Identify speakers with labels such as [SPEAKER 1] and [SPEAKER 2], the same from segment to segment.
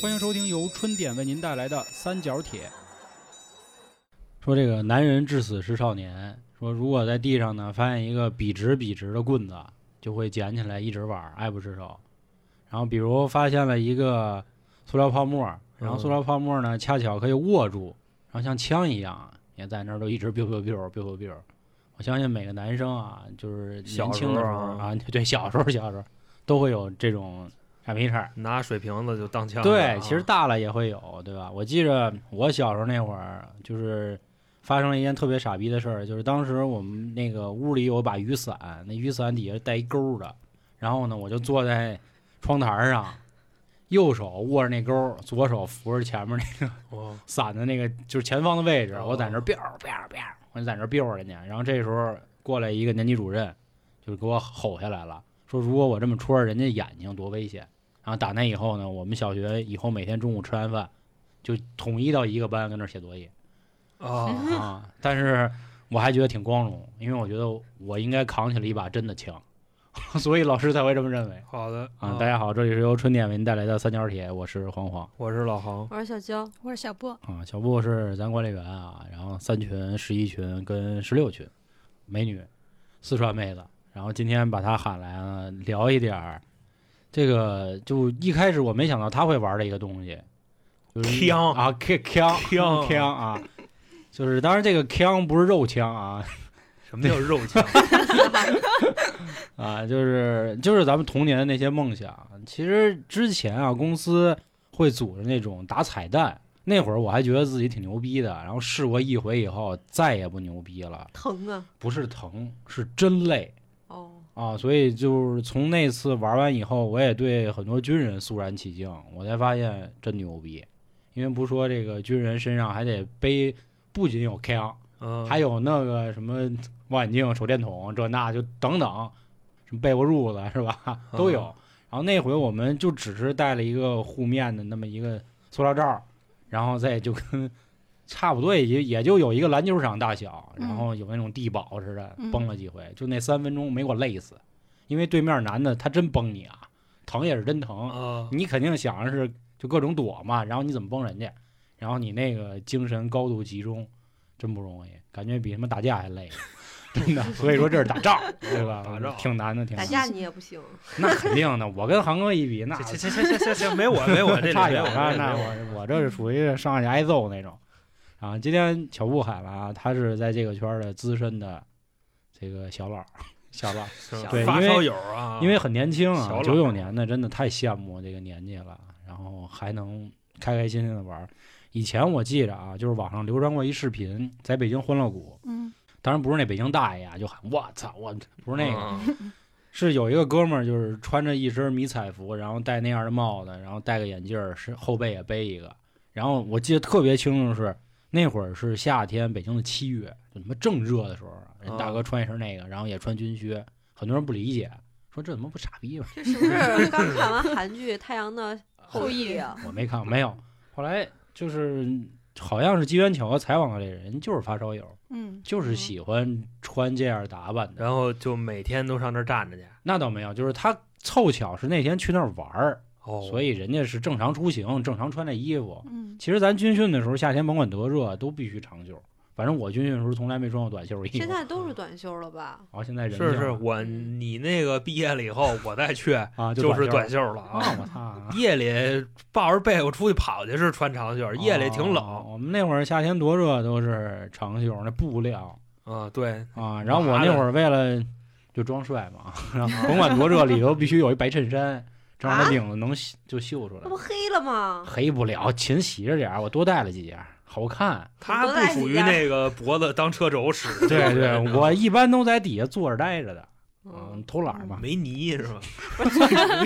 [SPEAKER 1] 欢迎收听由春点为您带来的《三角铁
[SPEAKER 2] 说这个男人至死是少年。说如果在地上呢发现一个笔直笔直的棍子，就会捡起来一直玩，爱不释手。然后比如发现了一个塑料泡沫，然后塑料泡沫呢恰巧可以握住，然后像枪一样也在那儿都一直 biu biu biu biu biu biu。我相信每个男生啊，就是年轻的时候
[SPEAKER 3] 小时候
[SPEAKER 2] 啊，对小时候小时候都会有这种傻逼事儿。
[SPEAKER 3] 拿水瓶子就当枪、啊
[SPEAKER 2] 对，其实大了也会有，对吧？我记着我小时候那会儿，就是发生了一件特别傻逼的事儿，就是当时我们那个屋里有把雨伞，那雨伞底下带一钩儿的，然后呢，我就坐在窗台上，右手握着那钩儿，左手扶着前面那
[SPEAKER 3] 哦，
[SPEAKER 2] 伞的那个就是前方的位置，
[SPEAKER 3] 哦
[SPEAKER 2] 我在那儿 biu biu biu，我就在那儿 biu 人家。然后这时候过来一个年级主任，就给我吼下来了，说如果我这么戳人家眼睛多危险。然后打那以后呢，我们小学以后每天中午吃完饭，就统一到一个班跟那儿写作业
[SPEAKER 3] 哦，
[SPEAKER 2] 啊。但是我还觉得挺光荣，因为我觉得我应该扛起了一把真的枪， 所以老师才会这么认为
[SPEAKER 3] 好的嗯
[SPEAKER 2] 啊。大，家好，这里是由春点为您带来的三角铁，我是黄黄。
[SPEAKER 3] 我是老航，
[SPEAKER 4] 我是小娇，
[SPEAKER 5] 我是小波，
[SPEAKER 2] 啊，小布是咱管理员啊，然后三群、十一群跟十六群，美女，四川妹子，然后今天把她喊来了，聊一点儿这个，就一开始我没想到她会玩的一个东西，就是
[SPEAKER 3] 枪
[SPEAKER 2] 啊，枪枪
[SPEAKER 3] 枪
[SPEAKER 2] 枪啊，就是当然这个枪不是肉枪啊
[SPEAKER 3] 什么叫肉 枪？
[SPEAKER 2] 啊，就是就是咱们童年的那些梦想。其实之前啊，公司会组织那种打彩蛋。那会儿我还觉得自己挺牛逼的，然后试过一回以后再也不牛逼了，
[SPEAKER 4] 疼啊！
[SPEAKER 2] 不是疼，是真累
[SPEAKER 4] 哦，
[SPEAKER 2] 啊！所以就是从那次玩完以后，我也对很多军人肃然起敬，我才发现真牛逼。因为不说这个军人身上还得背，不仅有枪，
[SPEAKER 3] 嗯，
[SPEAKER 2] 还有那个什么望远镜、手电筒，这那就等等，什么被窝褥子是吧，都有。然后那回我们就只是带了一个护面的那么一个塑料罩儿，然后再就跟差不多也就也就有一个篮球场大小，然后有那种地堡似的，
[SPEAKER 5] 嗯
[SPEAKER 2] 崩了几回，就那三分钟没给我累死，因为对面男的他真崩你啊，疼也是真疼，
[SPEAKER 3] 啊，
[SPEAKER 2] 你肯定想着是就各种躲嘛，然后你怎么崩人家，然后你那个精神高度集中，真不容易，感觉比他妈打架还累，真 的。所以说这是打仗，对吧？
[SPEAKER 3] 打仗
[SPEAKER 2] 挺难的，挺
[SPEAKER 4] 打
[SPEAKER 2] 难
[SPEAKER 4] 架
[SPEAKER 2] 的。
[SPEAKER 4] 你也不行，
[SPEAKER 2] 那肯定的，我跟韩哥一比，那
[SPEAKER 3] 行行行行行行，没我 没我这里
[SPEAKER 2] 差
[SPEAKER 3] 没
[SPEAKER 2] 远
[SPEAKER 3] 我
[SPEAKER 2] 了。啊那
[SPEAKER 3] 我
[SPEAKER 2] 我我这是属于上去挨揍那种。啊，今天乔布喊了啊，他是在这个圈儿的资深的这个小老儿小老儿，对
[SPEAKER 3] 发
[SPEAKER 2] 因为
[SPEAKER 3] 烧友啊，
[SPEAKER 2] 因为很年轻
[SPEAKER 3] 小
[SPEAKER 2] 啊
[SPEAKER 3] 老，
[SPEAKER 2] 九九年的真的太羡慕这个年纪了，然后还能开开心心的玩儿。以前我记着啊，就是网上流传过一视频，在北京欢乐谷，
[SPEAKER 5] 嗯，
[SPEAKER 2] 当然不是那北京大爷啊，就喊我操我，不是那个，
[SPEAKER 3] 个
[SPEAKER 2] 是有一个哥们儿，就是穿着一身迷彩服，然后戴那样的帽子，然后戴个眼镜儿，是后背也背一个。然后我记得特别清楚是那会儿是夏天，北京的七月，就他妈正热的时候，啊人大哥穿一身那个，然后也穿军靴，很多人不理解，说这怎么不傻逼吗？
[SPEAKER 4] 这 是不 是刚看完韩剧《太阳的后裔》啊？
[SPEAKER 2] 我没看过，没有。后来就是好像是机缘巧合采访到这人，就是发烧友，
[SPEAKER 5] 嗯，
[SPEAKER 2] 就是喜欢穿这样打扮的。
[SPEAKER 3] 然后就每天都上那儿站着去，
[SPEAKER 2] 那倒没有，就是他凑巧是那天去那儿玩儿，
[SPEAKER 3] 哦，
[SPEAKER 2] 所以人家是正常出行，正常穿这衣服。
[SPEAKER 5] 嗯，
[SPEAKER 2] 其实咱军训的时候，夏天甭管多热，都必须长袖。反正我军训的时候从来没穿过短袖衣服。
[SPEAKER 4] 现在都是短袖了吧？
[SPEAKER 2] 哦，现在人
[SPEAKER 3] 是
[SPEAKER 2] 家
[SPEAKER 3] 是我你那个毕业了以后，我再去
[SPEAKER 2] 啊， 就
[SPEAKER 3] 就是
[SPEAKER 2] 短
[SPEAKER 3] 短
[SPEAKER 2] 袖
[SPEAKER 3] 袖了啊。
[SPEAKER 2] 啊！我操啊！
[SPEAKER 3] 夜里抱着被我出去跑去是穿长袖，夜里挺
[SPEAKER 2] 哦
[SPEAKER 3] 冷
[SPEAKER 2] 我们那会儿夏天多热，都是长袖那布料。
[SPEAKER 3] 啊，对，
[SPEAKER 2] 啊，然后我那会儿为了就装帅嘛，然后甭管多热，里头必须有一白衬衫，这样
[SPEAKER 4] 啊
[SPEAKER 2] 的领子能洗就秀出来
[SPEAKER 4] 那不，黑了吗？
[SPEAKER 2] 黑不了，勤洗着点儿，我多带了几件儿，好看。
[SPEAKER 3] 他
[SPEAKER 4] 多
[SPEAKER 3] 不
[SPEAKER 4] 带几
[SPEAKER 3] 属于
[SPEAKER 4] 件
[SPEAKER 3] 那个脖子当车轴使的，
[SPEAKER 2] 对对，我一般都在底下坐着待着的，
[SPEAKER 4] 嗯
[SPEAKER 2] 嗯，，偷懒儿嘛。
[SPEAKER 3] 没泥是吧？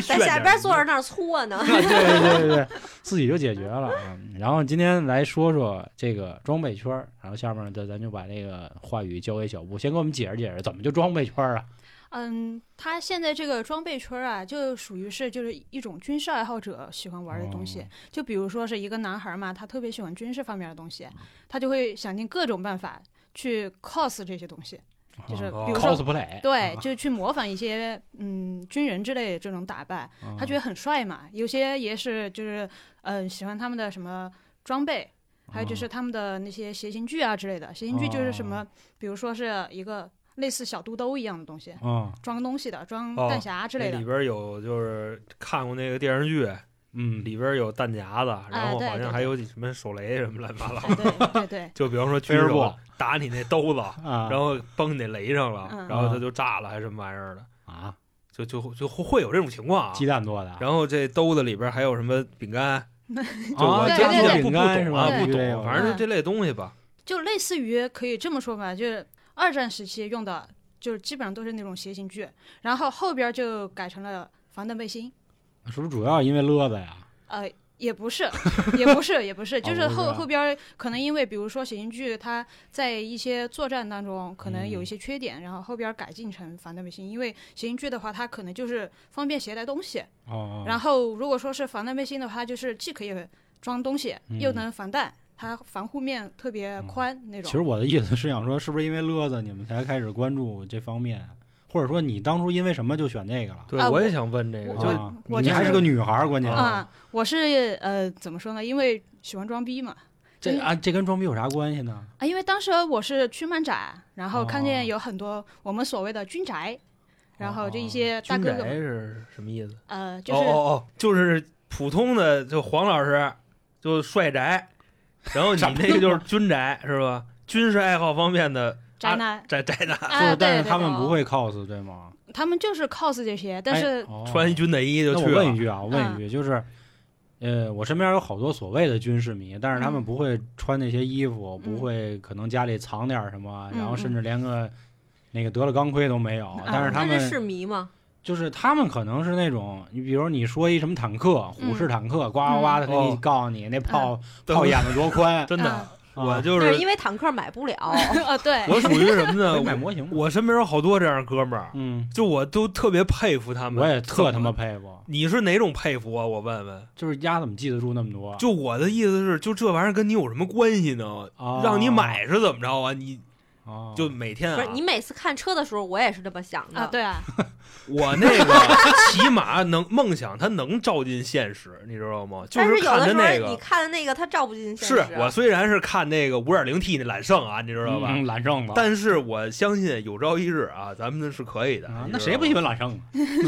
[SPEAKER 4] 在下边坐着那儿搓 呢。
[SPEAKER 2] 对对对对，自己就解决了。嗯然后今天来说说这个装备圈儿，然后下面呢，咱咱就把这个话语交给小布，先给我们解释解释怎么就装备圈儿啊？
[SPEAKER 5] 嗯，他现在这个装备圈儿啊，就属于是就是一种军事爱好者喜欢玩的东西。
[SPEAKER 2] 哦
[SPEAKER 5] 就比如说是一个男孩儿嘛，他特别喜
[SPEAKER 2] 嗯
[SPEAKER 5] 欢军事方面的东西，他就会想尽各种办法去 cos 这些东西。就是
[SPEAKER 2] 啊
[SPEAKER 5] 比如说
[SPEAKER 2] cosplay，
[SPEAKER 5] 对
[SPEAKER 2] 啊，
[SPEAKER 5] 就去模仿一些嗯军人之类的这种打扮，
[SPEAKER 2] 嗯
[SPEAKER 5] 他觉得很帅嘛。有些也是就是嗯、呃喜欢他们的什么装备，还有
[SPEAKER 3] 嗯
[SPEAKER 5] 就是他们的那些谐星剧啊之类的。谐星剧就是什
[SPEAKER 3] 哦
[SPEAKER 5] 么，比如说是一个类似小肚兜一样的东西，
[SPEAKER 2] 啊，
[SPEAKER 5] 装东西的，装
[SPEAKER 3] 哦
[SPEAKER 5] 弹匣之
[SPEAKER 3] 那
[SPEAKER 5] 类
[SPEAKER 3] 里
[SPEAKER 5] 的。
[SPEAKER 3] 边有就是看过那个电视剧，
[SPEAKER 2] 嗯，
[SPEAKER 3] 里边有弹夹子，然后
[SPEAKER 5] 啊对
[SPEAKER 3] 好
[SPEAKER 5] 对
[SPEAKER 3] 像还有什么手雷什么乱七八糟。
[SPEAKER 5] 哎对对对，
[SPEAKER 3] 就比方说
[SPEAKER 2] 飞
[SPEAKER 3] 狙
[SPEAKER 2] 儿
[SPEAKER 3] 手
[SPEAKER 2] 步
[SPEAKER 3] 打你那兜子，
[SPEAKER 2] 啊，
[SPEAKER 3] 嗯然后崩你雷上了，
[SPEAKER 5] 嗯
[SPEAKER 3] 然后它就炸了还是什么玩意儿的，
[SPEAKER 2] 啊，
[SPEAKER 3] 就就就会有这种情况啊。
[SPEAKER 2] 鸡蛋做的，
[SPEAKER 3] 然后这兜子里边还有什么饼干，就
[SPEAKER 2] 啊
[SPEAKER 3] 我
[SPEAKER 5] 对
[SPEAKER 3] 这
[SPEAKER 5] 对
[SPEAKER 3] 个
[SPEAKER 5] 对
[SPEAKER 2] 饼
[SPEAKER 3] 不不
[SPEAKER 2] 干是
[SPEAKER 3] 懂
[SPEAKER 2] 吧？
[SPEAKER 3] 啊，
[SPEAKER 5] 对
[SPEAKER 3] 不
[SPEAKER 2] 必须得有
[SPEAKER 3] 懂，反
[SPEAKER 5] 嗯
[SPEAKER 3] 正就这类东西吧。
[SPEAKER 5] 就类似于可以这么说吧，就是二战时期用的，就是基本上都是那种谐星剧，然后后边就改成了防弹背心。
[SPEAKER 2] 是不是主要因为乐子呀？
[SPEAKER 5] 呃，也 不是，也不是，也不是，就
[SPEAKER 2] 哦
[SPEAKER 5] 是
[SPEAKER 2] 不是
[SPEAKER 5] 后
[SPEAKER 2] 啊
[SPEAKER 5] 后边儿可能因为比如说写进剧，它在一些作战当中可能
[SPEAKER 2] 嗯
[SPEAKER 5] 有一些缺点，然后后边儿改进成防弹背心。因为写进剧的话，它可能就是方便携带东西，
[SPEAKER 2] 哦，
[SPEAKER 5] 然后如果说是防弹背心的话，它就是既可以装东西，又
[SPEAKER 2] 嗯
[SPEAKER 5] 能防弹，它防护面特别宽、那
[SPEAKER 2] 其
[SPEAKER 5] 种。
[SPEAKER 2] 实我的意思是想说，是不是因为乐子你们才开始关注这方面？或者说你当初因为什么就选这个了？
[SPEAKER 3] 对
[SPEAKER 5] 啊，
[SPEAKER 3] 我也
[SPEAKER 5] 我
[SPEAKER 3] 想问这个，
[SPEAKER 5] 我
[SPEAKER 3] 就
[SPEAKER 2] 啊
[SPEAKER 5] 我
[SPEAKER 2] 你
[SPEAKER 5] 就
[SPEAKER 2] 还是
[SPEAKER 5] 是
[SPEAKER 2] 个女孩儿，关键
[SPEAKER 3] 啊
[SPEAKER 5] 啊、我是呃怎么说呢？因为喜欢装逼嘛。嗯
[SPEAKER 2] 这啊，这跟装逼有啥关系呢？
[SPEAKER 5] 啊，因为当时我是去漫展，然后看
[SPEAKER 2] 哦
[SPEAKER 5] 见有很多我们所谓的军宅，然后就一些大
[SPEAKER 3] 军
[SPEAKER 5] 哥
[SPEAKER 3] 宅
[SPEAKER 5] 哥们，
[SPEAKER 3] 是什么意思？
[SPEAKER 5] 呃，就
[SPEAKER 3] 哦
[SPEAKER 5] 是、
[SPEAKER 3] 哦哦，就是普通的，就黄老师就帅宅，然 后你那个就是军宅是吧？军事爱好方面的
[SPEAKER 5] 宅男，
[SPEAKER 3] 宅宅男，
[SPEAKER 5] 啊，
[SPEAKER 2] 就是，
[SPEAKER 5] 对
[SPEAKER 2] 但是
[SPEAKER 5] 对
[SPEAKER 2] 他
[SPEAKER 5] 对
[SPEAKER 2] 们不会 cos 对吗？
[SPEAKER 5] 他们就是 cos 这些，但
[SPEAKER 2] 哎
[SPEAKER 5] 是、嗯
[SPEAKER 2] 哦
[SPEAKER 3] 穿一军的衣就
[SPEAKER 2] 那我
[SPEAKER 3] 去了
[SPEAKER 2] 问一句啊，我问一句，就是，呃，我身边有好多所谓的军事迷，但是他们
[SPEAKER 5] 嗯
[SPEAKER 2] 不会穿那些衣服，不
[SPEAKER 5] 嗯
[SPEAKER 2] 会可能家里藏点儿什么，然后
[SPEAKER 5] 嗯啊
[SPEAKER 2] 甚
[SPEAKER 5] 嗯
[SPEAKER 2] 至连个那个得了钢盔都没有。但是他
[SPEAKER 4] 这是
[SPEAKER 2] 们
[SPEAKER 4] 迷吗？
[SPEAKER 2] 就是他们可能是那种，你比如你说一什么坦克，
[SPEAKER 5] 嗯
[SPEAKER 2] 虎式坦克，呱呱呱的给你
[SPEAKER 3] 哦
[SPEAKER 2] 告诉你那炮
[SPEAKER 3] 对，
[SPEAKER 2] 炮眼子多宽
[SPEAKER 3] 真的，
[SPEAKER 5] 啊
[SPEAKER 3] 我
[SPEAKER 2] 啊
[SPEAKER 3] 就
[SPEAKER 4] 就是
[SPEAKER 3] 是
[SPEAKER 4] 嗯因为坦克买 不了，
[SPEAKER 5] 啊， 对，
[SPEAKER 3] 我属于什
[SPEAKER 2] 可
[SPEAKER 3] 么呢
[SPEAKER 2] 以？买模型嘛。
[SPEAKER 3] 我身边有好多这样的哥们儿，
[SPEAKER 2] 嗯，
[SPEAKER 3] 就我都特别佩服他们。
[SPEAKER 2] 我也特他妈佩服，
[SPEAKER 3] 你是哪种佩服啊？我问问。
[SPEAKER 2] 就是丫怎么记得住那么多？
[SPEAKER 3] 就我的意思是，就这玩意儿跟你有什么关系呢？
[SPEAKER 2] 啊
[SPEAKER 3] 让你买是怎么着啊？你
[SPEAKER 2] 啊，
[SPEAKER 3] 就每天
[SPEAKER 4] 不
[SPEAKER 3] 啊
[SPEAKER 4] 是，你每次看车的时候，我也是这么想的。
[SPEAKER 5] 啊，，对啊，
[SPEAKER 3] 我那个起码能梦想，它能照进现实，你知道 吗？就
[SPEAKER 4] 但是有
[SPEAKER 3] 看
[SPEAKER 4] 的
[SPEAKER 3] 着
[SPEAKER 4] 时
[SPEAKER 3] 那
[SPEAKER 4] 候
[SPEAKER 3] 个，
[SPEAKER 4] 你看的那个，它照不进现实。啊
[SPEAKER 3] 是我虽然是看那个五点零 T 那揽胜啊，你知道吧？
[SPEAKER 2] 嗯揽胜吧。
[SPEAKER 3] 但是我相信有朝一日啊，咱们是可以的。
[SPEAKER 2] 啊
[SPEAKER 3] 你知道吗
[SPEAKER 2] 那谁不喜欢揽胜啊？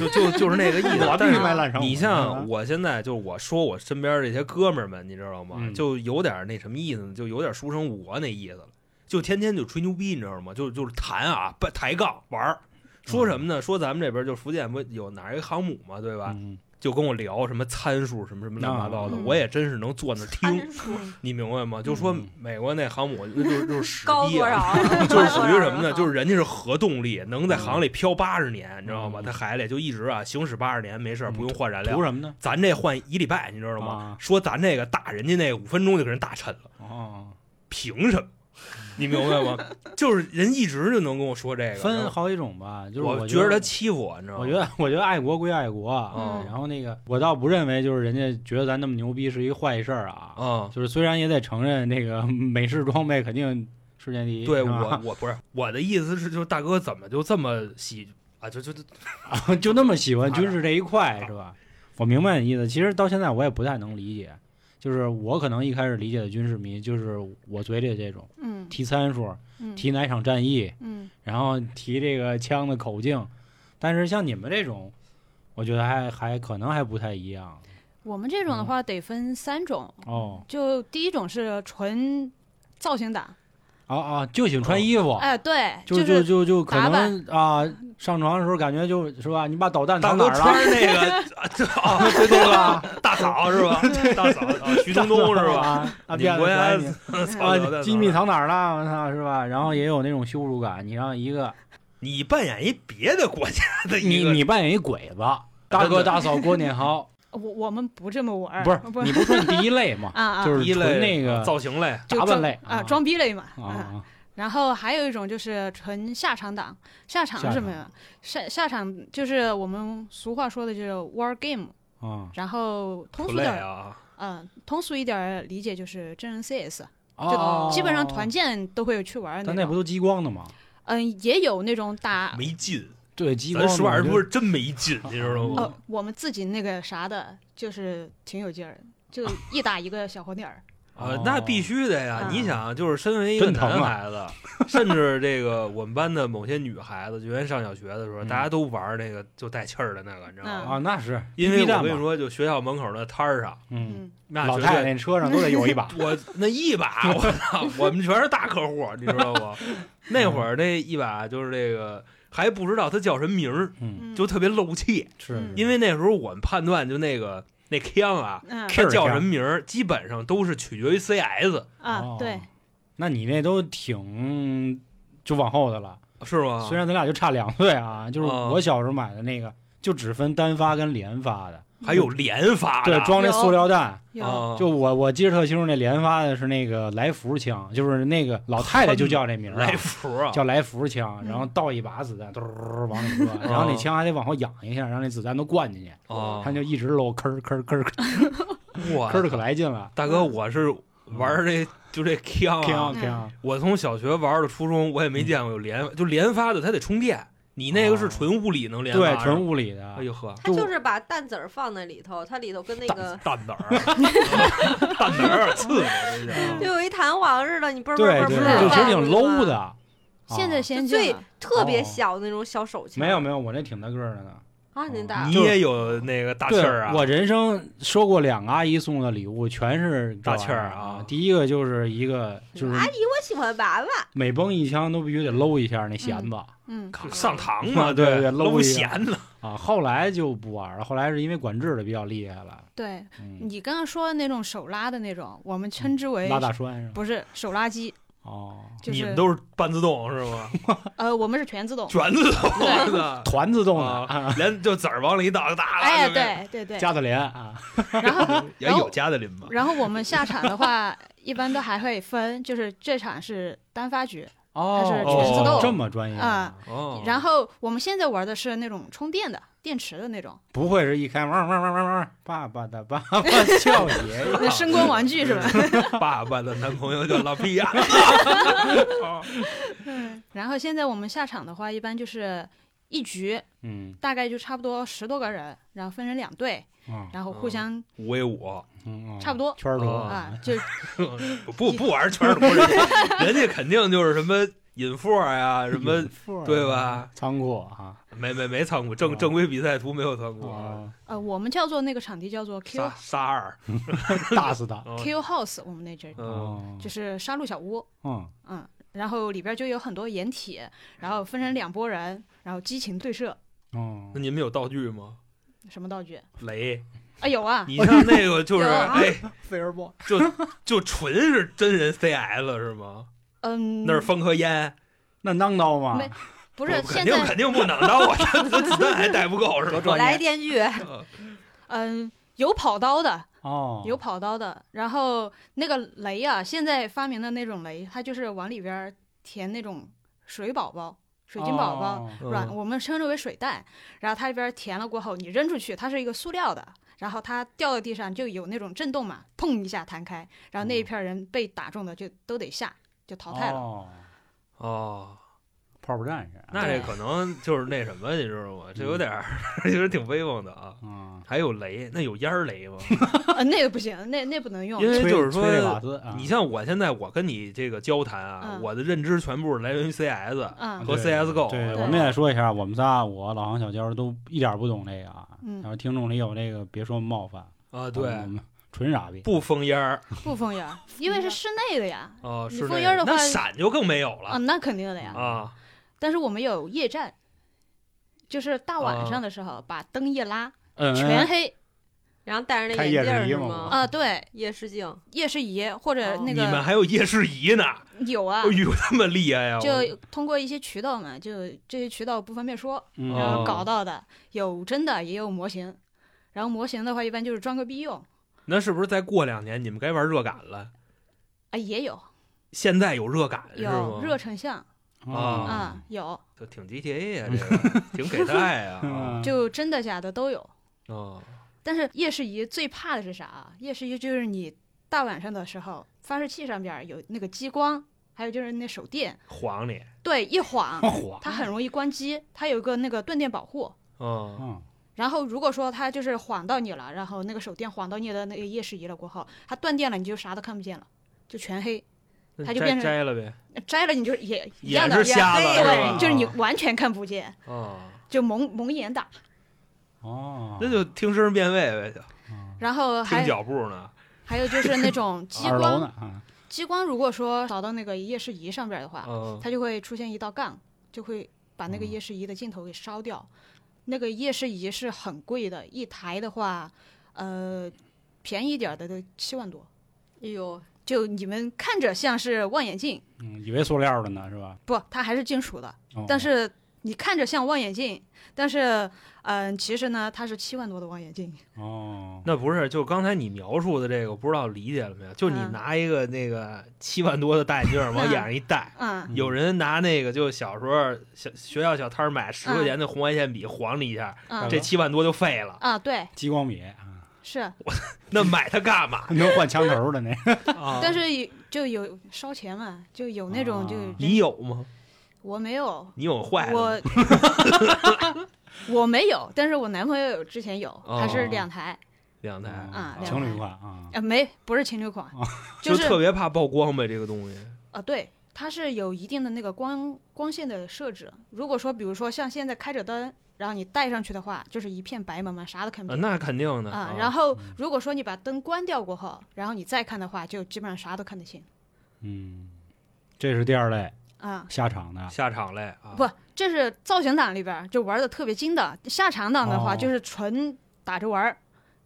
[SPEAKER 3] 就就就是那个意思
[SPEAKER 2] 我。必
[SPEAKER 3] 但
[SPEAKER 2] 须
[SPEAKER 3] 是
[SPEAKER 2] 买揽胜。啊嗯
[SPEAKER 3] 你
[SPEAKER 2] 我
[SPEAKER 3] 像我现在就是我说我身边这些哥们儿们，你知道吗？
[SPEAKER 2] 嗯
[SPEAKER 3] 就有点那什么意思呢？就有点书生我那意思了，就天天就吹牛逼，你知道吗？就就是谈啊，不抬杠玩儿。说什么呢？说咱们这边就福建不有哪一个航母嘛，对吧？
[SPEAKER 2] 嗯
[SPEAKER 3] 就跟我聊什么参数什么什么乱七八糟的，
[SPEAKER 5] 嗯
[SPEAKER 3] 我也真是能坐那儿听，
[SPEAKER 4] 参数
[SPEAKER 3] 你明白吗？就说
[SPEAKER 2] 嗯
[SPEAKER 3] 美国那航母那就就是屎
[SPEAKER 4] 高
[SPEAKER 3] 逼
[SPEAKER 4] 多
[SPEAKER 3] 啊，
[SPEAKER 4] 少？
[SPEAKER 3] 就是属于什 么呢？就是是人家是核动力，能在
[SPEAKER 2] 嗯
[SPEAKER 3] 航里漂八十年，你知道吗？
[SPEAKER 2] 嗯
[SPEAKER 3] 在海里就一直啊行驶八十年，没事儿不用换燃料
[SPEAKER 2] 图。什么呢？
[SPEAKER 3] 咱这换一礼拜，你知道吗
[SPEAKER 2] 啊？
[SPEAKER 3] 说咱这个打人家那个五分钟就给人打沉了，
[SPEAKER 2] 哦，
[SPEAKER 3] 凭 什么？你明白吗？ 就是人一直就能跟我说这个，然
[SPEAKER 2] 分
[SPEAKER 3] 后
[SPEAKER 2] 好几种吧，就是
[SPEAKER 3] 我
[SPEAKER 2] 觉
[SPEAKER 3] 得他欺负我，你知道吗？
[SPEAKER 2] 我觉得，我觉得爱国归爱国，啊
[SPEAKER 3] 哦
[SPEAKER 2] 然后那个，我倒不认为就是人家觉得咱那么牛逼是一坏事儿啊，
[SPEAKER 3] 啊，
[SPEAKER 2] 就是虽然也得承认这个美式装备肯定世界第一，
[SPEAKER 3] 对
[SPEAKER 2] 是吧
[SPEAKER 3] 我我不是我的意思是，就是大哥怎么就这么喜啊？就就就
[SPEAKER 2] 啊 就那么喜 欢军事这一块
[SPEAKER 3] 啊
[SPEAKER 2] 是吧？我明白你意思，其实到现在我也不太能理解，就是我可能一开始理解的军事迷就是我嘴里这种
[SPEAKER 5] 嗯
[SPEAKER 2] 提参数、
[SPEAKER 5] 嗯
[SPEAKER 2] 提哪场战役，
[SPEAKER 5] 嗯，
[SPEAKER 2] 然后提这个枪的口径，但是像你们这种，我觉得还还可能还不太一样
[SPEAKER 5] 我们这种
[SPEAKER 2] 嗯
[SPEAKER 5] 的话得分三种，
[SPEAKER 2] 哦
[SPEAKER 5] 就第一种是纯造型党，
[SPEAKER 2] 哦哦，就喜欢穿衣服，
[SPEAKER 5] 哎，对，
[SPEAKER 2] 就是就就可
[SPEAKER 5] 打
[SPEAKER 2] 能
[SPEAKER 5] 扮
[SPEAKER 2] 啊，上床的时候感觉就是吧，你把导弹
[SPEAKER 3] 大
[SPEAKER 2] 藏
[SPEAKER 3] 哥
[SPEAKER 2] 哪儿了？
[SPEAKER 3] 穿着那个啊这啊， 对对吧？ 大嫂是吧？大嫂啊，徐冬冬是吧？
[SPEAKER 2] 啊？啊，
[SPEAKER 3] 你们国家
[SPEAKER 2] 变得
[SPEAKER 3] 操
[SPEAKER 2] 啊，机密，藏哪儿了？我操，是吧？然后也有那种羞辱感，你让一个
[SPEAKER 3] 你扮演一别的国家的一
[SPEAKER 2] 你
[SPEAKER 3] 个
[SPEAKER 2] 你扮演一鬼子，大哥大嫂过年 好，
[SPEAKER 5] 我我们不这么玩儿，
[SPEAKER 2] 不是
[SPEAKER 5] 不
[SPEAKER 2] 你不说你第一类嘛，
[SPEAKER 5] 啊啊，
[SPEAKER 2] 就是
[SPEAKER 3] 哎一类
[SPEAKER 2] 纯那个
[SPEAKER 3] 造型类，
[SPEAKER 5] 就
[SPEAKER 2] 打扮
[SPEAKER 5] 装
[SPEAKER 2] 类
[SPEAKER 5] 啊，装逼类嘛，啊
[SPEAKER 2] 啊
[SPEAKER 5] 然后还有一种就是纯下场党，下场
[SPEAKER 2] 下
[SPEAKER 5] 是什
[SPEAKER 2] 场
[SPEAKER 5] 么呀？下下场就是我们俗话说的就是 war game，
[SPEAKER 2] 啊
[SPEAKER 5] 然后通俗
[SPEAKER 3] play
[SPEAKER 5] 点儿，
[SPEAKER 3] 啊，
[SPEAKER 5] 嗯、通俗一点儿理解就是真人 CS，、
[SPEAKER 2] 啊，
[SPEAKER 5] 就基本上团建都会有去玩儿
[SPEAKER 2] 但
[SPEAKER 5] 那
[SPEAKER 2] 那不
[SPEAKER 5] 种。
[SPEAKER 2] 都激光的吗？
[SPEAKER 5] 嗯，也有那种打
[SPEAKER 3] 没劲。
[SPEAKER 2] 对，激光
[SPEAKER 3] 咱
[SPEAKER 2] 的
[SPEAKER 3] 说
[SPEAKER 2] 我
[SPEAKER 3] 二
[SPEAKER 2] 觉
[SPEAKER 3] 不是
[SPEAKER 2] 得
[SPEAKER 3] 真没劲，你知道吗？
[SPEAKER 5] 呃，我们自己那个啥的，就是挺有劲儿，就一打一个小黄点儿。
[SPEAKER 3] 啊，那必须的呀！
[SPEAKER 4] 哦
[SPEAKER 3] 你想，就是身为一个
[SPEAKER 2] 真疼啊
[SPEAKER 3] 男孩子，甚至这个我们班的某些女孩子，就原来上小学的时候，
[SPEAKER 2] 嗯
[SPEAKER 3] 大家都玩那个就带气儿的那个，你知道吗？
[SPEAKER 2] 啊，那是
[SPEAKER 3] 因为
[SPEAKER 2] BB
[SPEAKER 3] 我
[SPEAKER 2] 弹
[SPEAKER 3] 跟
[SPEAKER 2] 嘛，
[SPEAKER 3] 你说，就学校门口那摊儿上，
[SPEAKER 2] 嗯，
[SPEAKER 5] 嗯，
[SPEAKER 3] 那
[SPEAKER 2] 老
[SPEAKER 3] 绝
[SPEAKER 2] 太
[SPEAKER 3] 对，
[SPEAKER 2] 太那车上都得有一把
[SPEAKER 3] 我那一把，我操，我们全是大客户，你知道 吗？那会儿那一把就是这个还不知道它叫什么名儿，
[SPEAKER 2] 嗯，
[SPEAKER 3] 就特别漏气，
[SPEAKER 2] 是
[SPEAKER 5] 嗯
[SPEAKER 3] 因为那时候我们判断就那个那枪啊，它
[SPEAKER 5] 嗯
[SPEAKER 2] Q
[SPEAKER 3] 叫什么名儿，基本上都是取决于 CS，
[SPEAKER 5] 啊，对
[SPEAKER 2] 哦，那你那都挺就往后的了。
[SPEAKER 3] 是吗？
[SPEAKER 2] 虽然咱俩就差两岁啊，就是
[SPEAKER 3] 哦
[SPEAKER 2] 我小时候买的那个，就只分单发跟连发的，
[SPEAKER 3] 还有连发的，
[SPEAKER 2] 对，装那塑料弹。
[SPEAKER 5] 有
[SPEAKER 3] 啊，
[SPEAKER 2] 就我我记得特清楚，那连发的是那个来福枪，就是那个老太太就叫这名儿啊
[SPEAKER 3] 来福啊，
[SPEAKER 2] 叫来福枪，
[SPEAKER 5] 嗯
[SPEAKER 2] 然后倒一把子弹，嘟儿往里搁，然后那枪还得往后仰一下，让那子弹都灌进去，
[SPEAKER 3] 啊，
[SPEAKER 2] 它就一直搂，吭儿吭儿吭儿吭儿
[SPEAKER 3] 哇
[SPEAKER 2] 吭儿的可来劲了，
[SPEAKER 3] 大哥，我是玩
[SPEAKER 2] 嗯
[SPEAKER 3] 这就这枪啊，
[SPEAKER 4] 嗯
[SPEAKER 2] 锵锵，
[SPEAKER 3] 我从小学玩到初中，我也没
[SPEAKER 2] 嗯
[SPEAKER 3] 见过有连就连发的，它得充电，你那个是纯物理能连发
[SPEAKER 2] 哦对
[SPEAKER 3] 的，，
[SPEAKER 2] 纯物理的
[SPEAKER 3] 哎，呦呵，
[SPEAKER 4] 它就是把蛋子儿放在里头，它里头跟那个
[SPEAKER 3] 蛋子儿，
[SPEAKER 2] 啊
[SPEAKER 3] 蛋子儿啊刺激，这是
[SPEAKER 2] 嗯
[SPEAKER 4] 就有一弹簧似的，你嘣嘣
[SPEAKER 2] 对
[SPEAKER 4] 嘣
[SPEAKER 2] 对，
[SPEAKER 4] 嘣
[SPEAKER 2] 就
[SPEAKER 4] 嘣，
[SPEAKER 2] 其实挺 low 的。啊
[SPEAKER 5] 现在
[SPEAKER 4] 就
[SPEAKER 5] 先进
[SPEAKER 4] 最
[SPEAKER 5] 了，
[SPEAKER 4] 特别小的那种小手枪。
[SPEAKER 2] 没有没有，我那挺大个儿的呢。
[SPEAKER 4] 啊，您大
[SPEAKER 3] 你也有那个大气
[SPEAKER 2] 对，
[SPEAKER 3] 儿啊，
[SPEAKER 2] 我人生收过两个阿姨送的礼物，全是这玩意
[SPEAKER 3] 大气儿
[SPEAKER 2] 啊
[SPEAKER 3] 啊。
[SPEAKER 2] 第一个就是一个就是
[SPEAKER 5] 哎
[SPEAKER 4] 阿姨，我喜欢娃娃。
[SPEAKER 2] 每崩一枪都必须得搂一下那弦子、
[SPEAKER 5] 嗯，
[SPEAKER 3] 上堂嘛，
[SPEAKER 2] 啊 对对搂
[SPEAKER 3] 搂
[SPEAKER 2] 一下
[SPEAKER 3] 弦呢，
[SPEAKER 2] 啊。后来就不玩了，后来是因为管制的比较厉害了，
[SPEAKER 5] 对
[SPEAKER 2] 嗯，
[SPEAKER 5] 你刚刚说的那种手拉的那种，我们
[SPEAKER 3] 嗯
[SPEAKER 5] 称之为
[SPEAKER 2] 拉大栓是吧？
[SPEAKER 5] 不是手拉机，
[SPEAKER 2] 哦，
[SPEAKER 5] 就
[SPEAKER 3] 你们
[SPEAKER 5] 是
[SPEAKER 3] 都是半自动是吗？
[SPEAKER 5] 呃，我们是全自动，
[SPEAKER 3] 全自动的，
[SPEAKER 2] 团自动的、
[SPEAKER 3] 啊
[SPEAKER 2] 啊，
[SPEAKER 3] 连就籽儿往里倒，哒，
[SPEAKER 5] 哎，
[SPEAKER 3] 就给，
[SPEAKER 5] 对对对，
[SPEAKER 2] 加特林啊，
[SPEAKER 5] 然后
[SPEAKER 3] 也有加的林吗？
[SPEAKER 5] 然后我们下场的话，一般都还会分，就是这场是单发局，
[SPEAKER 2] 哦，
[SPEAKER 5] 它是
[SPEAKER 3] 全自动
[SPEAKER 2] 这么专业
[SPEAKER 5] 啊
[SPEAKER 3] 哦
[SPEAKER 5] 然后我们现在玩的是那种充电的电池的那种，
[SPEAKER 2] 不会是一开汪汪汪汪汪，爸爸的爸 爸叫爷
[SPEAKER 3] 哦
[SPEAKER 5] 那
[SPEAKER 2] 爷，
[SPEAKER 5] 声光玩具是吧？
[SPEAKER 3] 爸爸的男朋友叫老 皮呀，
[SPEAKER 5] 然后现在我们下场的话，一般就是一局
[SPEAKER 2] 嗯
[SPEAKER 5] 大概就差不多十多个人，然后分成两队，
[SPEAKER 2] 啊，
[SPEAKER 5] 然后互相
[SPEAKER 3] 五 v 五，
[SPEAKER 2] 嗯
[SPEAKER 5] 差不多
[SPEAKER 2] 圈儿多
[SPEAKER 3] 哦
[SPEAKER 5] 啊， 就
[SPEAKER 3] 不不玩圈儿不 是，人家肯定就是什么引副呀，什
[SPEAKER 5] 嗯
[SPEAKER 3] 么对吧？
[SPEAKER 2] 啊仓库啊，
[SPEAKER 3] 没没没仓库，正
[SPEAKER 2] 哦
[SPEAKER 3] 正规比赛图没有仓库啊，
[SPEAKER 2] 啊，
[SPEAKER 5] 呃，我们叫做那个场地叫做 Q
[SPEAKER 3] 仨仨二，
[SPEAKER 2] 打死他。
[SPEAKER 3] 嗯
[SPEAKER 5] Q 哦 House，我们那阵儿
[SPEAKER 3] 嗯，
[SPEAKER 5] 就是杀戮小屋，
[SPEAKER 2] 哦嗯，
[SPEAKER 5] 嗯，然后里边就有很多掩体，然后分成两拨人，然后激情对射，
[SPEAKER 2] 哦
[SPEAKER 3] 那，你们有道具吗？
[SPEAKER 5] 什么道具
[SPEAKER 3] 雷，
[SPEAKER 5] 啊有啊，
[SPEAKER 3] 你像那个就是
[SPEAKER 4] 有啊
[SPEAKER 3] 哎，
[SPEAKER 2] 飞儿波
[SPEAKER 3] 就就纯是真人 CS 是吗？
[SPEAKER 5] 嗯，
[SPEAKER 3] 那是放颗烟，
[SPEAKER 2] 那能刀吗？
[SPEAKER 5] 没不是
[SPEAKER 3] 我肯
[SPEAKER 5] 现
[SPEAKER 3] 定
[SPEAKER 5] 在
[SPEAKER 3] 肯定不能当，我这这子弹还带不够是吧？
[SPEAKER 4] 来电锯，
[SPEAKER 3] 嗯
[SPEAKER 5] 嗯。有跑刀的，
[SPEAKER 2] 哦，
[SPEAKER 5] 有跑刀的，然后那个雷啊，现在发明的那种雷，它就是往里边儿填那种水宝宝、水晶宝宝，
[SPEAKER 2] 哦，
[SPEAKER 5] 软，
[SPEAKER 3] 嗯
[SPEAKER 5] 我们称之为水弹。然后它里边填了过后，你扔出去，它是一个塑料的，然后它掉到地上就有那种震动嘛，砰一下弹开，然后那
[SPEAKER 3] 嗯
[SPEAKER 5] 一片人被打中的就都得下，就淘汰了。
[SPEAKER 2] 哦，
[SPEAKER 3] 哦。
[SPEAKER 2] 泡泡战士啊，
[SPEAKER 3] 那这
[SPEAKER 5] 对
[SPEAKER 3] 可能就是那什么，你知道吗？这有点儿， 有点儿挺威风的啊。
[SPEAKER 2] 嗯，
[SPEAKER 3] 还有雷，那有烟儿雷 吗？
[SPEAKER 5] 呃，那个不行，那那不能用
[SPEAKER 3] 因。为
[SPEAKER 2] 催
[SPEAKER 3] 就是
[SPEAKER 2] 催泪瓦
[SPEAKER 3] 说，
[SPEAKER 2] 斯啊，
[SPEAKER 3] 你像我现在，我跟你这个交谈啊，
[SPEAKER 5] 嗯
[SPEAKER 3] 我的认知全部是来源于 CS
[SPEAKER 5] 嗯
[SPEAKER 3] 和
[SPEAKER 2] 对
[SPEAKER 3] CSGO。
[SPEAKER 2] 对，
[SPEAKER 5] 对
[SPEAKER 2] 我们也说一下，我们仨，我老黄、小娇都一点儿不懂这个啊。
[SPEAKER 5] 嗯
[SPEAKER 2] 然后听众里有这个，别说我们冒犯，
[SPEAKER 3] 啊，
[SPEAKER 2] 我
[SPEAKER 3] 对，
[SPEAKER 2] 们纯傻逼。
[SPEAKER 3] 不封烟儿
[SPEAKER 5] 不封烟儿，因为是室内的呀。
[SPEAKER 3] 啊，
[SPEAKER 5] 你
[SPEAKER 3] 是
[SPEAKER 5] 封
[SPEAKER 3] 那
[SPEAKER 5] 烟儿
[SPEAKER 3] 个
[SPEAKER 5] 的
[SPEAKER 3] 那
[SPEAKER 5] 话
[SPEAKER 3] 闪就更没有
[SPEAKER 5] 啊，
[SPEAKER 3] 了
[SPEAKER 5] 那肯定的呀。
[SPEAKER 3] 啊。
[SPEAKER 5] 但是我们有夜战，就是大
[SPEAKER 3] 哦
[SPEAKER 5] 晚上的时候把灯一拉，
[SPEAKER 2] 嗯，
[SPEAKER 5] 全黑
[SPEAKER 4] 然后戴着那
[SPEAKER 2] 开夜视
[SPEAKER 4] 眼镜儿
[SPEAKER 2] 仪
[SPEAKER 4] 是
[SPEAKER 2] 嘛
[SPEAKER 4] 吗？
[SPEAKER 5] 啊。对，
[SPEAKER 4] 夜视镜，
[SPEAKER 5] 夜视仪或者
[SPEAKER 4] 哦
[SPEAKER 5] 那
[SPEAKER 3] 哦你们
[SPEAKER 5] 个
[SPEAKER 3] 还有夜视仪呢？
[SPEAKER 5] 有啊
[SPEAKER 3] 哎，呦，那么厉害呀！
[SPEAKER 5] 就通过一些渠道嘛，就这些渠道不方便说，
[SPEAKER 2] 嗯
[SPEAKER 5] 然
[SPEAKER 3] 哦
[SPEAKER 5] 后呃搞到的，有真的也有模型。然后模型的话，一般就是装个逼用
[SPEAKER 3] 那是不是再过两年你们该玩热感了？
[SPEAKER 5] 啊，也有
[SPEAKER 3] 现在有热感是吗
[SPEAKER 5] 有？热成像
[SPEAKER 3] 啊
[SPEAKER 5] 啊，有
[SPEAKER 3] 就挺 GTA 呀，这个挺给带呀啊
[SPEAKER 2] 嗯，
[SPEAKER 5] 就真的假的都有。
[SPEAKER 3] 啊。
[SPEAKER 5] 但是夜视仪最怕的是啥啊？夜视仪就是你大晚上的时候，发射器上边有那个激光，还有就是那手电，
[SPEAKER 3] 晃你，
[SPEAKER 5] 对，一 晃
[SPEAKER 2] 火，
[SPEAKER 5] 它很容易关机，它有一个那个断电保护。
[SPEAKER 3] 嗯，
[SPEAKER 2] 嗯，
[SPEAKER 5] 然后如果说它就是晃到你了，然后那个手电晃到你的那个夜视仪了过后，它断电了，你就啥都看不见了，就全黑。
[SPEAKER 3] 那
[SPEAKER 5] 他就
[SPEAKER 3] 摘
[SPEAKER 5] 变成
[SPEAKER 3] 摘了呗，
[SPEAKER 5] 摘了你就是也一
[SPEAKER 3] 也
[SPEAKER 5] 样的
[SPEAKER 3] 是，瞎
[SPEAKER 4] 也
[SPEAKER 3] 了
[SPEAKER 4] 黑
[SPEAKER 3] 是
[SPEAKER 5] 对，
[SPEAKER 3] 吧？
[SPEAKER 5] 就是你完全看不见，
[SPEAKER 3] 啊，
[SPEAKER 5] 就蒙蒙眼打。
[SPEAKER 2] 哦，
[SPEAKER 3] 那就听声辨位呗，就
[SPEAKER 2] 嗯
[SPEAKER 5] 然后
[SPEAKER 3] 听
[SPEAKER 5] 哦还
[SPEAKER 3] 脚步呢。
[SPEAKER 5] 还有就是那种激
[SPEAKER 2] 二楼
[SPEAKER 5] 光，
[SPEAKER 2] 呢啊，
[SPEAKER 5] 激光如果说扫到那个夜视仪上边的话，
[SPEAKER 3] 嗯，
[SPEAKER 5] 它就会出现一道杠，就会把那个
[SPEAKER 2] 嗯
[SPEAKER 5] 夜视仪的镜头给烧掉。那个夜视仪是很贵的，一台的话，呃，便宜一点儿的都七万多。
[SPEAKER 4] 哎呦，
[SPEAKER 5] 就你们看着像是望远镜，
[SPEAKER 2] 嗯，以为塑料的呢是吧？
[SPEAKER 5] 不，它还是金属的，
[SPEAKER 2] 哦
[SPEAKER 5] 但是你看着像望远镜，但是嗯、其实呢，它是七万多的望远镜。
[SPEAKER 2] 哦，
[SPEAKER 3] 那不是，就刚才你描述的这个，不知道理解了没有？就你
[SPEAKER 5] 嗯
[SPEAKER 3] 拿一个那个七万多的大眼镜儿往眼上一戴，
[SPEAKER 5] 嗯，
[SPEAKER 2] 嗯
[SPEAKER 3] 有人拿那个就小时候小学校小摊儿买十块钱的红外线笔晃你一下，
[SPEAKER 5] 嗯
[SPEAKER 3] 这七万多就废了。
[SPEAKER 5] 啊，对，
[SPEAKER 2] 激光笔啊，？
[SPEAKER 5] 是，
[SPEAKER 3] 那买它干嘛
[SPEAKER 2] 能换枪头的那个，
[SPEAKER 3] 啊
[SPEAKER 5] 但是有就有烧钱嘛，就有那种就
[SPEAKER 2] 啊
[SPEAKER 3] 你有吗？
[SPEAKER 5] 我没有，
[SPEAKER 3] 你有坏的 吗？
[SPEAKER 5] 我我没有，但是我男朋友有之前有，
[SPEAKER 3] 哦
[SPEAKER 5] 他是两台，
[SPEAKER 3] 两台，
[SPEAKER 5] 啊
[SPEAKER 2] 情侣款啊，
[SPEAKER 5] 呃，没不是情侣款，
[SPEAKER 3] 就是特别怕曝光呗，这个东西。
[SPEAKER 5] 啊，对，它是有一定的那个光光线的设置。如果说，比如说像现在开着灯，然后你戴上去的话，就是一片白蒙蒙，啥都看不
[SPEAKER 3] 啊，
[SPEAKER 5] 见。
[SPEAKER 3] 那肯
[SPEAKER 2] 嗯
[SPEAKER 3] 定的
[SPEAKER 5] 嗯啊、
[SPEAKER 3] 啊
[SPEAKER 5] 然后如果说你把灯关掉过后，然后你再看的话，就基本上啥都看得清
[SPEAKER 2] 嗯，这是第二类
[SPEAKER 5] 啊、
[SPEAKER 2] 下场的，
[SPEAKER 3] 下场嘞啊，
[SPEAKER 5] 不，这是造型党里边儿就玩的特别精的，下场党的话
[SPEAKER 2] 哦
[SPEAKER 5] 就是纯打着玩儿，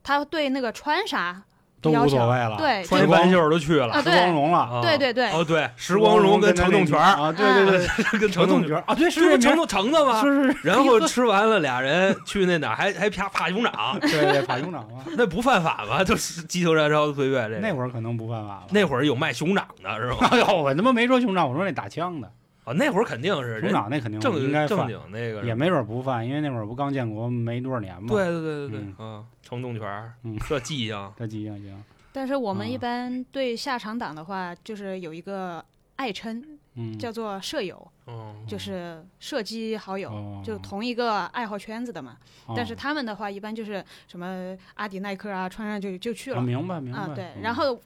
[SPEAKER 5] 他对那个穿啥
[SPEAKER 2] 都
[SPEAKER 5] 要
[SPEAKER 2] 无
[SPEAKER 5] 求
[SPEAKER 2] 所谓了，
[SPEAKER 5] 对
[SPEAKER 3] 穿一
[SPEAKER 2] 时光
[SPEAKER 3] 半袖儿都去了
[SPEAKER 5] 啊。
[SPEAKER 2] 吃
[SPEAKER 5] 对
[SPEAKER 2] 光荣了，
[SPEAKER 3] 啊
[SPEAKER 5] 对对对
[SPEAKER 3] 哦对，石光荣跟程栋全儿，
[SPEAKER 2] 啊，对对对，
[SPEAKER 3] 跟程栋全儿，
[SPEAKER 2] 啊，对，
[SPEAKER 3] 这不程啊栋橙子吗？
[SPEAKER 2] 是是，
[SPEAKER 3] 然后吃完了，俩人去那哪儿还还啪啪熊掌，
[SPEAKER 2] 对对，打熊掌嘛，
[SPEAKER 3] 那不犯法吗？就是激情燃烧的岁月这
[SPEAKER 2] 那
[SPEAKER 3] 个。
[SPEAKER 2] 会儿可能不犯法吧？
[SPEAKER 3] 那会儿有卖熊掌的是吧？
[SPEAKER 2] 哎呦，我他妈没说熊掌，我说那打枪的，
[SPEAKER 3] 啊，那会儿肯定是
[SPEAKER 2] 熊
[SPEAKER 3] 人
[SPEAKER 2] 掌那肯定
[SPEAKER 3] 正
[SPEAKER 2] 应该
[SPEAKER 3] 正
[SPEAKER 2] 犯，
[SPEAKER 3] 经那个是
[SPEAKER 2] 也没准不犯，因为那会儿不刚建国没多少年嘛。
[SPEAKER 3] 对，对对对对
[SPEAKER 2] 嗯
[SPEAKER 3] 啊，程栋全儿
[SPEAKER 2] 嗯
[SPEAKER 3] 这记性
[SPEAKER 2] 这记性行，
[SPEAKER 5] 但是我们一
[SPEAKER 2] 啊
[SPEAKER 5] 般对下场党的话，就是有一个爱称
[SPEAKER 2] 嗯，
[SPEAKER 5] 叫做舍友，
[SPEAKER 3] 嗯
[SPEAKER 5] 就是射击好友。
[SPEAKER 2] 哦
[SPEAKER 5] 就同一个爱好圈子的嘛。
[SPEAKER 2] 哦
[SPEAKER 5] 但是他们的话，一般就是什么阿迪耐克啊，穿上就就去
[SPEAKER 2] 啊
[SPEAKER 5] 了
[SPEAKER 2] 明白明
[SPEAKER 5] 啊
[SPEAKER 2] 白，。
[SPEAKER 5] 对，
[SPEAKER 2] 嗯
[SPEAKER 5] 然后。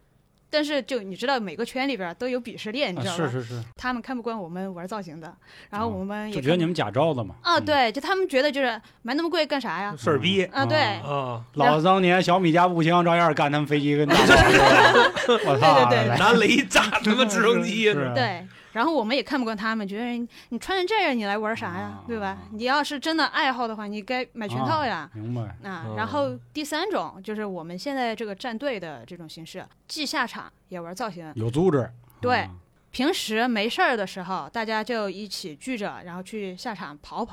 [SPEAKER 5] 但是就你知道，每个圈里边儿都有鄙视链，你
[SPEAKER 2] 啊
[SPEAKER 5] 知道吧？
[SPEAKER 2] 是是是，
[SPEAKER 5] 他们看不惯我们玩造型的，然后
[SPEAKER 2] 哦
[SPEAKER 5] 我们也
[SPEAKER 2] 就觉得
[SPEAKER 5] 看
[SPEAKER 2] 你们假招的嘛。
[SPEAKER 5] 啊，
[SPEAKER 2] 嗯，
[SPEAKER 5] 对，就他们觉得就是买那么贵干啥呀？
[SPEAKER 3] 事儿逼
[SPEAKER 5] 啊对
[SPEAKER 3] 啊，
[SPEAKER 2] 老子当年小米加步枪照样干他们飞机跟 大炮，是吧我操！
[SPEAKER 5] 对对对
[SPEAKER 2] 来
[SPEAKER 3] 拿雷炸他妈直升机
[SPEAKER 2] 是
[SPEAKER 3] 呢，
[SPEAKER 2] 啊
[SPEAKER 5] 对，然后我们也看不惯他们，觉得你你穿成这样，你来玩啥呀
[SPEAKER 2] 啊？
[SPEAKER 5] 对吧？你要是真的爱好的话，你该买全套呀。
[SPEAKER 2] 明白
[SPEAKER 5] 啊
[SPEAKER 3] 哦，
[SPEAKER 5] 然后第三种就是我们现在这个战队的这种形式，既下场也玩造型，
[SPEAKER 2] 有组织。
[SPEAKER 5] 对
[SPEAKER 2] 啊
[SPEAKER 5] 平时没事儿的时候，大家就一起聚着，然后去下场跑跑。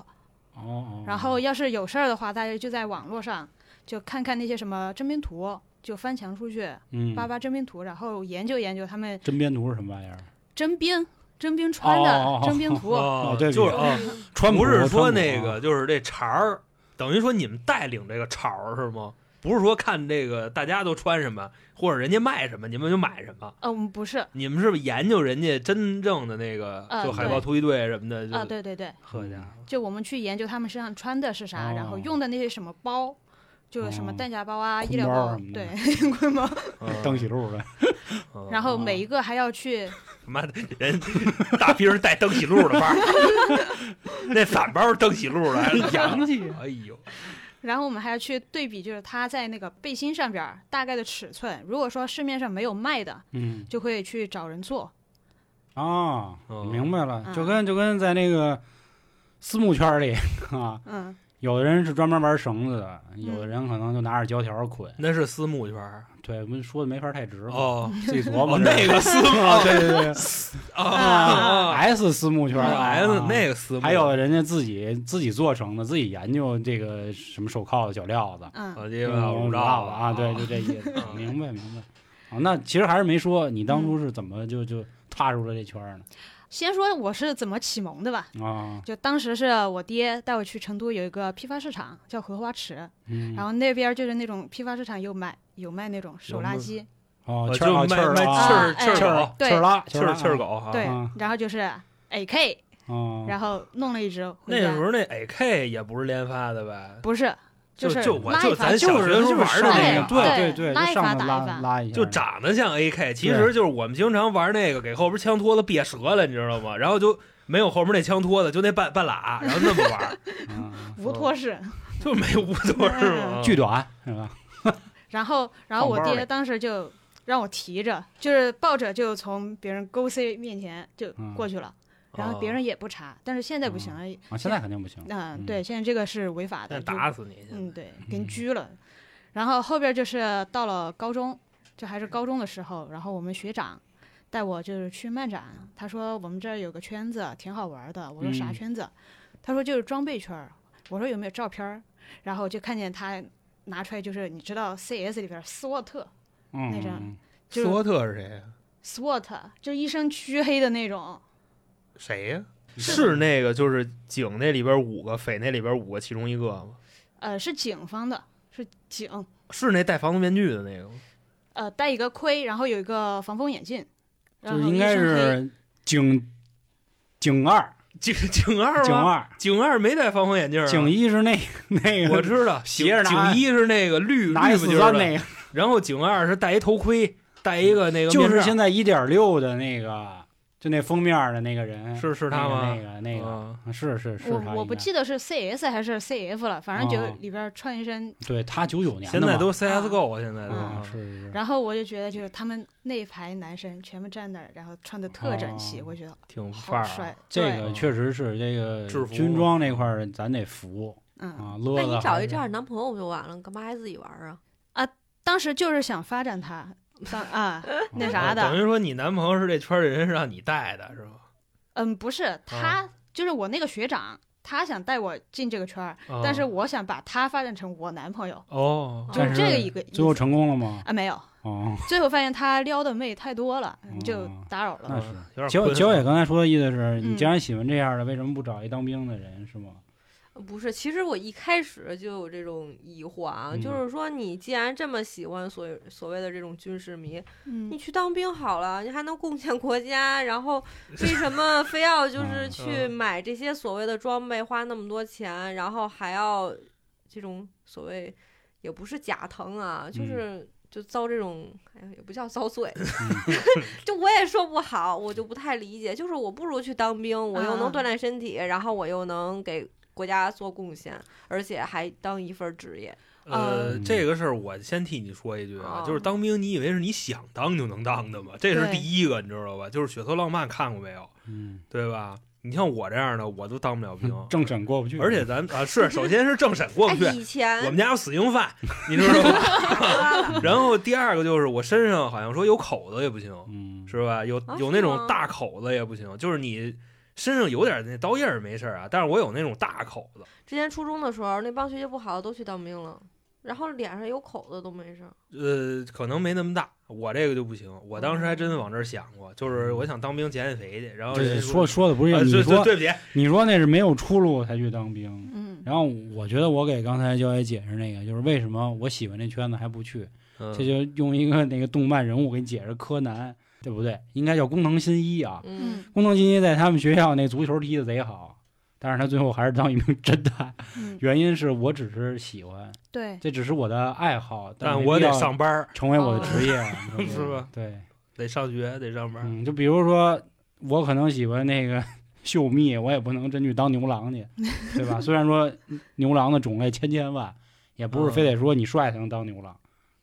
[SPEAKER 2] 哦哦，
[SPEAKER 5] 然后要是有事儿的话，大家就在网络上就看看那些什么征兵图，就翻墙出去
[SPEAKER 2] 嗯，
[SPEAKER 5] 扒扒征兵图，然后研究研究他们
[SPEAKER 2] 针边图是什么玩意儿？
[SPEAKER 5] 征兵征兵穿
[SPEAKER 2] 哦哦
[SPEAKER 5] 的
[SPEAKER 2] 哦
[SPEAKER 5] 征兵图。
[SPEAKER 3] 哦
[SPEAKER 2] 哦对
[SPEAKER 3] 就是
[SPEAKER 4] 周
[SPEAKER 3] 啊，
[SPEAKER 4] 冰
[SPEAKER 2] 川普
[SPEAKER 3] 不是说
[SPEAKER 2] 川普
[SPEAKER 3] 那
[SPEAKER 2] 啊
[SPEAKER 3] 个，就是这茬儿，等于说你们带领这个潮儿是吗？不是说看这个大家都穿什么，或者人家卖什么，你们就买什么。
[SPEAKER 5] 嗯、不是
[SPEAKER 3] 你们是不是研究人家真正的那个，
[SPEAKER 5] 啊
[SPEAKER 3] 就海豹
[SPEAKER 5] 对
[SPEAKER 3] 突击队什么的？就
[SPEAKER 5] 啊，，对对对，
[SPEAKER 3] 好家伙，
[SPEAKER 5] 就我们去研究他们身上穿的是啥，
[SPEAKER 2] 哦
[SPEAKER 5] 然后用的那些什么包，就是什么
[SPEAKER 2] 哦
[SPEAKER 5] 弹夹包啊、
[SPEAKER 2] 捆
[SPEAKER 5] 医疗
[SPEAKER 2] 包
[SPEAKER 5] 包
[SPEAKER 2] 什么，的
[SPEAKER 5] 对，捆包。
[SPEAKER 3] 嗯
[SPEAKER 2] 登喜路的，
[SPEAKER 3] 嗯
[SPEAKER 5] 然后每一个还要去，
[SPEAKER 3] 他妈的人大兵带登喜路的包儿，那反包儿登喜路的，还是洋气。哎呦，
[SPEAKER 5] 然后我们还要去对比，就是它在那个背心上边儿大概的尺寸。如果说市面上没有卖的，
[SPEAKER 2] 嗯
[SPEAKER 5] 就会去找人做。
[SPEAKER 2] 啊，
[SPEAKER 3] 哦
[SPEAKER 2] 明白了，
[SPEAKER 5] 嗯
[SPEAKER 2] 就跟就跟在那个私募圈儿里 啊，
[SPEAKER 5] 嗯，
[SPEAKER 2] 有的人是专门玩绳子的，有的人可能就拿着胶条儿捆，
[SPEAKER 3] 那是私募圈儿
[SPEAKER 2] 对，我们说的没法太直嘛，
[SPEAKER 3] 哦
[SPEAKER 2] 自己琢
[SPEAKER 3] 哦，
[SPEAKER 2] 磨着
[SPEAKER 3] 那个 私募
[SPEAKER 2] 啊，对对对
[SPEAKER 3] 啊
[SPEAKER 2] ，S 私募圈儿啊
[SPEAKER 3] S
[SPEAKER 2] 啊
[SPEAKER 3] 哎那个私募，
[SPEAKER 2] 还有人家自己自己做成的，自己研究这个什么手铐子、脚镣子，
[SPEAKER 5] 嗯，
[SPEAKER 3] 好
[SPEAKER 2] 这
[SPEAKER 3] 鸡巴
[SPEAKER 2] 个
[SPEAKER 3] 五
[SPEAKER 2] 五
[SPEAKER 3] 兆
[SPEAKER 2] 子啊，对，就这意 思
[SPEAKER 3] 啊，
[SPEAKER 2] 明白明白。啊，那其实还是没说你当初
[SPEAKER 5] 嗯
[SPEAKER 2] 是怎么就就踏入了这圈儿呢？
[SPEAKER 5] 先说我是怎么启蒙的吧。
[SPEAKER 2] 啊，
[SPEAKER 5] 就当时是我爹带我去成都有一个批发市场叫荷花池，
[SPEAKER 2] 嗯，
[SPEAKER 5] 然后那边就是那种批发市场有买有卖那种手拉
[SPEAKER 3] 有卖
[SPEAKER 5] 机，
[SPEAKER 2] 哦，
[SPEAKER 3] 呃
[SPEAKER 2] 气儿
[SPEAKER 3] 就
[SPEAKER 2] 啊
[SPEAKER 3] 卖
[SPEAKER 2] 气儿
[SPEAKER 3] 卖
[SPEAKER 2] 了
[SPEAKER 3] 气
[SPEAKER 2] 啊
[SPEAKER 3] 儿
[SPEAKER 5] 啊
[SPEAKER 3] 气儿
[SPEAKER 5] 哎
[SPEAKER 3] 狗，
[SPEAKER 5] 对
[SPEAKER 2] 气儿拉，
[SPEAKER 3] 气儿气儿狗啊。
[SPEAKER 5] 对
[SPEAKER 2] 啊，
[SPEAKER 5] 然后就是 AK，
[SPEAKER 2] 啊，
[SPEAKER 5] 然后弄了一只
[SPEAKER 3] 那
[SPEAKER 5] 回家。
[SPEAKER 3] 时候那 AK 也不是连发的呗，
[SPEAKER 5] 不是，
[SPEAKER 3] 就是就我
[SPEAKER 5] 拉一
[SPEAKER 3] 就
[SPEAKER 5] 发
[SPEAKER 3] 咱
[SPEAKER 5] 就
[SPEAKER 3] 小学时候玩的那
[SPEAKER 5] 那
[SPEAKER 3] 个，
[SPEAKER 5] 个
[SPEAKER 2] 对
[SPEAKER 5] 对
[SPEAKER 2] 对，
[SPEAKER 5] 拉
[SPEAKER 2] 就
[SPEAKER 5] 一
[SPEAKER 2] 上
[SPEAKER 5] 发
[SPEAKER 2] 面
[SPEAKER 5] 打一
[SPEAKER 2] 拉
[SPEAKER 5] 发
[SPEAKER 2] 拉一下，
[SPEAKER 3] 就长得像 AK，其
[SPEAKER 2] 对
[SPEAKER 3] 实就是我们经常玩那个，给后边枪托子别折了，你知道吗？然后就没有后边那枪托子，就那半半拉，然后那么 玩，
[SPEAKER 2] 啊
[SPEAKER 5] 无托式。
[SPEAKER 3] 就没有无托是吗？
[SPEAKER 2] 巨短是吧？
[SPEAKER 5] 然后，然后
[SPEAKER 3] 放
[SPEAKER 5] 我
[SPEAKER 3] 包里
[SPEAKER 5] 爹当时就让我提着，就是抱着，就从别人勾 C 面前就
[SPEAKER 2] 嗯
[SPEAKER 5] 过去了。
[SPEAKER 3] 哦
[SPEAKER 5] 然
[SPEAKER 3] 啊
[SPEAKER 5] 后别人也不查，但是现在不行了。
[SPEAKER 2] 啊，现在肯定不行。
[SPEAKER 5] 嗯、
[SPEAKER 2] 嗯
[SPEAKER 5] 对，现在这个是违法
[SPEAKER 3] 但
[SPEAKER 5] 的，就
[SPEAKER 3] 打死你！
[SPEAKER 5] 嗯，对，给
[SPEAKER 2] 嗯
[SPEAKER 5] 你拘了。然后后边就是到了高中，就还是高中的时候，然后我们学长带我就是去漫展，他说我们这儿有个圈子挺好玩的，我说啥
[SPEAKER 2] 嗯
[SPEAKER 5] 圈子？他说就是装备圈儿，我说有没有照片儿？然后就看见他拿出来，就是你知道 CS 里边儿斯沃特，
[SPEAKER 2] 嗯，
[SPEAKER 5] 那张
[SPEAKER 2] 嗯
[SPEAKER 5] 就
[SPEAKER 3] 斯
[SPEAKER 5] 是
[SPEAKER 3] 沃特是谁呀？
[SPEAKER 5] SWAT，就一身黢黑的那种，
[SPEAKER 3] 谁呀？是那个就是井那里边五个，匪那里边五个其中一个吗？
[SPEAKER 5] 呃，是警方的，是警，
[SPEAKER 3] 是那戴防毒面具的那个吗？
[SPEAKER 5] 呃，戴一个盔，然后有一个防风眼镜，然
[SPEAKER 2] 就是
[SPEAKER 5] 后
[SPEAKER 2] 应
[SPEAKER 5] 一
[SPEAKER 2] 该
[SPEAKER 5] 身黑
[SPEAKER 2] 是警警二，
[SPEAKER 3] 井井二
[SPEAKER 2] 警
[SPEAKER 3] 吗？
[SPEAKER 2] 二，
[SPEAKER 3] 井二没戴防风眼镜啊，
[SPEAKER 2] 警一是那个 那个，
[SPEAKER 3] 我知道，
[SPEAKER 2] 斜
[SPEAKER 3] 井
[SPEAKER 2] 着拿
[SPEAKER 3] 井一是那个绿
[SPEAKER 2] 拿
[SPEAKER 3] 绿
[SPEAKER 2] 一
[SPEAKER 3] 不
[SPEAKER 2] 四
[SPEAKER 3] 劲儿
[SPEAKER 2] 三
[SPEAKER 3] 的
[SPEAKER 2] 那个，
[SPEAKER 3] 然后井二是戴一头盔，戴一个那个
[SPEAKER 2] 就
[SPEAKER 3] 面
[SPEAKER 2] 是
[SPEAKER 3] 罩
[SPEAKER 2] 现在一点六的那个，就那封面的那个人，
[SPEAKER 3] 是是
[SPEAKER 2] 那
[SPEAKER 3] 他
[SPEAKER 2] 个
[SPEAKER 3] 吗？
[SPEAKER 2] 那个那个
[SPEAKER 3] 啊
[SPEAKER 2] 是是是他，
[SPEAKER 5] 我我不记得是 CS 还是 CF 了，反正
[SPEAKER 2] 哦
[SPEAKER 5] 就里边穿一身，
[SPEAKER 2] 得，对他九九年的
[SPEAKER 3] 现
[SPEAKER 2] 嘛
[SPEAKER 3] 在都 CSGO 啊，现在都
[SPEAKER 2] 啊
[SPEAKER 3] 啊
[SPEAKER 2] 是是是，
[SPEAKER 5] 然后我就觉得就是他们那一排男生全部站那儿，然后穿的特整齐，
[SPEAKER 2] 哦
[SPEAKER 5] 我觉得
[SPEAKER 3] 挺范
[SPEAKER 5] 好
[SPEAKER 3] 儿
[SPEAKER 5] 帅
[SPEAKER 3] 啊。，
[SPEAKER 2] 这
[SPEAKER 5] 对
[SPEAKER 2] 个确实是这个
[SPEAKER 3] 制服
[SPEAKER 2] 军装这块儿咱得服
[SPEAKER 5] 嗯，
[SPEAKER 2] 啊，乐
[SPEAKER 4] 那
[SPEAKER 2] 子
[SPEAKER 4] 你找
[SPEAKER 2] 还
[SPEAKER 4] 一
[SPEAKER 2] 是
[SPEAKER 4] 这样的男朋友不就完了？干嘛还自己玩啊？
[SPEAKER 5] 当时就是想发展他，当啊，那
[SPEAKER 3] 啊
[SPEAKER 5] 啥的
[SPEAKER 3] 等于说你男朋友是这圈儿的人，是让你带的是吧？
[SPEAKER 5] 嗯，不是他，
[SPEAKER 2] 啊
[SPEAKER 5] 就是我那个学长，他想带我进这个圈儿，
[SPEAKER 2] 哦
[SPEAKER 3] 啊
[SPEAKER 5] 但是我想把他发展成我男朋友，
[SPEAKER 3] 哦，
[SPEAKER 5] 就
[SPEAKER 2] 但是
[SPEAKER 5] 这个一个意
[SPEAKER 2] 最后
[SPEAKER 5] 思
[SPEAKER 2] 成功了吗？
[SPEAKER 5] 啊，没有，
[SPEAKER 2] 哦，
[SPEAKER 5] 最后发现他撩的妹太多了，就
[SPEAKER 2] 哦
[SPEAKER 5] 打扰了
[SPEAKER 2] 那
[SPEAKER 3] 啊
[SPEAKER 5] 我。
[SPEAKER 2] 是焦
[SPEAKER 3] 有点困
[SPEAKER 2] 焦姐刚才说的意思是你
[SPEAKER 5] 嗯
[SPEAKER 2] 既然喜欢这样的，为什么不找一当兵的人是吗？
[SPEAKER 4] 呃不是，其实我一开始就有这种疑惑啊，
[SPEAKER 2] 嗯
[SPEAKER 4] 就是说你既然这么喜欢所所谓的这种军事迷，你
[SPEAKER 5] 嗯，
[SPEAKER 4] 去当兵好了，你还能贡献国家，然后为什么非要就是去
[SPEAKER 3] 嗯
[SPEAKER 4] 买这些所谓的装备，花那么多钱，然后还要这种所谓也不是假疼啊，
[SPEAKER 3] 嗯
[SPEAKER 4] 就是就遭这种，哎呀，也不叫遭罪，
[SPEAKER 3] 嗯
[SPEAKER 4] 就我也说不好，我就不太理解，就是我不如去当兵，我又能
[SPEAKER 5] 啊
[SPEAKER 4] 锻炼身体，然后我又能给国家做贡献，而且还当一份职业，
[SPEAKER 3] 呃，
[SPEAKER 2] 嗯
[SPEAKER 3] 这个事儿我先替你说一句啊
[SPEAKER 4] 哦，
[SPEAKER 3] 就是当兵，你以为是你想当就能当的吗？这是
[SPEAKER 5] 嗯对
[SPEAKER 3] 第一个，你知道吧？就是《血色浪漫》看过没有？
[SPEAKER 2] 嗯，
[SPEAKER 3] 对吧？你像我这样的，我都当不了 兵。
[SPEAKER 2] 政审过不去，
[SPEAKER 3] 而且咱啊，是首先是政审过
[SPEAKER 4] 哎
[SPEAKER 3] 不去，，
[SPEAKER 4] 以前
[SPEAKER 3] 我们家有死刑犯， 你知道吧？ 然后第二个就是我身上好像说有口子也不行，
[SPEAKER 2] 嗯
[SPEAKER 3] 是吧？有
[SPEAKER 4] 啊
[SPEAKER 3] 有
[SPEAKER 4] 是
[SPEAKER 3] 那
[SPEAKER 4] 吗
[SPEAKER 3] 种大口子也不行，就是你身上有点那刀印儿没事儿啊，但是我有那种大口子，
[SPEAKER 4] 之前初中的时候，那帮学习不好的都去当兵了，然后脸上有口子都没事儿。
[SPEAKER 3] 呃，可能没那么大，我这个就不行。我当时还真往这儿想过，就是我想当兵减减肥去，然后
[SPEAKER 2] 这
[SPEAKER 3] 人
[SPEAKER 2] 这
[SPEAKER 3] 家
[SPEAKER 2] 说说的不是
[SPEAKER 3] 啊，
[SPEAKER 2] 你
[SPEAKER 3] 对对
[SPEAKER 2] 说
[SPEAKER 3] 对不起，
[SPEAKER 2] 你说那是没有出路才去当兵。
[SPEAKER 5] 嗯，
[SPEAKER 2] 然后我觉得我给刚才焦姐解释那个，就是为什么我喜欢这圈子还不去，
[SPEAKER 3] 嗯
[SPEAKER 2] 这就用一个那个动漫人物给解释柯南，对不对？应该叫工藤新一啊。
[SPEAKER 4] 嗯
[SPEAKER 5] 嗯，
[SPEAKER 2] 工藤新一在他们学校那足球踢的贼好，但是他最后还是当一名侦探，
[SPEAKER 5] 嗯，
[SPEAKER 2] 原因是我只是喜欢，
[SPEAKER 5] 对，
[SPEAKER 2] 这只是我的爱好，
[SPEAKER 3] 但
[SPEAKER 2] 没
[SPEAKER 3] 我
[SPEAKER 2] 必
[SPEAKER 3] 得
[SPEAKER 2] 要
[SPEAKER 3] 上班儿，
[SPEAKER 2] 成为我的职业啊，你知道
[SPEAKER 3] 是吧？
[SPEAKER 2] 对，
[SPEAKER 3] 得上学，得上班儿。
[SPEAKER 2] 嗯，就比如说我可能喜欢那个 秀蜜，我也不能真去当牛郎去，对 吧？虽然说牛郎的种类千千万，也不是非得说你帅才能当牛郎，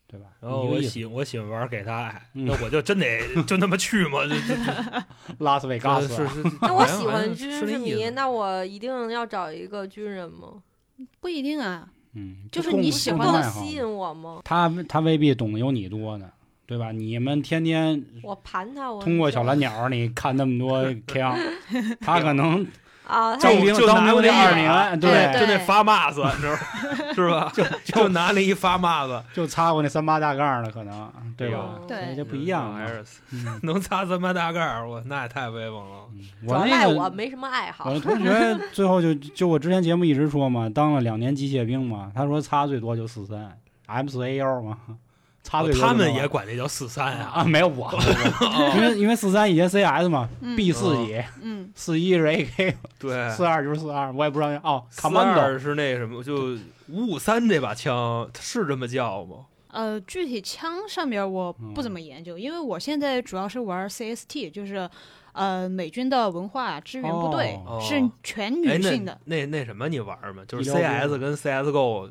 [SPEAKER 2] 对吧？
[SPEAKER 3] 嗯然后
[SPEAKER 2] 一个
[SPEAKER 3] 我
[SPEAKER 2] 意思
[SPEAKER 3] 喜我喜欢玩儿给他爱，
[SPEAKER 2] 嗯
[SPEAKER 3] 那我就真 得就那么去吗？就就
[SPEAKER 2] 拉斯维加斯
[SPEAKER 3] 是
[SPEAKER 2] 啊
[SPEAKER 3] 是，
[SPEAKER 4] 那我
[SPEAKER 3] 好像
[SPEAKER 4] 喜
[SPEAKER 3] 好像
[SPEAKER 4] 欢
[SPEAKER 3] 是
[SPEAKER 4] 军
[SPEAKER 3] 是
[SPEAKER 4] 事
[SPEAKER 3] 意
[SPEAKER 4] 迷，
[SPEAKER 3] 思
[SPEAKER 4] 那我一定要找一个军人吗？
[SPEAKER 5] 不一定啊，
[SPEAKER 2] 嗯，
[SPEAKER 5] 就是
[SPEAKER 2] 共
[SPEAKER 5] 你喜欢
[SPEAKER 2] 共同
[SPEAKER 4] 更
[SPEAKER 2] 爱好
[SPEAKER 4] 吸引我吗？
[SPEAKER 2] 他，他未必懂得有你多呢，对吧？你们天天
[SPEAKER 4] 我盘他，我
[SPEAKER 2] 通过小蓝鸟，你看那么 多 K，他可能
[SPEAKER 4] 啊，他
[SPEAKER 2] 当
[SPEAKER 4] 也
[SPEAKER 2] 兵
[SPEAKER 3] 就
[SPEAKER 2] 当
[SPEAKER 3] 拿
[SPEAKER 2] 兵
[SPEAKER 3] 那
[SPEAKER 2] 那二
[SPEAKER 3] 个
[SPEAKER 2] 年，
[SPEAKER 5] 对
[SPEAKER 3] 就那发骂子，你知道吗 是吧？就就拿那一发骂子，
[SPEAKER 2] 就擦过那三八大杠了，可能啊对吧？
[SPEAKER 3] 哎
[SPEAKER 4] 嗯
[SPEAKER 5] 对
[SPEAKER 2] 这不一样
[SPEAKER 3] 还
[SPEAKER 2] 啊。
[SPEAKER 3] 是
[SPEAKER 2] 嗯
[SPEAKER 3] 能擦三八大盖儿，我那也太威风了。
[SPEAKER 2] 嗯
[SPEAKER 4] 主
[SPEAKER 2] 我
[SPEAKER 4] 要
[SPEAKER 2] 那
[SPEAKER 4] 赖
[SPEAKER 2] 个
[SPEAKER 4] 我没什么爱好
[SPEAKER 2] 我那。同学最后就就我之前节目一直说嘛，当了两年机械兵嘛，他说擦最多就四三 M 四 A 幺嘛，擦嘴。
[SPEAKER 3] 哦他们也管这叫四三
[SPEAKER 2] 啊，
[SPEAKER 3] 啊，
[SPEAKER 2] 没有 我，因为因为四三以前 CS 嘛，B 四几，
[SPEAKER 3] 哦
[SPEAKER 5] 嗯，
[SPEAKER 2] 四一是 AK，
[SPEAKER 3] 对，
[SPEAKER 2] 四二就是四二，我也不知道哦，Commando
[SPEAKER 3] 哎二是那什么，就五五三这把枪是这么叫吗？
[SPEAKER 5] 呃，具体枪上面我
[SPEAKER 2] 嗯
[SPEAKER 5] 不怎么研究，因为我现在主要是玩 CST，就是呃美军的文化支援部队、
[SPEAKER 2] 哦
[SPEAKER 3] 哦
[SPEAKER 5] 是
[SPEAKER 3] 哎，
[SPEAKER 5] 全女
[SPEAKER 3] 那
[SPEAKER 5] 性的。
[SPEAKER 3] 那那什么你玩吗？就是
[SPEAKER 2] 医疗兵
[SPEAKER 3] CS 跟 CSGO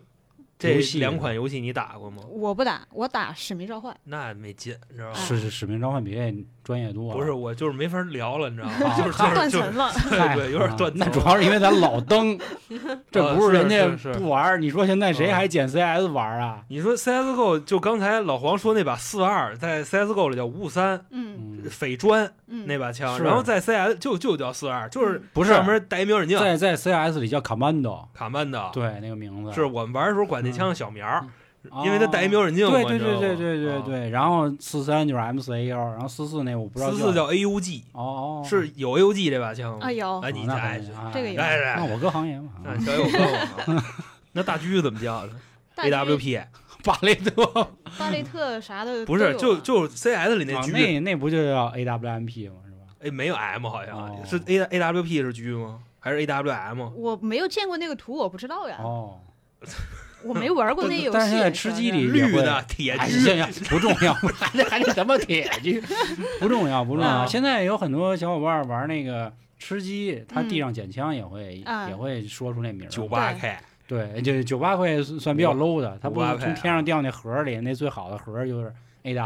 [SPEAKER 3] 这
[SPEAKER 2] 游戏
[SPEAKER 3] 两款游戏你打过吗？
[SPEAKER 5] 我不打，我打使命召唤。
[SPEAKER 3] 那没劲，你知
[SPEAKER 4] 嗯
[SPEAKER 3] 道吗？
[SPEAKER 2] 是是使命召唤比这专业多了，
[SPEAKER 3] 不是我就是没法聊了，你知道
[SPEAKER 2] 啊
[SPEAKER 3] 吗？就是就是
[SPEAKER 5] 断
[SPEAKER 3] 就是
[SPEAKER 5] 哦层了，
[SPEAKER 2] 嗨？
[SPEAKER 3] 对对有点断层
[SPEAKER 2] 哎啊那主要是因为咱老 登，这不人
[SPEAKER 3] 啊
[SPEAKER 2] 家
[SPEAKER 3] 是是是哦
[SPEAKER 2] 不玩儿，你说现在谁还捡 CS 玩儿啊？
[SPEAKER 3] 你说 CSGO 就刚才老黄说那把四二，在 CSGO 里叫五三
[SPEAKER 5] 嗯
[SPEAKER 2] 嗯
[SPEAKER 3] 匪砖
[SPEAKER 5] 嗯，
[SPEAKER 3] 那把枪，
[SPEAKER 2] 是
[SPEAKER 3] 然后在 CS 就就叫四二，就是
[SPEAKER 2] 不是
[SPEAKER 3] 上面戴一瞄准镜，
[SPEAKER 2] 在在 CS 里叫 Commando，
[SPEAKER 3] 卡曼的，
[SPEAKER 2] 对那个名字
[SPEAKER 3] 啊是我们玩的时候管那枪叫小苗儿，
[SPEAKER 2] 啊
[SPEAKER 3] 因为它戴一瞄准镜嘛，
[SPEAKER 2] 对对对哦对对对
[SPEAKER 3] 对
[SPEAKER 2] 对，然后四三就是 MCL，然后四四那我不知道
[SPEAKER 3] 啊四四叫 AUG，
[SPEAKER 2] 哦哦，
[SPEAKER 3] 是有 AUG 这把枪吗
[SPEAKER 5] 啊？有
[SPEAKER 3] 哎，
[SPEAKER 2] 哦
[SPEAKER 3] 你
[SPEAKER 2] 那
[SPEAKER 3] 哎
[SPEAKER 2] 可以啊
[SPEAKER 5] 这个有
[SPEAKER 3] 哎
[SPEAKER 2] 那
[SPEAKER 3] 哎，
[SPEAKER 2] 我哥行业嘛，啊
[SPEAKER 3] 那小友哥， 那大狙怎么叫呢
[SPEAKER 5] 大约
[SPEAKER 3] ？AWP
[SPEAKER 2] 巴雷 德
[SPEAKER 5] 巴雷特啥的
[SPEAKER 3] 不
[SPEAKER 5] 都
[SPEAKER 3] 是，
[SPEAKER 5] 有
[SPEAKER 3] 就
[SPEAKER 5] 啊
[SPEAKER 3] 就 CS 里那
[SPEAKER 2] 啊
[SPEAKER 3] 狙，
[SPEAKER 2] 那那不就叫 AWMP 吗？是吧？
[SPEAKER 3] 哎，没有 M 好像
[SPEAKER 2] 哦
[SPEAKER 3] 是 A AWP 是狙吗？还是 AWM？
[SPEAKER 5] 我没有见过那个图，我不知道呀，
[SPEAKER 2] 哦，
[SPEAKER 5] 我没 玩过那游戏。
[SPEAKER 2] 但是现在吃鸡里
[SPEAKER 3] 绿的铁
[SPEAKER 2] 哎，
[SPEAKER 3] 狙，
[SPEAKER 2] 行行，不重 要，还得还得什么铁狙， 不重要不重要。
[SPEAKER 5] 啊
[SPEAKER 2] 现在有很多小伙伴玩那个吃鸡，他
[SPEAKER 5] 嗯
[SPEAKER 2] 地上捡枪也会
[SPEAKER 5] 啊
[SPEAKER 2] 也会说出那名儿。
[SPEAKER 3] 九八 K，
[SPEAKER 2] 对，就九八会算比较 low 的，他不
[SPEAKER 3] 五八
[SPEAKER 2] 是
[SPEAKER 3] 配啊
[SPEAKER 2] 从天上掉那盒儿里，那最好的盒儿就是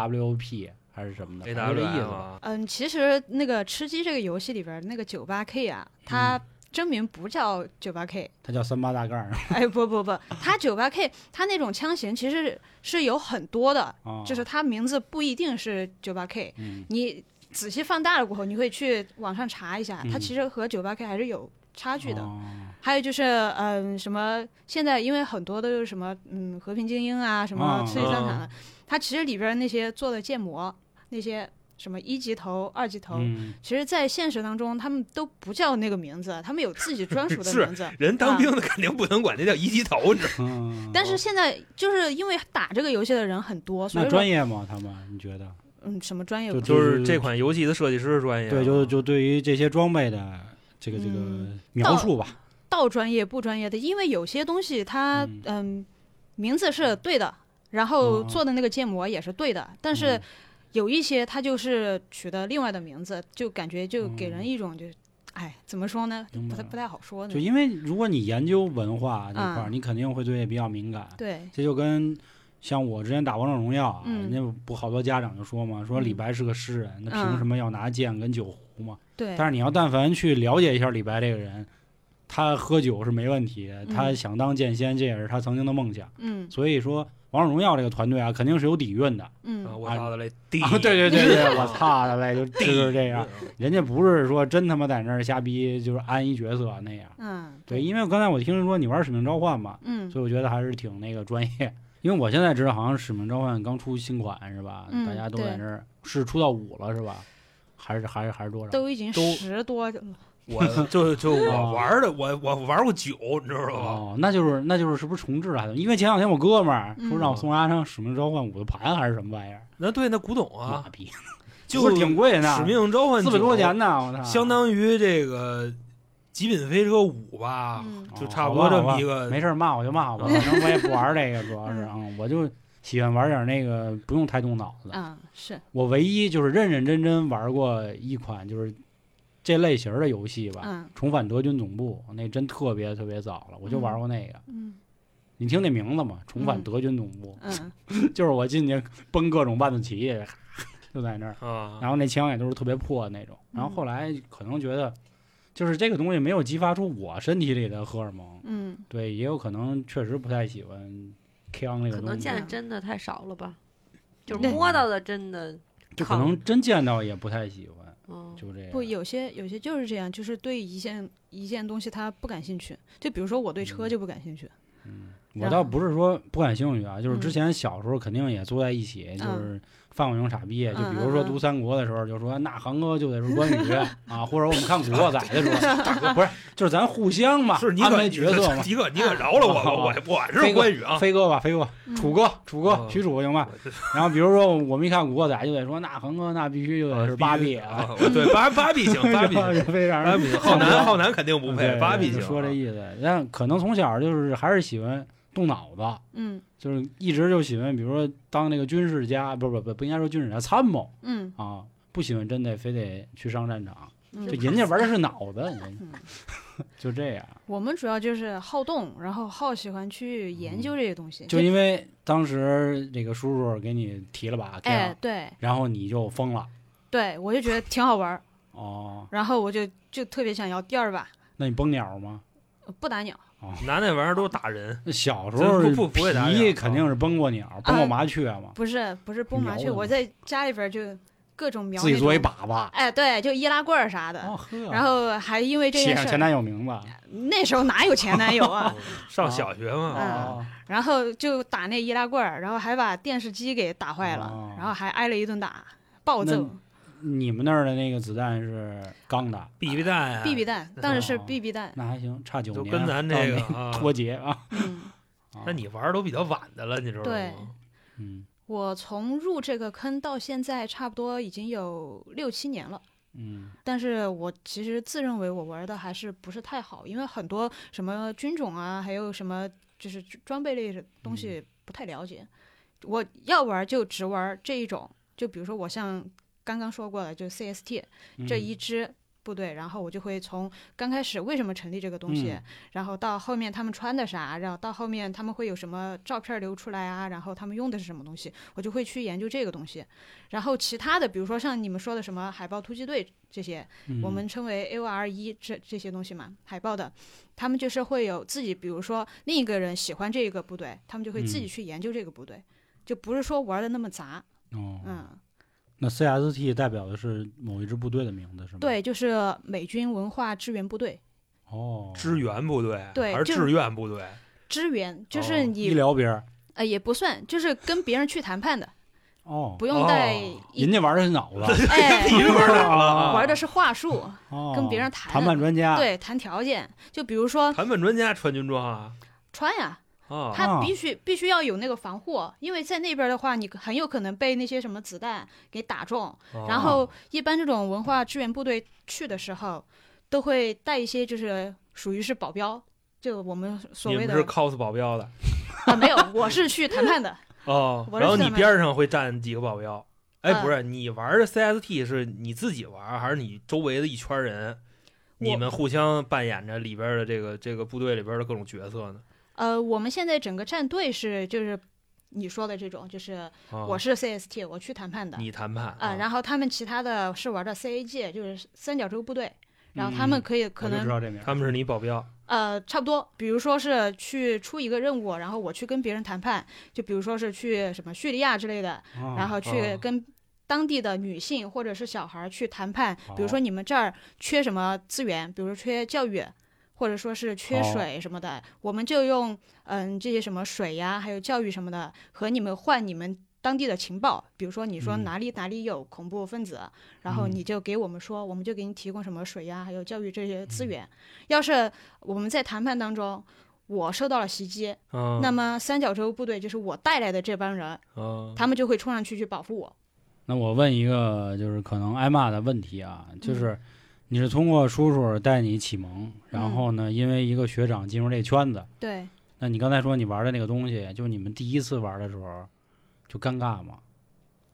[SPEAKER 2] AWP 还是什么的，
[SPEAKER 3] A
[SPEAKER 2] 反正就
[SPEAKER 3] W
[SPEAKER 2] 这意
[SPEAKER 3] M
[SPEAKER 2] 思。
[SPEAKER 3] 啊，
[SPEAKER 5] 嗯，其实那个吃鸡这个游戏里边那个九八 K 啊，
[SPEAKER 2] 嗯
[SPEAKER 5] 它真名不叫九八 K，
[SPEAKER 2] 它叫三八大盖儿
[SPEAKER 5] 哎，不不不，它九八 K，它那种枪型其实是有很多的，
[SPEAKER 2] 啊，
[SPEAKER 5] 就是它名字不一定是九八 K，
[SPEAKER 2] 嗯
[SPEAKER 5] 你仔细放大了过后，你会去网上查一下，它
[SPEAKER 2] 嗯
[SPEAKER 5] 其实和九八 K 还是有差距的。
[SPEAKER 2] 哦
[SPEAKER 5] 还有就是，嗯、什么现在因为很多都是什么，嗯，和平精英啊，什么
[SPEAKER 2] 嗯
[SPEAKER 5] 刺激战场
[SPEAKER 3] 嗯
[SPEAKER 5] 啊，它其实里边那些做的建模，那些什么一级头、二级头，
[SPEAKER 2] 嗯，
[SPEAKER 5] 其实，在现实当中他们都不叫那个名字，他们有自己专 属的
[SPEAKER 3] 是
[SPEAKER 5] 名字。
[SPEAKER 3] 人当
[SPEAKER 5] 嗯
[SPEAKER 3] 兵的肯定不能管那叫一级头，你知道吗？
[SPEAKER 2] 嗯
[SPEAKER 5] 但是现在就是因为打这个游戏的人很多，所
[SPEAKER 2] 那
[SPEAKER 5] 以说
[SPEAKER 2] 专，业吗？他们你觉得？
[SPEAKER 5] 嗯，什么专业
[SPEAKER 2] 就？
[SPEAKER 3] 就是这款游戏的设计师专业，啊
[SPEAKER 2] 对，就就对于这些装备的这个这个
[SPEAKER 5] 嗯
[SPEAKER 2] 描述吧，
[SPEAKER 5] 到专业不专业的，因为有些东西它
[SPEAKER 2] 嗯
[SPEAKER 5] 嗯名字是对的，然后
[SPEAKER 2] 哦
[SPEAKER 5] 做的那个建模也是对的，但是
[SPEAKER 2] 嗯
[SPEAKER 5] 有一些它就是取的另外的名字，就感觉就给
[SPEAKER 2] 嗯
[SPEAKER 5] 人一种就是，哎，怎么说呢，
[SPEAKER 2] 明白
[SPEAKER 5] 不太不太好说呢
[SPEAKER 2] 就。因为如果你研究文化那块儿，
[SPEAKER 5] 啊
[SPEAKER 2] 你肯定会对比较敏感。
[SPEAKER 5] 对，
[SPEAKER 2] 这就跟像我之前打王者荣耀啊，
[SPEAKER 5] 嗯
[SPEAKER 2] 那不好多家长就说嘛，说李白是个诗人，那凭
[SPEAKER 5] 嗯
[SPEAKER 2] 什么要拿剑跟酒壶嘛？
[SPEAKER 5] 对，
[SPEAKER 2] 但是你要但凡去了解一下李白这个人，他喝酒是没问题的，他想当剑仙，这也是他曾经的梦想。
[SPEAKER 5] 嗯
[SPEAKER 2] 所以说，王者荣耀这个团队啊，肯定是有底蕴的。
[SPEAKER 3] 啊，
[SPEAKER 5] 嗯，
[SPEAKER 3] 我操的嘞，地，嗯
[SPEAKER 2] 啊，对对对对，我 操他嘞，就就是这
[SPEAKER 5] 嗯
[SPEAKER 2] 样。人家不是说真他妈在那儿瞎逼，就是安一角色那样。
[SPEAKER 5] 嗯，
[SPEAKER 2] 对，因为刚才我听人说你玩《使命召唤》嘛，
[SPEAKER 5] 嗯，
[SPEAKER 2] 所以我觉得还是挺那个专业。因为我现在知道，好像《使命召唤》刚出新款是吧？
[SPEAKER 5] 嗯
[SPEAKER 2] 大家都在那儿是出到五了是吧？还是还是还是多少？
[SPEAKER 5] 都已经
[SPEAKER 3] 都
[SPEAKER 5] 十多了，
[SPEAKER 3] 我就就
[SPEAKER 2] 哦
[SPEAKER 3] 我玩的，我我玩过九，你知道吧？
[SPEAKER 2] 哦，那就是那就是是不是重置了？还是因为前两天我哥们儿说
[SPEAKER 5] 嗯
[SPEAKER 2] 让我送他一张《使命召唤五》的盘还是什么玩意儿，
[SPEAKER 3] 那对，那古董
[SPEAKER 2] 妈
[SPEAKER 3] 啊，
[SPEAKER 2] 逼，
[SPEAKER 3] 就
[SPEAKER 2] 不是挺贵呢，
[SPEAKER 3] 使命召唤
[SPEAKER 2] 四百多块钱，呢，我操，
[SPEAKER 3] 相当于这个极品飞车五
[SPEAKER 2] 啊
[SPEAKER 3] 吧，
[SPEAKER 5] 嗯
[SPEAKER 2] 哦
[SPEAKER 3] 就差不多这么一个。嗯
[SPEAKER 2] 没事儿骂我就骂我吧，反正我也不玩这个，主要是啊，嗯我就喜欢玩点那个不用太动脑子的。
[SPEAKER 5] 啊，是，
[SPEAKER 2] 我唯一就是认认真真玩过一款就是这类型的游戏吧，
[SPEAKER 5] 嗯
[SPEAKER 2] 重返德军总部》，那真特别特别早了，我就玩过那个。
[SPEAKER 5] 嗯
[SPEAKER 2] 你听这名字嘛，《重返
[SPEAKER 5] 嗯
[SPEAKER 2] 德军总部》
[SPEAKER 5] 嗯，
[SPEAKER 2] 就是我进去崩各种万字旗，就在那儿，
[SPEAKER 3] 啊，
[SPEAKER 2] 然后那枪也都是特别破的那种。然后后来可能觉得，就是这个东西没有激发出我身体里的荷尔蒙，
[SPEAKER 5] 嗯，
[SPEAKER 2] 对，也有可能确实不太喜欢枪这个
[SPEAKER 4] 可能
[SPEAKER 2] 东西
[SPEAKER 4] 见，的真的太少了吧，就是
[SPEAKER 5] 对
[SPEAKER 4] 摸到的真的，
[SPEAKER 2] 就可能真见到也不太喜欢，
[SPEAKER 4] 嗯，
[SPEAKER 2] 就这样。
[SPEAKER 5] 不，有些有些就是这样，就是对一件一件东西他不感兴趣，就比如说我对
[SPEAKER 2] 嗯
[SPEAKER 5] 车就不感兴趣，
[SPEAKER 2] 我
[SPEAKER 5] 然
[SPEAKER 2] 倒
[SPEAKER 5] 后
[SPEAKER 2] 不是说不感兴趣啊，就是之
[SPEAKER 5] 嗯
[SPEAKER 2] 前小时候肯定也坐在一起，就
[SPEAKER 5] 嗯
[SPEAKER 2] 是犯过这种傻逼。就比
[SPEAKER 5] 嗯
[SPEAKER 2] 如
[SPEAKER 5] 嗯
[SPEAKER 2] 说
[SPEAKER 5] 嗯
[SPEAKER 2] 读 三国的时候，就说那航哥就得是关羽啊，或者我们看古惑仔的时候，不是就是咱互相嘛，
[SPEAKER 3] 是你
[SPEAKER 2] 安
[SPEAKER 3] 可
[SPEAKER 2] 排角色嘛。
[SPEAKER 3] 你可你可饶了我吧，
[SPEAKER 2] 啊
[SPEAKER 3] 我我还
[SPEAKER 2] 飞
[SPEAKER 3] 是
[SPEAKER 2] 哥
[SPEAKER 3] 关羽啊，
[SPEAKER 2] 飞哥吧，飞哥，
[SPEAKER 5] 嗯
[SPEAKER 2] 楚哥，楚哥，
[SPEAKER 3] 啊
[SPEAKER 2] 许褚行吧？
[SPEAKER 3] 我这
[SPEAKER 2] 然后比如说我们一看古惑仔，就得说那恒哥那必须就得是芭比啊，
[SPEAKER 3] 啊，我对芭芭比行， 芭比行，
[SPEAKER 2] 非常
[SPEAKER 3] 芭比行浩南浩南肯定不配，芭比行
[SPEAKER 2] 就
[SPEAKER 3] 啊，
[SPEAKER 2] 说这意思。但可能从小就是还是喜欢动脑子，
[SPEAKER 5] 嗯
[SPEAKER 2] 就是一直就喜欢，比如说当那个军事家，不不不，不应该说军事家，参谋
[SPEAKER 5] 嗯
[SPEAKER 2] 啊，不喜欢真的非得去上战场，
[SPEAKER 5] 嗯
[SPEAKER 2] 就人家玩的是脑子，人
[SPEAKER 5] 嗯，
[SPEAKER 2] 就这
[SPEAKER 3] 嗯
[SPEAKER 2] 样。
[SPEAKER 5] 我们主要就是好动，然后好喜欢去研究这些东 西。
[SPEAKER 2] 嗯就因为当时这个叔叔给你提了把
[SPEAKER 5] 哎
[SPEAKER 2] K，，
[SPEAKER 5] 对
[SPEAKER 2] 然后你就疯了
[SPEAKER 5] 对，我就觉得挺好玩儿，
[SPEAKER 2] 哦。
[SPEAKER 5] 然后我就就特别想要第二把，
[SPEAKER 2] 那你崩鸟吗？
[SPEAKER 5] 呃不打鸟，
[SPEAKER 3] 拿那玩意儿都打人，
[SPEAKER 2] 那小时候
[SPEAKER 3] 真不不不会打鸟
[SPEAKER 2] 皮肯定是崩过鸟，
[SPEAKER 5] 啊
[SPEAKER 2] 崩过麻雀嘛，
[SPEAKER 5] 不是不是崩麻雀，
[SPEAKER 2] 瞄的
[SPEAKER 5] 我在家里边儿就各种瞄
[SPEAKER 2] 自己
[SPEAKER 5] 那
[SPEAKER 2] 做一
[SPEAKER 5] 种，
[SPEAKER 2] 粑粑。
[SPEAKER 5] 哎，对，就易拉罐儿啥的，
[SPEAKER 2] 哦呵，
[SPEAKER 5] 然后还因为这
[SPEAKER 2] 写
[SPEAKER 5] 件
[SPEAKER 2] 上
[SPEAKER 5] 事
[SPEAKER 2] 前
[SPEAKER 5] 儿，
[SPEAKER 2] 男友名字。
[SPEAKER 5] 那时候哪 有前男友啊？
[SPEAKER 3] 上小学
[SPEAKER 5] 嗯
[SPEAKER 3] 嘛，
[SPEAKER 2] 哦，
[SPEAKER 5] 然后就打那易拉罐儿，然后还把电视机给打坏了，
[SPEAKER 2] 哦
[SPEAKER 5] 然后还挨了一顿打，暴
[SPEAKER 2] 那
[SPEAKER 5] 揍
[SPEAKER 2] 你们那儿的那个子弹是钢的，
[SPEAKER 3] 避避弹啊，
[SPEAKER 5] ，BB 弹，当时是
[SPEAKER 2] 哦
[SPEAKER 5] BB 弹，
[SPEAKER 2] 那还行，差九
[SPEAKER 3] 就
[SPEAKER 2] 年。
[SPEAKER 3] 跟咱这个啊
[SPEAKER 2] 到那 脱节啊。
[SPEAKER 5] 嗯，
[SPEAKER 2] 啊
[SPEAKER 3] 那你玩儿都比较晚的了，你知道
[SPEAKER 5] 对
[SPEAKER 3] 吗？
[SPEAKER 2] 嗯
[SPEAKER 5] 我从入这个坑到现在差不多已经有六七年了。
[SPEAKER 2] 嗯
[SPEAKER 5] 但是我其实自认为我玩的还是不是太好，因为很多什么军种啊，还有什么就是装备类的东
[SPEAKER 2] 嗯
[SPEAKER 5] 西不太了解。我要玩就只玩这一种，就比如说我像刚刚说过的，就 CST
[SPEAKER 2] 嗯
[SPEAKER 5] 这一支部队，然后我就会从刚开始为什么成立这个东西，
[SPEAKER 2] 嗯
[SPEAKER 5] 然后到后面他们穿的啥，然后到后面他们会有什么照片流出来啊，然后他们用的是什么东西，我就会去研究这个东西。然后其他的，比如说像你们说的什么海豹突击队这些，
[SPEAKER 2] 嗯
[SPEAKER 5] 我们称为 AOR 一这这些东西嘛，海豹的，他们就是会有自己，比如说另一个人喜欢这个部队，他们就会自己
[SPEAKER 2] 嗯
[SPEAKER 5] 去研究这个部队，就不是说玩的那么杂，
[SPEAKER 2] 哦，
[SPEAKER 5] 嗯，
[SPEAKER 2] 那 CST 代表的是某一支部队的名字是吗？
[SPEAKER 5] 对，就是美军文化支援部队，
[SPEAKER 2] 哦，
[SPEAKER 3] 支援部队，
[SPEAKER 5] 对
[SPEAKER 3] 还是
[SPEAKER 5] 就
[SPEAKER 3] 志愿部队？
[SPEAKER 5] 支援就
[SPEAKER 2] 哦
[SPEAKER 5] 是
[SPEAKER 2] 医
[SPEAKER 5] 你、
[SPEAKER 2] 疗边儿
[SPEAKER 5] 呃也不算，就是跟别人去谈判的，
[SPEAKER 2] 哦，
[SPEAKER 5] 不用带
[SPEAKER 3] 哦。
[SPEAKER 5] 一、
[SPEAKER 2] 人家玩的是脑子，啊
[SPEAKER 5] 哎
[SPEAKER 3] 玩儿哪了
[SPEAKER 5] 玩的是话术，
[SPEAKER 2] 哦
[SPEAKER 5] 跟别人谈
[SPEAKER 2] 谈判专家，
[SPEAKER 5] 对，谈条件。就比如说
[SPEAKER 3] 谈判专家穿军装啊
[SPEAKER 5] 穿呀、
[SPEAKER 3] 啊！
[SPEAKER 2] 哦
[SPEAKER 5] 他必须必须要有那个防护，因为在那边的话，你很有可能被那些什么子弹给打
[SPEAKER 2] 哦
[SPEAKER 5] 中。
[SPEAKER 3] 啊
[SPEAKER 5] 然后一般这种文化支援部队去的时候，都会带一些就是属于是保镖，就我们所
[SPEAKER 3] 你
[SPEAKER 5] 谓
[SPEAKER 3] 们
[SPEAKER 5] 的
[SPEAKER 3] 是 cos 保镖的
[SPEAKER 5] 啊没有，我是去谈判的。
[SPEAKER 3] 哦，
[SPEAKER 5] 我是
[SPEAKER 3] 然后
[SPEAKER 5] 这
[SPEAKER 3] 你
[SPEAKER 5] 么
[SPEAKER 3] 边上会站几个保镖。哎，
[SPEAKER 5] 嗯
[SPEAKER 3] 不是，你玩的 CST 是你自己玩儿，还是你周围的一圈人，你
[SPEAKER 5] 我
[SPEAKER 3] 们互相扮演着里边的这个这个部队里边的各种角色呢？
[SPEAKER 5] 呃，我们现在整个战队是就是你说的这种，就是
[SPEAKER 3] 啊
[SPEAKER 5] 我是 CST，我去谈判的。
[SPEAKER 3] 你谈判
[SPEAKER 5] 啊，然后他们其他的是玩的 CAG，就是三角洲部队，然后他们
[SPEAKER 2] 嗯
[SPEAKER 5] 可以可
[SPEAKER 2] 我就
[SPEAKER 5] 能
[SPEAKER 2] 知道这名儿，
[SPEAKER 3] 他们是你保镖，
[SPEAKER 5] 呃，差不多，比如说是去出一个任务，然后我去跟别人谈判，就比如说是去什么叙利亚之类的，
[SPEAKER 2] 哦
[SPEAKER 5] 然后去
[SPEAKER 3] 哦
[SPEAKER 5] 跟当地的女性或者是小孩儿去谈判，比
[SPEAKER 2] 哦
[SPEAKER 5] 如说你们这儿缺什么资源，比如说缺教育，或者说是缺
[SPEAKER 2] 哦
[SPEAKER 5] 水什么的，我们就用嗯这些什么水呀，还有教育什么的，和你们换你们。当地的情报，比如说你说
[SPEAKER 2] 嗯
[SPEAKER 5] 哪里哪里有恐怖分子，然后
[SPEAKER 2] 嗯
[SPEAKER 5] 你就给我们说，我们就给你提供什么水呀，还有教育这些
[SPEAKER 2] 嗯
[SPEAKER 5] 资源。要是我们在谈判当中，我受到了袭击，
[SPEAKER 3] 嗯，
[SPEAKER 5] 那么三角洲部队就是我带来的这帮人，
[SPEAKER 3] 嗯
[SPEAKER 5] 他们就会冲上去去保护我。
[SPEAKER 2] 那我问一个就是可能挨骂的问题啊，就是你是通过叔叔带你启蒙，然后呢，因为一个学长进入这圈子，
[SPEAKER 5] 对，
[SPEAKER 2] 那你刚才说你玩的那个东西，就是你们第一次玩的时候就尴尬吗？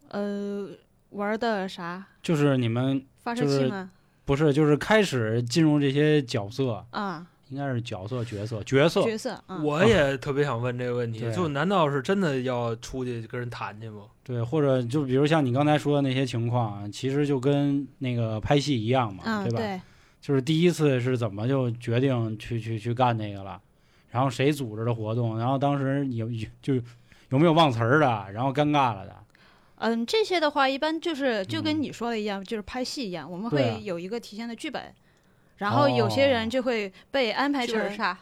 [SPEAKER 5] 呃，玩的啥
[SPEAKER 2] 就是你们
[SPEAKER 5] 发射
[SPEAKER 2] 就是
[SPEAKER 5] 器吗？
[SPEAKER 2] 不是就是开始进入这些角色，
[SPEAKER 5] 啊、
[SPEAKER 2] 应该是角色角色角色，
[SPEAKER 5] 角色，嗯，
[SPEAKER 3] 我也特别想问这个问题，
[SPEAKER 2] 对啊
[SPEAKER 3] 就难道是真的要出去跟人谈去吗？
[SPEAKER 2] 对，或者就比如像你刚才说的那些情况啊，其实就跟那个拍戏一样嘛，
[SPEAKER 5] 嗯，
[SPEAKER 2] 吧？
[SPEAKER 5] 对，
[SPEAKER 2] 就是第一次是怎么就决定去去去干那个了，然后谁组织的活动，然后当时有 有就有没有忘词儿的，然后尴尬了的，
[SPEAKER 5] 嗯，这些的话一般就是就
[SPEAKER 2] 嗯
[SPEAKER 5] 跟你说的一样，就是拍戏一样，我们
[SPEAKER 2] 对啊
[SPEAKER 5] 会有一个提前的剧本。然后有些人
[SPEAKER 2] 哦
[SPEAKER 5] 就会被安排
[SPEAKER 4] 剧本
[SPEAKER 5] 成，
[SPEAKER 4] 杀，
[SPEAKER 5] 呃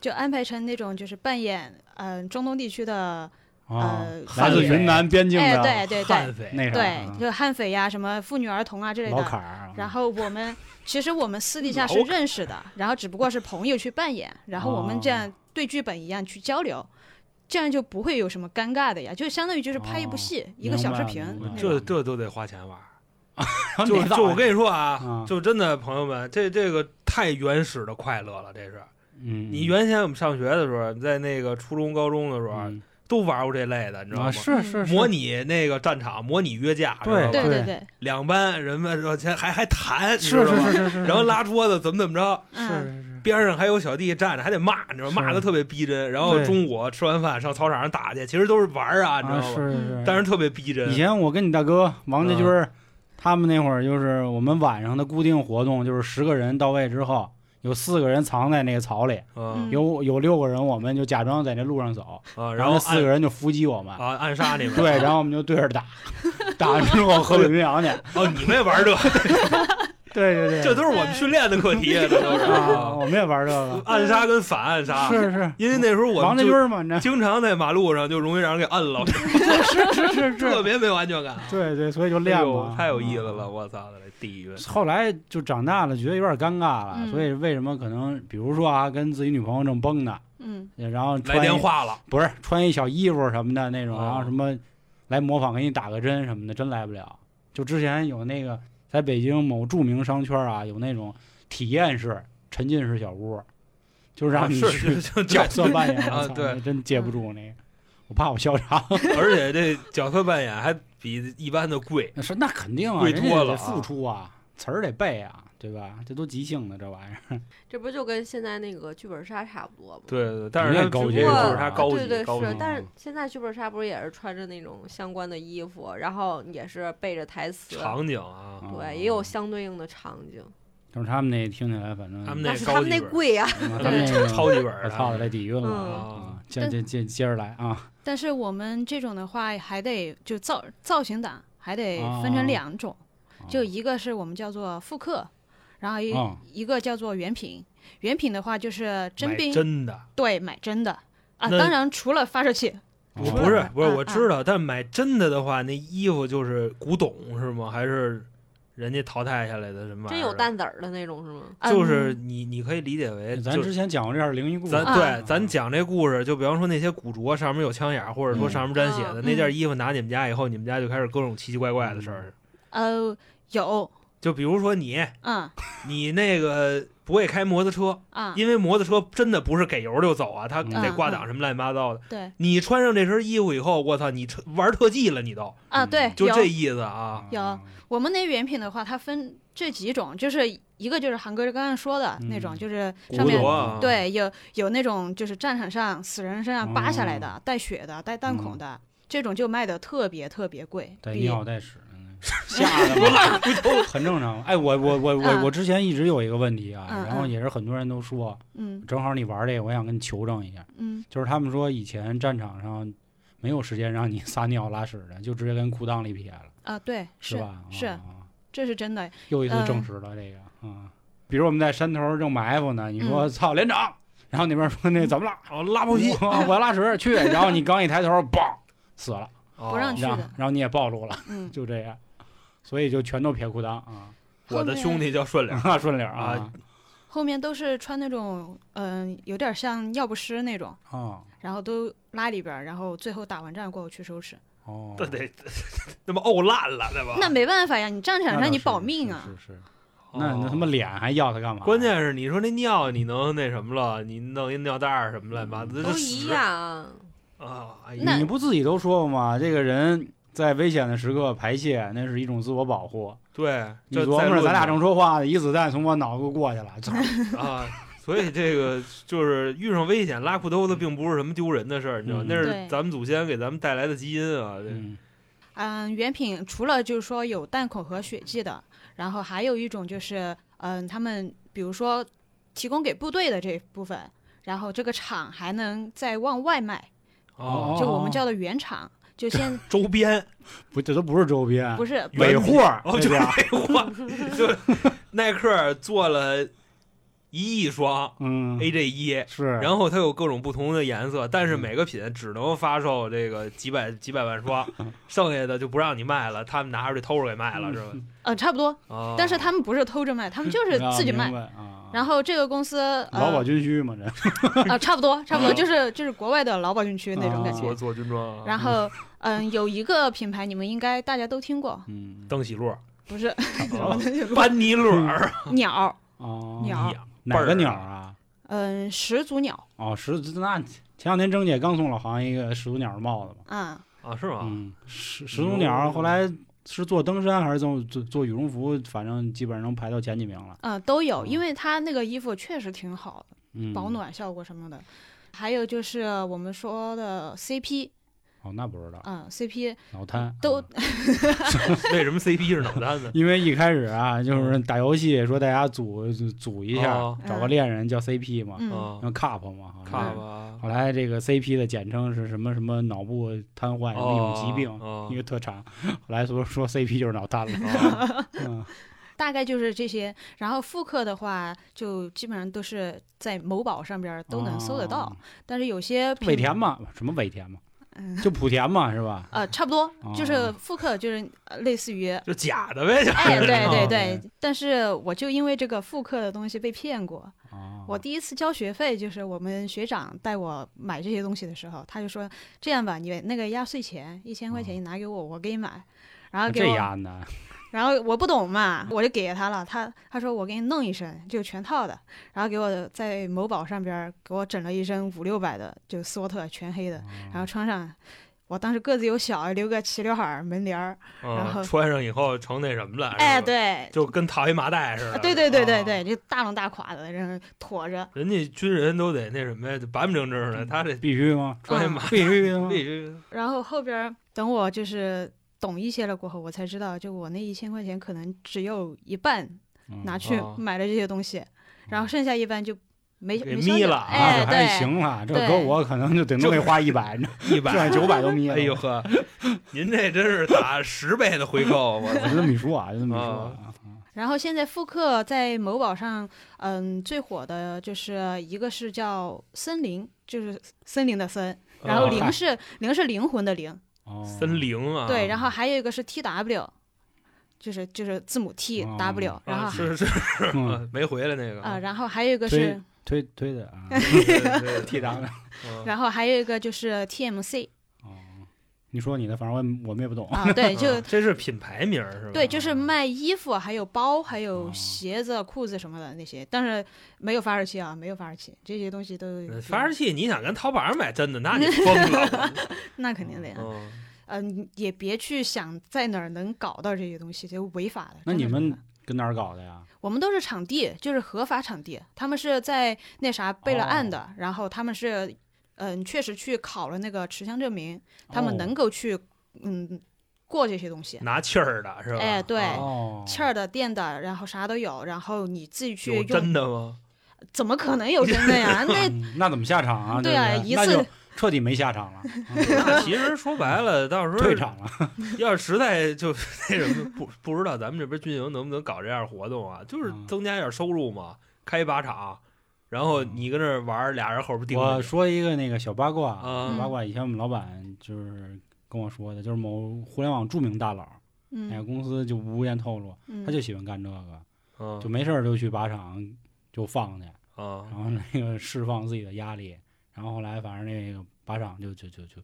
[SPEAKER 5] 就安排成那种就是扮演嗯、中东地区的
[SPEAKER 2] 啊
[SPEAKER 5] 呃，
[SPEAKER 2] 来自
[SPEAKER 3] 汉
[SPEAKER 2] 云
[SPEAKER 3] 匪
[SPEAKER 2] 南边境
[SPEAKER 5] 哎，
[SPEAKER 2] 的
[SPEAKER 5] 对对对
[SPEAKER 3] 悍匪
[SPEAKER 2] 那啥
[SPEAKER 5] 对，
[SPEAKER 2] 啊
[SPEAKER 5] 就悍匪呀、什么妇女儿童啊之类
[SPEAKER 2] 老
[SPEAKER 5] 的。
[SPEAKER 2] 坎儿，
[SPEAKER 5] 然后我们其实我们私底下是
[SPEAKER 3] 老
[SPEAKER 5] 认识的，然后只不过是朋友去扮演，然后我们这样对剧本一样去交流，这样就不会有什么尴尬的呀，就相当于就是拍一部戏，一个小视频
[SPEAKER 2] 明白了。
[SPEAKER 3] 这这都得花钱玩儿。
[SPEAKER 2] 后
[SPEAKER 3] 就就我跟你说啊
[SPEAKER 2] 啊，
[SPEAKER 3] 就真的朋友们，这这个太原始的快乐了，这是。
[SPEAKER 2] 嗯，
[SPEAKER 3] 你原先我们上学的时候，在那个初中、高中的时候，啊
[SPEAKER 2] 嗯
[SPEAKER 3] 都玩过这类的，你知
[SPEAKER 2] 啊
[SPEAKER 3] 道吗？
[SPEAKER 2] 是是是
[SPEAKER 3] 模拟那个战场，模拟约架，
[SPEAKER 2] 对
[SPEAKER 3] 知道
[SPEAKER 5] 对
[SPEAKER 3] 吧
[SPEAKER 5] 对对，
[SPEAKER 3] 两班人们说前还还谈，你知
[SPEAKER 2] 是
[SPEAKER 3] 道
[SPEAKER 2] 是
[SPEAKER 3] 吗
[SPEAKER 2] 是是是，
[SPEAKER 3] 然后拉桌子怎么怎么着，
[SPEAKER 5] 嗯，
[SPEAKER 2] 是是
[SPEAKER 3] 边上还有小弟站着，还得骂，你知道吗
[SPEAKER 2] 是
[SPEAKER 3] 骂的特别逼真。然后
[SPEAKER 2] 对
[SPEAKER 3] 中午吃完饭上操场上打去，其实都是玩儿啊，你知
[SPEAKER 2] 啊
[SPEAKER 3] 道
[SPEAKER 2] 是
[SPEAKER 3] 吗？
[SPEAKER 5] 嗯
[SPEAKER 2] 是是，
[SPEAKER 3] 但是特嗯别逼真
[SPEAKER 2] 以。前我跟你大哥王家军儿，他们那会儿就是我们晚上的固定活动，就是十个人到位之后，有四个人藏在那个草里，
[SPEAKER 3] 嗯
[SPEAKER 5] 嗯
[SPEAKER 2] 有有六个人我们就假装在那路上走，
[SPEAKER 3] 啊，
[SPEAKER 2] 然
[SPEAKER 3] 然
[SPEAKER 2] 后那
[SPEAKER 3] 后
[SPEAKER 2] 四
[SPEAKER 3] 暗
[SPEAKER 2] 个人就伏击我们，
[SPEAKER 3] 啊暗杀你们。
[SPEAKER 2] 对，然后我们就对着 打，打完之后喝北冰洋去，
[SPEAKER 3] 哦，你们也玩这，
[SPEAKER 2] 对对对，
[SPEAKER 3] 这都是我们训练的课题，这都是
[SPEAKER 2] 啊，
[SPEAKER 3] 啊
[SPEAKER 2] 我们也玩这个，
[SPEAKER 3] 暗杀跟反暗杀。
[SPEAKER 2] 是是，
[SPEAKER 3] 因为那时候我
[SPEAKER 2] 王
[SPEAKER 3] 们
[SPEAKER 2] 家
[SPEAKER 3] 就
[SPEAKER 2] 军儿嘛，你 知
[SPEAKER 3] 经常在马路上就容易让人给摁了，
[SPEAKER 2] 道是是是
[SPEAKER 3] 特
[SPEAKER 2] 是，
[SPEAKER 3] 别没有安全感。
[SPEAKER 2] 对对，所以就
[SPEAKER 3] 哎
[SPEAKER 2] 练
[SPEAKER 3] 呦
[SPEAKER 2] 嘛，
[SPEAKER 3] 太有意思了！
[SPEAKER 2] 嗯。
[SPEAKER 3] 我操，这地狱
[SPEAKER 2] 后来就长大了，觉得有点尴尬了，
[SPEAKER 5] 嗯
[SPEAKER 2] 所以为什么可能，比如说啊，跟自己女朋友正崩呢，
[SPEAKER 5] 嗯，
[SPEAKER 2] 然后穿
[SPEAKER 3] 来电
[SPEAKER 2] 一
[SPEAKER 3] 话了，
[SPEAKER 2] 不是穿一小衣服什么的那种，
[SPEAKER 3] 哦
[SPEAKER 2] 然后什么来模仿给你打个针什么的，真来不了。就之前有那个在北京某著名商圈啊，有那种体验式沉浸式小屋，啊就是让你
[SPEAKER 3] 啊是
[SPEAKER 2] 去
[SPEAKER 3] 是是
[SPEAKER 2] 角色扮演。
[SPEAKER 3] 啊
[SPEAKER 2] 我操
[SPEAKER 3] 对
[SPEAKER 2] 那真接不住那个，我怕我笑场。
[SPEAKER 3] 而且这角色扮演还比一般的贵。
[SPEAKER 2] 是 那肯定啊，
[SPEAKER 3] 贵
[SPEAKER 2] 人家
[SPEAKER 3] 多
[SPEAKER 2] 得
[SPEAKER 3] 了啊
[SPEAKER 2] 付出啊，词儿得背啊，对吧？这都即兴的这玩意儿，
[SPEAKER 4] 这不就跟现在那个剧本杀差不多吗？
[SPEAKER 3] 对对，但是
[SPEAKER 2] 那
[SPEAKER 3] 它
[SPEAKER 2] 高
[SPEAKER 3] 只
[SPEAKER 2] 级
[SPEAKER 3] 不过
[SPEAKER 4] 了
[SPEAKER 3] 就是它高
[SPEAKER 4] 对对
[SPEAKER 3] 级，高级
[SPEAKER 4] 是，但是
[SPEAKER 2] 嗯
[SPEAKER 4] 现在剧本杀不是也是穿着那种相关的衣服，然后也是背着台词，
[SPEAKER 3] 场景啊，
[SPEAKER 2] 啊
[SPEAKER 4] 对，也有相对应的场景。
[SPEAKER 2] 就是他们那听起来，反正
[SPEAKER 3] 他们那
[SPEAKER 4] 但
[SPEAKER 3] 个
[SPEAKER 4] 是
[SPEAKER 3] 高
[SPEAKER 4] 他们
[SPEAKER 3] 级
[SPEAKER 4] 那
[SPEAKER 3] 本
[SPEAKER 4] 贵呀、
[SPEAKER 2] 嗯他们那个
[SPEAKER 3] 超级本儿
[SPEAKER 2] 我
[SPEAKER 3] 的，
[SPEAKER 2] 操，来底蕴了
[SPEAKER 4] 嗯
[SPEAKER 2] 啊！接接接接着来啊！
[SPEAKER 5] 但是我们这种的话还得就造造型党还得
[SPEAKER 2] 哦
[SPEAKER 5] 分成两种，就一个是我们叫做复刻，然后一、
[SPEAKER 2] 哦
[SPEAKER 5] 一个叫做原品。原品的话就是真
[SPEAKER 3] 买
[SPEAKER 5] 冰，
[SPEAKER 3] 真的。
[SPEAKER 5] 对，买真的啊。
[SPEAKER 3] 那
[SPEAKER 5] 当然除了发射器，
[SPEAKER 2] 哦
[SPEAKER 3] 我不是不是，
[SPEAKER 5] 嗯
[SPEAKER 3] 我知道，但买真的的话，那衣服就是古董是吗？还是人家淘汰下来的什么玩意儿？
[SPEAKER 4] 真有蛋子儿的那种是吗？
[SPEAKER 3] 就是
[SPEAKER 5] 嗯
[SPEAKER 3] 你你可以理解为就，
[SPEAKER 2] 哎咱之前讲过这样灵异故事，
[SPEAKER 3] 咱
[SPEAKER 5] 啊
[SPEAKER 3] 对咱讲这故事，就比方说那些古着上面有枪眼儿，或者说
[SPEAKER 2] 嗯
[SPEAKER 3] 上面沾血的
[SPEAKER 5] 嗯
[SPEAKER 3] 那件衣服，拿你们家以后，你们家就开始各种奇奇怪怪的事
[SPEAKER 2] 嗯
[SPEAKER 3] 儿。
[SPEAKER 5] 呃有，
[SPEAKER 3] 就比如说你
[SPEAKER 5] 嗯
[SPEAKER 3] 你那个不会开摩托车，
[SPEAKER 5] 啊，
[SPEAKER 3] 因为摩托车真的不是给油就走啊，它
[SPEAKER 2] 嗯
[SPEAKER 3] 得挂档什么乱七八糟的。
[SPEAKER 5] 对
[SPEAKER 3] 你穿上这身衣服以后，我操，你特玩特技了，你都
[SPEAKER 5] 啊
[SPEAKER 2] 嗯
[SPEAKER 5] 对，
[SPEAKER 3] 就
[SPEAKER 5] 有
[SPEAKER 3] 这意思啊。
[SPEAKER 5] 有我们那原品的话，它分这几种，就是一个就是韩哥刚刚说的那种，
[SPEAKER 2] 嗯
[SPEAKER 5] 就是
[SPEAKER 2] 古
[SPEAKER 5] 上面
[SPEAKER 3] 着啊
[SPEAKER 5] 对有有那种就是战场上死人身上扒下来的，带血的，带弹孔的。这种就卖的特别特别贵，
[SPEAKER 2] 带
[SPEAKER 5] 比
[SPEAKER 2] 尿带屎，嗯吓得我很正常。哎，我我我我
[SPEAKER 5] 啊
[SPEAKER 2] 我之前一直有一个问题啊，
[SPEAKER 5] 嗯
[SPEAKER 2] 然后也是很多人都说，
[SPEAKER 5] 嗯
[SPEAKER 2] 正好你玩这个，我想跟你求证一下，
[SPEAKER 5] 嗯
[SPEAKER 2] 就是他们说以前战场上没有时间让你 撒尿拉屎的，就直接跟裤裆里撇了，
[SPEAKER 5] 啊，对，
[SPEAKER 2] 是
[SPEAKER 5] 是
[SPEAKER 2] 吧？
[SPEAKER 5] 是
[SPEAKER 2] 啊啊
[SPEAKER 5] 这是真的，
[SPEAKER 2] 又一次
[SPEAKER 5] 嗯
[SPEAKER 2] 证实了这个啊。比如我们在山头正埋伏呢，你说
[SPEAKER 5] 嗯
[SPEAKER 2] 操连长，然后那边说 那怎么了？
[SPEAKER 3] 哦，拉包皮
[SPEAKER 2] 我我拉屎去，然后你刚一抬头，嘣，死了，
[SPEAKER 3] 不
[SPEAKER 5] 不让去
[SPEAKER 2] 然后
[SPEAKER 5] 的
[SPEAKER 2] 然后你也暴露了，
[SPEAKER 5] 嗯，
[SPEAKER 2] 就这样，所以就全都撇裤裆啊，
[SPEAKER 3] 我的
[SPEAKER 5] 后面
[SPEAKER 3] 兄弟叫顺
[SPEAKER 5] 嗯
[SPEAKER 3] 溜儿，
[SPEAKER 2] 啊 顺溜儿
[SPEAKER 3] 啊
[SPEAKER 2] 啊
[SPEAKER 5] 后面都是穿那种嗯、有点像尿不湿那种，
[SPEAKER 2] 啊
[SPEAKER 3] 哦
[SPEAKER 5] 然后都拉里边儿，然后最后打完仗过后去收拾。
[SPEAKER 2] 哦，
[SPEAKER 3] 这得 那么沤烂了，对吧？
[SPEAKER 5] 那没办法呀，你战
[SPEAKER 2] 啊那
[SPEAKER 5] 场
[SPEAKER 2] 倒
[SPEAKER 5] 上你
[SPEAKER 2] 是
[SPEAKER 5] 保命啊
[SPEAKER 2] 是，是是，那那他妈脸还要他干嘛？
[SPEAKER 3] 哦关键是你说那尿你能那什么了？你弄一尿袋儿什么乱七八糟，这
[SPEAKER 4] 都
[SPEAKER 3] 屎
[SPEAKER 4] 一样，
[SPEAKER 3] 啊！哎呀
[SPEAKER 5] 那
[SPEAKER 2] 你不自己都说吗？这个人在危险的时刻排泄，那是一种自我保护。
[SPEAKER 3] 对，
[SPEAKER 2] 你
[SPEAKER 3] 这
[SPEAKER 2] 琢磨
[SPEAKER 3] 在
[SPEAKER 2] 着，
[SPEAKER 3] 论
[SPEAKER 2] 咱俩
[SPEAKER 3] 呢
[SPEAKER 2] 正说话呢，一子弹从我脑子过去了， 操
[SPEAKER 3] 啊。所以这个就是遇上危险拉裤兜子，并不是什么丢人的事儿，你知道吗
[SPEAKER 2] 嗯，
[SPEAKER 3] 那是
[SPEAKER 5] 对
[SPEAKER 3] 咱们祖先给咱们带来的基因啊。这
[SPEAKER 2] 嗯
[SPEAKER 5] 嗯，原品除了就是说有弹孔和血迹的，然后还有一种就是，嗯，他们比如说提供给部队的这部分，然后这个厂还能再往外卖，
[SPEAKER 2] 哦
[SPEAKER 5] 就我们叫的原厂，就 先
[SPEAKER 3] 周边
[SPEAKER 2] 不，这都不是周边，
[SPEAKER 5] 不是
[SPEAKER 3] 原
[SPEAKER 2] 尾货儿，
[SPEAKER 3] 哦，
[SPEAKER 2] 这
[SPEAKER 3] 就
[SPEAKER 2] 叫
[SPEAKER 3] 废话，就耐克做了一亿双
[SPEAKER 2] 嗯
[SPEAKER 3] AJ 一，
[SPEAKER 2] 是，
[SPEAKER 3] 然后它有各种不同的颜色，但是每个品只能发售这个
[SPEAKER 2] 嗯
[SPEAKER 3] 几百几百万双，剩下的就不让你卖了，他们拿出去偷着给卖了，是吧？
[SPEAKER 2] 嗯
[SPEAKER 5] 呃，差不多。
[SPEAKER 3] 啊，
[SPEAKER 5] 但是他们不是偷着卖，他们就是
[SPEAKER 2] 哦啊
[SPEAKER 5] 自己
[SPEAKER 2] 明
[SPEAKER 5] 卖。
[SPEAKER 2] 白啊。
[SPEAKER 5] 然后这个公司呃
[SPEAKER 2] 劳保军需嘛，这
[SPEAKER 5] 啊，差不多，差 不多
[SPEAKER 3] 啊
[SPEAKER 5] 就是就是国外的劳保军区那种感
[SPEAKER 2] 啊
[SPEAKER 5] 觉
[SPEAKER 3] 做。做军装啊，
[SPEAKER 5] 然后嗯，有一个品牌你们应该大家都听过，
[SPEAKER 2] 嗯
[SPEAKER 3] 邓喜洛、
[SPEAKER 5] 不是
[SPEAKER 3] 啊 班尼洛尔，
[SPEAKER 5] 鸟，
[SPEAKER 2] 哦，
[SPEAKER 5] 鸟
[SPEAKER 3] 哎呀
[SPEAKER 2] 哪
[SPEAKER 3] 倍
[SPEAKER 2] 个
[SPEAKER 3] 儿
[SPEAKER 2] 鸟啊？
[SPEAKER 5] 嗯，始祖鸟
[SPEAKER 2] 哦，十那前两天郑姐刚送老航一个始祖鸟的帽子嘛，
[SPEAKER 5] 啊，
[SPEAKER 3] 啊，是吗？
[SPEAKER 2] 嗯，始始祖鸟后来是做登山还是做做做羽绒服，反正基本上能排到前几名了，
[SPEAKER 5] 嗯，都有，
[SPEAKER 2] 嗯
[SPEAKER 5] 因为它那个衣服确实挺好的，
[SPEAKER 2] 嗯，
[SPEAKER 5] 保。暖效果什么的。还有就是我们说的 CP，
[SPEAKER 2] 哦，那不知道，
[SPEAKER 5] 嗯，CP
[SPEAKER 2] 脑瘫
[SPEAKER 5] 都
[SPEAKER 2] 嗯
[SPEAKER 3] 为什么 CP 是脑瘫呢？
[SPEAKER 2] 因为一开始啊，就是打游戏说大家组组组一下
[SPEAKER 3] 哦，
[SPEAKER 2] 找个恋人叫 CP 嘛，
[SPEAKER 5] 嗯，
[SPEAKER 3] 啊
[SPEAKER 2] 然后 cup 嘛，好像
[SPEAKER 3] 看
[SPEAKER 2] 是
[SPEAKER 3] 吧，
[SPEAKER 2] 后来这个 CP 的简称是什么什么脑部瘫痪什么一种疾病，
[SPEAKER 3] 哦
[SPEAKER 5] 啊
[SPEAKER 2] 一个特长。后来说说 CP 就是脑瘫 了。
[SPEAKER 3] 哦
[SPEAKER 2] 嗯，
[SPEAKER 5] 大概就是这些。然后复刻的话，就基本上都是在某宝上边儿都能搜得到，
[SPEAKER 2] 哦
[SPEAKER 5] 但是有些品
[SPEAKER 2] 尾田嘛，什么尾田嘛，
[SPEAKER 5] 嗯
[SPEAKER 2] 就莆田嘛，是吧？
[SPEAKER 5] 呃，差不多
[SPEAKER 2] 哦
[SPEAKER 5] 就是复刻，就是呃类似于，
[SPEAKER 3] 就假的呗，就 啊
[SPEAKER 5] 哎，
[SPEAKER 3] 是
[SPEAKER 5] 对对
[SPEAKER 2] 哦
[SPEAKER 5] 对。但是我就因为这个复刻的东西被骗过。
[SPEAKER 2] 哦，
[SPEAKER 5] 我第一次交学费，就是我们学长带我买这些东西的时候，他就说这样吧，你那个压岁钱一千块钱你拿给我，我给你买。然后给
[SPEAKER 2] 这
[SPEAKER 5] 我，
[SPEAKER 2] 丫呢？
[SPEAKER 5] 然后我不懂嘛，我就给他了。他他说我给你弄一身，就全套的。然后给我在某宝上边儿给我整了一身五六百的，就梭特全黑
[SPEAKER 2] 哦
[SPEAKER 5] 的，然后穿上。我当时个子又小，留个齐刘海儿门帘儿，然后
[SPEAKER 3] 嗯穿上以后成那什么了，是吧
[SPEAKER 5] 哎，，对，
[SPEAKER 3] 就跟套一麻袋似的，
[SPEAKER 5] 对对对对
[SPEAKER 3] 啊
[SPEAKER 5] 对，这大龙大垮的，然后驮着，
[SPEAKER 3] 人家军人都得那什么呀，就板板正正的，他这
[SPEAKER 2] 必须吗？
[SPEAKER 3] 穿一
[SPEAKER 5] 嗯
[SPEAKER 3] 麻
[SPEAKER 2] 必须吗？
[SPEAKER 3] 必须
[SPEAKER 5] 然后后边儿等我就是懂一些了过后，我才知道，就我那一千块钱可能只有一半
[SPEAKER 2] 嗯
[SPEAKER 5] 拿去
[SPEAKER 3] 哦
[SPEAKER 5] 买了这些东西，然后剩下一半就没
[SPEAKER 3] 给
[SPEAKER 5] 没消
[SPEAKER 3] 眯
[SPEAKER 5] 遣
[SPEAKER 3] 了
[SPEAKER 2] 啊还
[SPEAKER 5] 哎，对，
[SPEAKER 2] 行了，这
[SPEAKER 5] 对
[SPEAKER 2] 搁我可能就顶多
[SPEAKER 3] 就
[SPEAKER 2] 得花一百，这
[SPEAKER 3] 一百。
[SPEAKER 2] 九百都灭了。
[SPEAKER 3] 哎呦，呵，您这真是打十倍的回购，我
[SPEAKER 2] 我
[SPEAKER 3] 操！
[SPEAKER 2] 就这么一说啊，就这么一说
[SPEAKER 3] 哦
[SPEAKER 2] 啊。
[SPEAKER 5] 然后现在复刻在某宝上，嗯，最火的就是一个是叫森林，就是森林的森， 然后
[SPEAKER 3] 哦
[SPEAKER 5] 灵是灵是灵魂的灵，
[SPEAKER 2] 哦
[SPEAKER 3] 森林啊，
[SPEAKER 5] 对，然后还有一个是 T W，就是就是字母 T
[SPEAKER 2] 哦
[SPEAKER 5] W，、
[SPEAKER 3] 啊
[SPEAKER 5] 然后还
[SPEAKER 3] 是是
[SPEAKER 2] 嗯
[SPEAKER 3] 没回来那个
[SPEAKER 5] 啊、然后还有一个
[SPEAKER 2] 推
[SPEAKER 5] 是，
[SPEAKER 2] 推推的 啊 ，T W。
[SPEAKER 3] W，
[SPEAKER 5] 然后还有一个就是 T M C
[SPEAKER 2] 哦，你说你的，反正我也我们也不懂。
[SPEAKER 5] 啊，对，就
[SPEAKER 3] 这是品牌名儿是吧？
[SPEAKER 5] 对，就是卖衣服，还有包，还有
[SPEAKER 2] 哦
[SPEAKER 5] 鞋子、裤子什么的那些，但是没有发热器啊，没有发热器，这些东西都
[SPEAKER 3] 呃发射器，你想跟淘宝上买真的，那你疯 了。
[SPEAKER 5] 那肯定的呀，
[SPEAKER 3] 嗯，
[SPEAKER 5] 嗯，也别去想在哪儿能搞到这些东西，就违法的。
[SPEAKER 2] 那
[SPEAKER 5] 真的
[SPEAKER 2] 你
[SPEAKER 5] 是违
[SPEAKER 2] 们
[SPEAKER 5] 法的
[SPEAKER 2] 跟哪儿搞的呀？
[SPEAKER 5] 我们都是场地，就是合法场地，他们是在那啥备了案
[SPEAKER 3] 哦
[SPEAKER 5] 的，然后他们是，嗯，确实去考了那个持枪证明，他们
[SPEAKER 2] 哦
[SPEAKER 5] 能够去，嗯，过这些东西，
[SPEAKER 3] 拿气儿的是吧？
[SPEAKER 5] 哎对
[SPEAKER 3] 啊
[SPEAKER 2] 哦，
[SPEAKER 5] 气儿的、电的，然后啥都有，然后你自己去
[SPEAKER 3] 有
[SPEAKER 5] 用，
[SPEAKER 3] 真的吗？
[SPEAKER 5] 怎么可能有真的呀？ 那
[SPEAKER 2] 嗯那怎么下场啊？
[SPEAKER 5] 对
[SPEAKER 2] 啊
[SPEAKER 5] 啊，一
[SPEAKER 2] 那就
[SPEAKER 5] 次
[SPEAKER 2] 彻底没下场了，嗯
[SPEAKER 3] 那啊其实说白了，到时
[SPEAKER 2] 退
[SPEAKER 3] 候
[SPEAKER 2] 场了。
[SPEAKER 3] 要是实在就那什么，不不知道咱们这边军营能不能搞这样活动啊？就是
[SPEAKER 2] 嗯
[SPEAKER 3] 增加一点收入嘛，开一靶场，然后你跟这儿玩儿，俩人后边盯
[SPEAKER 2] 我
[SPEAKER 3] 着你。
[SPEAKER 2] 说嗯一个那个小八卦，
[SPEAKER 3] 啊
[SPEAKER 2] 小八卦，以前我们老板就是跟我说的，就是某互联网著名大佬，哪个
[SPEAKER 5] 嗯
[SPEAKER 2] 公司就无言透露，
[SPEAKER 5] 嗯，
[SPEAKER 2] 哎他就喜欢干这个，
[SPEAKER 3] 嗯
[SPEAKER 2] 就没事儿就去靶场就放去，
[SPEAKER 3] 啊
[SPEAKER 2] 然，后那个释放自己的压力，然后后来反正那个靶场就就就就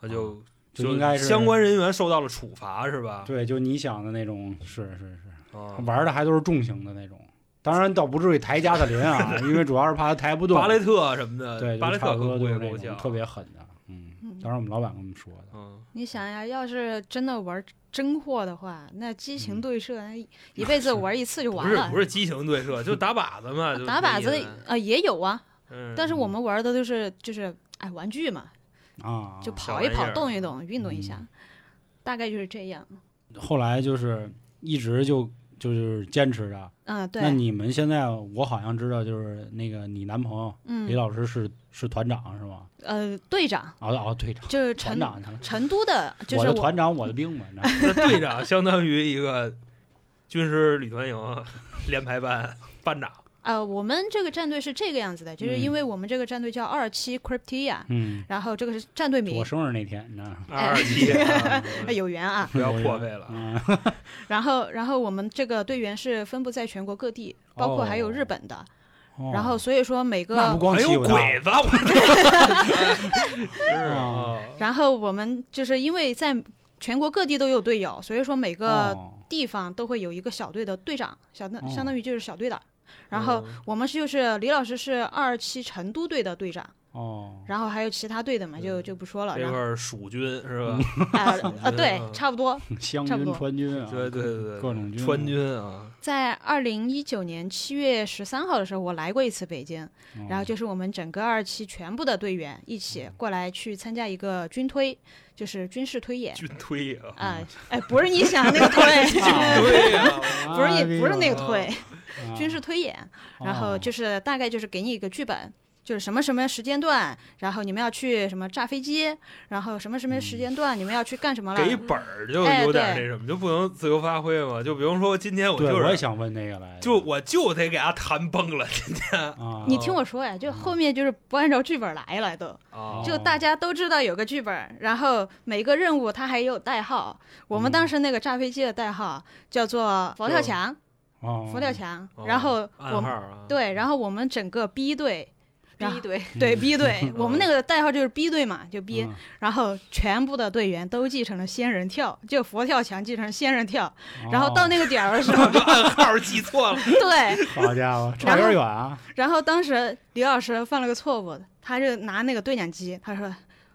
[SPEAKER 3] 他就
[SPEAKER 2] 嗯就应该是
[SPEAKER 3] 相关人员受到了处罚是吧？
[SPEAKER 2] 对，就你想的那种，是是是。
[SPEAKER 3] 啊，
[SPEAKER 2] 玩的还都是重型的那种，当然倒不至于抬加特林啊， 因为主要是怕他抬不动。
[SPEAKER 3] 巴雷特什么的，
[SPEAKER 2] 对，就
[SPEAKER 3] 巴雷
[SPEAKER 2] 差
[SPEAKER 3] 特
[SPEAKER 2] 不多
[SPEAKER 3] 可
[SPEAKER 2] 就是
[SPEAKER 3] 贵
[SPEAKER 2] 那
[SPEAKER 3] 够
[SPEAKER 2] 种
[SPEAKER 3] 呛，
[SPEAKER 2] 特别狠的。嗯，
[SPEAKER 5] 嗯
[SPEAKER 2] 当时我们老板跟我们说的，
[SPEAKER 3] 嗯，
[SPEAKER 5] 你想呀，要是真的玩真货的话，那激
[SPEAKER 2] 嗯
[SPEAKER 5] 情对射，那一一辈子玩一次就
[SPEAKER 3] 不
[SPEAKER 5] 完
[SPEAKER 3] 是
[SPEAKER 5] 了。
[SPEAKER 3] 不是激情对射，就打靶子嘛，就
[SPEAKER 5] 打靶子
[SPEAKER 3] 那意
[SPEAKER 5] 的
[SPEAKER 3] 思
[SPEAKER 5] 呃也有啊，
[SPEAKER 3] 嗯，
[SPEAKER 5] 但是我们玩的都是就是哎玩具嘛，
[SPEAKER 2] 啊，
[SPEAKER 5] 就
[SPEAKER 3] 小
[SPEAKER 5] 跑一
[SPEAKER 3] 玩意
[SPEAKER 5] 跑，
[SPEAKER 3] 儿
[SPEAKER 5] 动一动，运动一下， 大概就是这样。
[SPEAKER 2] 后来就是一直就就是坚持着。
[SPEAKER 5] 嗯，对
[SPEAKER 2] 那，你们现在我好像知道，就是那个你男朋友李
[SPEAKER 5] 嗯
[SPEAKER 2] 老师是是团长是吗？
[SPEAKER 5] 呃，队长
[SPEAKER 2] 哦哦，队长，
[SPEAKER 5] 就是
[SPEAKER 2] 团
[SPEAKER 5] 成
[SPEAKER 2] 长去了。
[SPEAKER 5] 成都的，就
[SPEAKER 2] 我
[SPEAKER 5] 是
[SPEAKER 2] 的团长，我的兵嘛，你知 道吗
[SPEAKER 3] 那队长相当于一个军师旅团营联排班班长，
[SPEAKER 5] 呃，我们这个战队是这个样子的，就是因为我们这个战队叫二七 Cryptia，、
[SPEAKER 2] 嗯，
[SPEAKER 5] 然后这个是战队名
[SPEAKER 2] 我，生日那天，你知道吗？
[SPEAKER 3] 二七，啊
[SPEAKER 5] 哎有缘啊。
[SPEAKER 3] 不要破费了。
[SPEAKER 2] 嗯，
[SPEAKER 5] 然后，然后我们这个队员是分布在全国各地，包括还有日本的。
[SPEAKER 2] 哦
[SPEAKER 5] 然后，所以说每
[SPEAKER 2] 那不
[SPEAKER 5] 个，
[SPEAKER 2] 光
[SPEAKER 3] 还
[SPEAKER 2] 欺
[SPEAKER 3] 有
[SPEAKER 2] 负他
[SPEAKER 3] 哎鬼子，我操！ 是
[SPEAKER 2] 哦
[SPEAKER 3] 啊，
[SPEAKER 5] 然后我们就是因为在全国各地都有队友，所以说每个
[SPEAKER 2] 哦
[SPEAKER 5] 地方都会有一个小队的队长，相当
[SPEAKER 2] 哦
[SPEAKER 5] 相当于就是小队长。然后我们是就是李老师是二期成都队的队长，
[SPEAKER 2] 哦，
[SPEAKER 5] 然后还有其他队的嘛，就
[SPEAKER 3] 嗯
[SPEAKER 5] 就不说了。
[SPEAKER 3] 这
[SPEAKER 5] 然
[SPEAKER 3] 块
[SPEAKER 5] 后
[SPEAKER 3] 儿蜀军是吧？
[SPEAKER 5] 啊 啊，对
[SPEAKER 3] 嗯，
[SPEAKER 5] 差不多。
[SPEAKER 2] 湘
[SPEAKER 5] 差不
[SPEAKER 2] 军、
[SPEAKER 5] 多
[SPEAKER 2] 川军啊，
[SPEAKER 3] 对对对对，
[SPEAKER 2] 各种军
[SPEAKER 3] 川
[SPEAKER 2] 嘛
[SPEAKER 3] 军啊，
[SPEAKER 5] 在二零一九年七月十三号的时候，我来过一次北京，
[SPEAKER 3] 嗯
[SPEAKER 2] 哦
[SPEAKER 5] 然后就是我们整个二期全部的队员一起过来去参加一个军推，就是军事推
[SPEAKER 2] 嗯
[SPEAKER 5] 演
[SPEAKER 3] 军推 啊，
[SPEAKER 5] 啊，哎，不是你想的那个 推，
[SPEAKER 3] 对呀，
[SPEAKER 5] 不是你不是那个
[SPEAKER 3] 啊
[SPEAKER 5] 推，
[SPEAKER 2] 啊
[SPEAKER 5] 军事推演， 然后
[SPEAKER 2] 哦
[SPEAKER 5] 就是大概就是给你一个剧本。就是什么什么时间段，然后你们要去什么炸飞机，然后什么什么时间段你们要去干什么了？
[SPEAKER 3] 嗯给本儿就
[SPEAKER 5] 哎
[SPEAKER 3] 有点
[SPEAKER 5] 对
[SPEAKER 3] 那什么，就不能自由发挥嘛。就比如说今天我
[SPEAKER 2] 对，
[SPEAKER 3] 就
[SPEAKER 2] 我也
[SPEAKER 3] 是，
[SPEAKER 2] 想问那个来着，
[SPEAKER 3] 就我就得给他谈崩了
[SPEAKER 2] 啊，
[SPEAKER 5] 你听我说呀，就后面就是不按照剧本来了都，
[SPEAKER 2] 嗯
[SPEAKER 3] 啊
[SPEAKER 5] 就大家都知道有个剧本，然后每个任务它还有代号。我们当时那个炸飞机的代号叫做佛跳墙，
[SPEAKER 2] 哦
[SPEAKER 5] 佛跳墙。然后我
[SPEAKER 3] 暗号
[SPEAKER 5] 们
[SPEAKER 3] 啊，
[SPEAKER 5] 对，然后我们整个 B 队，然后
[SPEAKER 4] 逼对，
[SPEAKER 5] 对 B 队，我们那个代号就是 B 队嘛，就 B。
[SPEAKER 2] 嗯
[SPEAKER 5] 然后全部的队员都继承了仙人跳，就佛跳墙继承仙人跳。
[SPEAKER 2] 哦
[SPEAKER 5] 然后到那个点儿的时候，
[SPEAKER 3] 暗号记 错了，
[SPEAKER 5] 对，
[SPEAKER 2] 好家伙，差有点远啊！
[SPEAKER 5] 然后当时李老师犯了个错误，他就拿那个对讲机，他说：“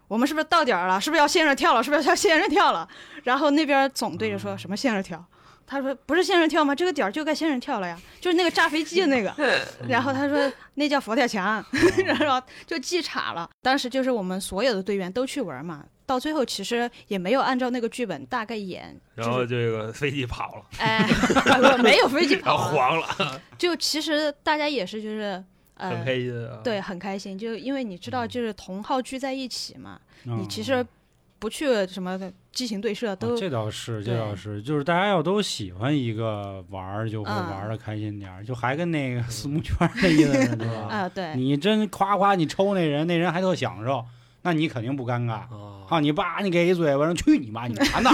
[SPEAKER 5] 我们是不是到点儿了？是不是要仙人跳了？是不是要仙人跳了？”然后那边总队就说
[SPEAKER 3] 嗯
[SPEAKER 5] 什么仙人跳，他说：“不是仙人跳吗？这个点儿就该仙人跳了呀，就是那个炸飞机的那个。”
[SPEAKER 3] 嗯
[SPEAKER 5] 然后他说：“那叫佛跳墙。”
[SPEAKER 2] 嗯
[SPEAKER 5] 然后就记岔了。当时就是我们所有的队员都去玩嘛。到最后其实也没有按照那个剧本大概演，
[SPEAKER 3] 然后这个飞机跑了，
[SPEAKER 5] 哎， 没有飞机
[SPEAKER 3] 然
[SPEAKER 5] 跑
[SPEAKER 3] 后
[SPEAKER 5] 啊，
[SPEAKER 3] 黄了，
[SPEAKER 5] 就其实大家也是就是呃
[SPEAKER 3] 很开心
[SPEAKER 2] 嗯
[SPEAKER 3] 啊。
[SPEAKER 5] 对，很开心，就因为你知道，就是同号聚在一起嘛，
[SPEAKER 2] 嗯
[SPEAKER 5] 你其实不去什么激情对射
[SPEAKER 2] 哦
[SPEAKER 5] 都、
[SPEAKER 2] 这倒是，这
[SPEAKER 5] 对
[SPEAKER 2] 倒是，就是大家要都喜欢一个玩儿，就会
[SPEAKER 5] 嗯
[SPEAKER 2] 玩的开心点儿，就还跟那个四目圈儿那意思似的，对吧？
[SPEAKER 5] 啊，对，
[SPEAKER 2] 你真夸夸你抽那人，那人还特享受，那你肯定不尴尬。
[SPEAKER 3] 啊，
[SPEAKER 2] 啊！你爸，你给一嘴巴，说去你妈！你馋 呢？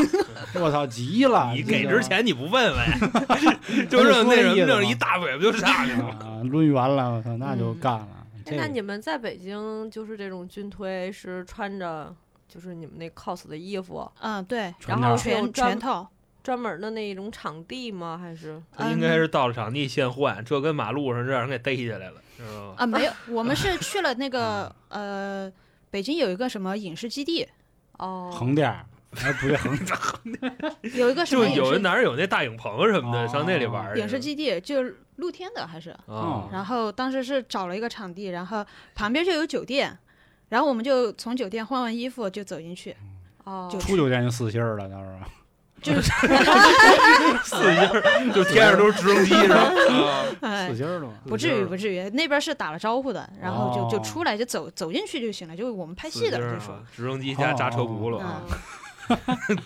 [SPEAKER 2] 我操，急了！
[SPEAKER 3] 你
[SPEAKER 2] 这
[SPEAKER 3] 给
[SPEAKER 2] 个
[SPEAKER 3] 之前你不问 问，就让那什么，就是一大尾巴就上去了。
[SPEAKER 2] 啊，抡圆了，我操，那就
[SPEAKER 5] 嗯
[SPEAKER 2] 干了。这
[SPEAKER 4] 那
[SPEAKER 2] 个
[SPEAKER 4] 你们在北京就是这种军推是穿着就是你们那 cos 的衣服，
[SPEAKER 5] 嗯，对，
[SPEAKER 2] 传
[SPEAKER 4] 然
[SPEAKER 2] 达
[SPEAKER 4] 后是有
[SPEAKER 5] 全全
[SPEAKER 4] 专
[SPEAKER 5] 套，
[SPEAKER 4] 专门的那一种场地吗？还是
[SPEAKER 3] 他应该是到了场地现换，这跟马路上这让人给逮下来了，知道
[SPEAKER 2] 哦
[SPEAKER 3] 吗？
[SPEAKER 5] 啊，没有，我们是去了 那个
[SPEAKER 2] 嗯
[SPEAKER 5] 呃，北京有一个什么影视基地，
[SPEAKER 4] 哦，
[SPEAKER 2] 横店儿，哎，不对， 横
[SPEAKER 5] 有一个什
[SPEAKER 3] 就
[SPEAKER 5] 么
[SPEAKER 3] 是
[SPEAKER 5] 影
[SPEAKER 3] 有人
[SPEAKER 5] 视
[SPEAKER 3] 哪儿有那大影棚什么的，
[SPEAKER 2] 哦
[SPEAKER 3] 上那里玩儿去。
[SPEAKER 5] 影视基地，就是嗯露天的还是，
[SPEAKER 3] 啊，
[SPEAKER 5] 然后当时是找了一个场地，然后旁边就有酒店。然后我们就从酒店换完衣服就走进去，
[SPEAKER 4] 哦，
[SPEAKER 5] 就
[SPEAKER 2] 出酒店就四星儿了，到时候。
[SPEAKER 3] 四星儿就天上都是直升机是 吧？啊
[SPEAKER 5] 哎
[SPEAKER 2] 四，星儿了吗？
[SPEAKER 5] 不至于，不至于，那边是打了招呼的，然后就
[SPEAKER 3] 哦
[SPEAKER 5] 就出来就走走进去就行了，就是我们拍
[SPEAKER 3] 四
[SPEAKER 5] 戏的
[SPEAKER 3] 星
[SPEAKER 5] 就
[SPEAKER 3] 儿
[SPEAKER 5] 说
[SPEAKER 3] 啊。，直升机加扎车轱辘
[SPEAKER 4] 哦
[SPEAKER 3] 啊，
[SPEAKER 5] 嗯，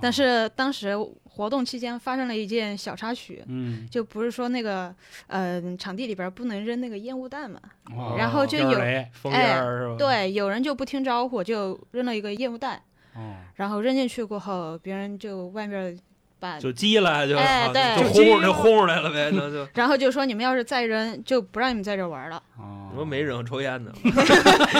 [SPEAKER 5] 但是当时活动期间发生了一件小插曲，
[SPEAKER 2] 嗯，
[SPEAKER 5] 就不是说那个呃场地里边不能扔那个烟雾弹嘛，
[SPEAKER 2] 哇
[SPEAKER 5] 然后就
[SPEAKER 2] 烟儿
[SPEAKER 5] 有哎
[SPEAKER 2] 雷
[SPEAKER 3] 风烟儿是吧？，
[SPEAKER 5] 对，有人就不听招呼就扔了一个烟雾弹，
[SPEAKER 2] 哦，
[SPEAKER 5] 然后扔进去过后，别人就外面把。
[SPEAKER 3] 就激了就
[SPEAKER 5] 哎对
[SPEAKER 3] 就轰就轰出来了呗，那 就。
[SPEAKER 5] 然后就说你们要是再扔，就不让你们在这 玩了，
[SPEAKER 2] 哦
[SPEAKER 3] 你说没人抽烟的，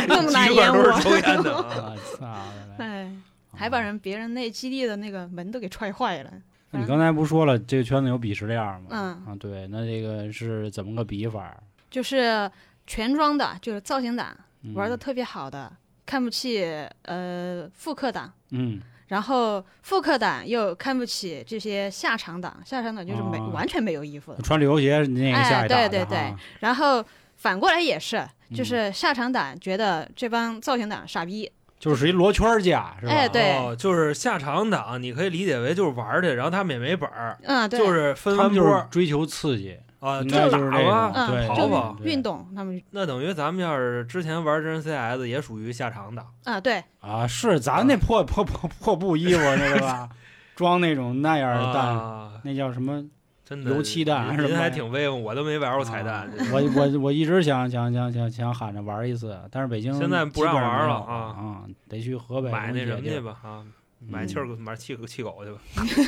[SPEAKER 5] 那么大
[SPEAKER 3] 基
[SPEAKER 5] 烟
[SPEAKER 3] 本
[SPEAKER 5] 雾
[SPEAKER 3] 都，是抽烟 的啊。
[SPEAKER 2] 我操哦的嘞！
[SPEAKER 5] 哎，还把人别人那基地的那个门都给踹坏了。
[SPEAKER 2] 你刚才不说了，这个圈子有鄙视链儿吗？
[SPEAKER 5] 嗯
[SPEAKER 2] 啊，对，那这个是怎么个比法儿？
[SPEAKER 5] 就是全装的，就是造型党
[SPEAKER 2] 嗯
[SPEAKER 5] 玩的特别好的，看不起呃复刻党，
[SPEAKER 2] 嗯，
[SPEAKER 5] 然后复刻党又看不起这些下场党，下场党就是没、
[SPEAKER 2] 哦
[SPEAKER 5] 完全没有衣服的，
[SPEAKER 2] 穿旅游鞋你那个
[SPEAKER 5] 哎
[SPEAKER 2] 下一档的
[SPEAKER 5] 对对对
[SPEAKER 2] 啊
[SPEAKER 5] 然后反过来也是，
[SPEAKER 2] 嗯
[SPEAKER 5] 就是下场党觉得这帮造型党傻逼，
[SPEAKER 2] 就是一罗圈儿架是吧？
[SPEAKER 5] 哎对
[SPEAKER 3] 哦，就是下场党，你可以理解为就是玩儿去，然后他们也没本儿，
[SPEAKER 5] 嗯，对，
[SPEAKER 3] 就是分
[SPEAKER 2] 他
[SPEAKER 3] 完
[SPEAKER 2] 们就
[SPEAKER 3] 波
[SPEAKER 2] 是
[SPEAKER 3] 儿
[SPEAKER 2] 追求刺激，
[SPEAKER 3] 啊，
[SPEAKER 2] 应
[SPEAKER 3] 就
[SPEAKER 2] 该就是
[SPEAKER 3] 喇
[SPEAKER 2] 这
[SPEAKER 3] 叭
[SPEAKER 2] 种，
[SPEAKER 5] 嗯
[SPEAKER 2] 对，
[SPEAKER 3] 跑跑
[SPEAKER 2] 对
[SPEAKER 5] 运动，他们
[SPEAKER 3] 那等于咱们要是之前玩真 CS 也属于下场党，
[SPEAKER 5] 啊对，
[SPEAKER 2] 啊，是咱那破 破破破布衣服那个吧，装那种那样的蛋，
[SPEAKER 3] 啊，
[SPEAKER 2] 那叫什么
[SPEAKER 3] 真的
[SPEAKER 2] 油漆弹
[SPEAKER 3] 您
[SPEAKER 2] 是吧
[SPEAKER 3] 您还挺威风，我都没玩过彩蛋。这
[SPEAKER 2] 啊我我我一直想想想想想喊着玩一次，但是北京
[SPEAKER 3] 现在不让
[SPEAKER 2] 基本上
[SPEAKER 3] 玩
[SPEAKER 2] 没
[SPEAKER 3] 了
[SPEAKER 2] 有
[SPEAKER 3] 啊
[SPEAKER 2] 啊，得去河北
[SPEAKER 3] 买那什么去
[SPEAKER 2] 吧，
[SPEAKER 3] 吧啊，买气儿买气气狗去吧。
[SPEAKER 2] 嗯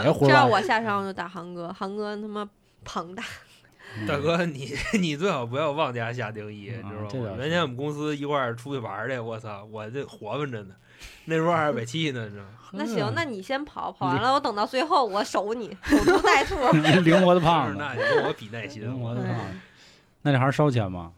[SPEAKER 2] 别胡
[SPEAKER 4] 这样
[SPEAKER 2] 乱
[SPEAKER 4] 我下山我就打航哥，航哥他妈庞大，
[SPEAKER 2] 嗯
[SPEAKER 3] 大哥，你你最好不要妄加下定义，
[SPEAKER 2] 嗯
[SPEAKER 3] 你知
[SPEAKER 2] 这
[SPEAKER 3] 道
[SPEAKER 2] 倒
[SPEAKER 3] 吗？
[SPEAKER 2] 是
[SPEAKER 3] 原先我们公司一块儿出去玩儿去，我操，我这活泛着呢，那时候还是北汽呢，你知道吗？
[SPEAKER 4] 那
[SPEAKER 2] 嗯
[SPEAKER 4] 行， 那你先跑，跑完了我等到最后我守你，守株待兔。
[SPEAKER 2] 灵活的嗯
[SPEAKER 3] 但
[SPEAKER 2] 胖
[SPEAKER 3] 是
[SPEAKER 2] 子，
[SPEAKER 3] 那你跟我比耐心，啊
[SPEAKER 2] 灵活
[SPEAKER 3] 我
[SPEAKER 2] 的
[SPEAKER 5] 对
[SPEAKER 2] 胖 子，那这还是烧钱吗？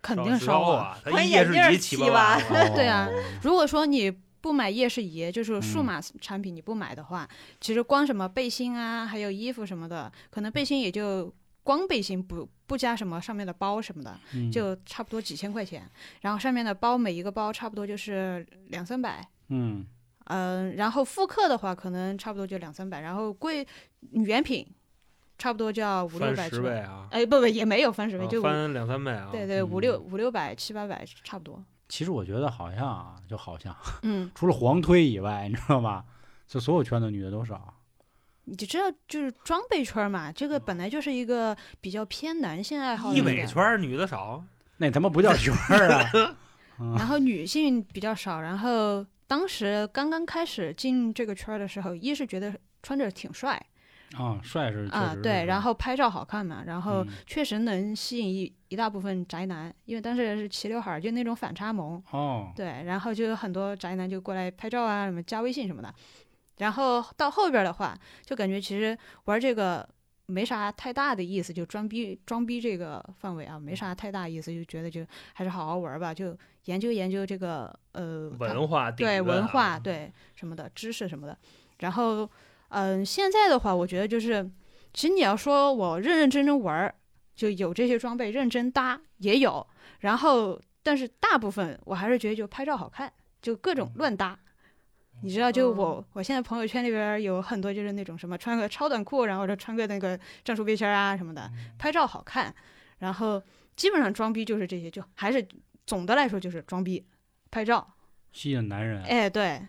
[SPEAKER 5] 肯
[SPEAKER 3] 早
[SPEAKER 5] 定
[SPEAKER 3] 知
[SPEAKER 5] 烧
[SPEAKER 3] 道
[SPEAKER 5] 啊。
[SPEAKER 3] 啊，他
[SPEAKER 4] 我
[SPEAKER 3] 一
[SPEAKER 4] 眼
[SPEAKER 3] 夜是
[SPEAKER 4] 镜儿
[SPEAKER 3] 一七
[SPEAKER 4] 七
[SPEAKER 3] 八八
[SPEAKER 4] 吧
[SPEAKER 3] 了，
[SPEAKER 5] 对啊
[SPEAKER 2] 哦，
[SPEAKER 5] 如果说你不买夜视仪，就是
[SPEAKER 2] 嗯
[SPEAKER 5] 数码产品你不买的话，其实光什么背心啊，还有衣服什么的，可能背心也就光背心不不加什么上面的包什么的，
[SPEAKER 2] 嗯
[SPEAKER 5] 就差不多几千块钱。然后上面的包每一个包差不多就是两三百，
[SPEAKER 2] 嗯
[SPEAKER 5] 嗯，然后复刻的话可能差不多就两三百，然后贵原品差不多就要五六百
[SPEAKER 3] 翻
[SPEAKER 5] 之
[SPEAKER 3] 十
[SPEAKER 5] 类
[SPEAKER 3] 倍。啊，
[SPEAKER 5] 哎，不不，也没有翻十倍，
[SPEAKER 3] 啊
[SPEAKER 5] 就五
[SPEAKER 3] 翻两三倍啊，
[SPEAKER 5] 对对五六
[SPEAKER 2] 嗯
[SPEAKER 5] 五六百七八百差不多。
[SPEAKER 2] 其实我觉得好像啊，就好像
[SPEAKER 5] 嗯，
[SPEAKER 2] 除了黄推以外，你知道吧？就所有圈的女的都少。
[SPEAKER 5] 你知道就是装备圈嘛，这个本来就是一个比较偏男性爱好的
[SPEAKER 3] 一
[SPEAKER 5] 一个
[SPEAKER 3] 美圈，儿女的少，
[SPEAKER 2] 那他妈不叫圈儿 啊！
[SPEAKER 5] 然后女性比较少，然后当时刚刚开始进这个圈儿的时候，一是觉得穿着挺帅
[SPEAKER 2] 啊，帅是确实
[SPEAKER 5] 啊、
[SPEAKER 2] 是
[SPEAKER 5] 对，然后拍照好看嘛，然后
[SPEAKER 2] 嗯
[SPEAKER 5] 确实能吸引一一大部分宅男，因为当时是齐刘海儿，就那种反差萌，
[SPEAKER 2] 哦，
[SPEAKER 5] 对，然后就有很多宅男就过来拍照啊，什么加微信什么的。然后到后边儿的话，就感觉其实玩这个没啥太大的意思，就装逼装逼这个范围啊，没啥太大意思，就觉得就还是好好玩儿吧，就研究研究这个呃它
[SPEAKER 3] 文化底
[SPEAKER 5] 对
[SPEAKER 3] 子
[SPEAKER 5] 文
[SPEAKER 3] 啊
[SPEAKER 5] 化，对什么的知识什么的。然后嗯、现在的话，我觉得就是其实你要说我认认真真玩儿，就有这些装备认真搭也有，然后但是大部分我还是觉得就拍照好看，就各种乱搭。你知道，就我、我现在朋友圈里边儿有很多就是那种什么穿个超短裤，然后就穿个那个战术背心儿啊什么的，拍照好看。然后基本上装逼就是这些，就还是总的来说就是装逼、拍照。
[SPEAKER 2] 吸引男人。
[SPEAKER 5] 哎，对，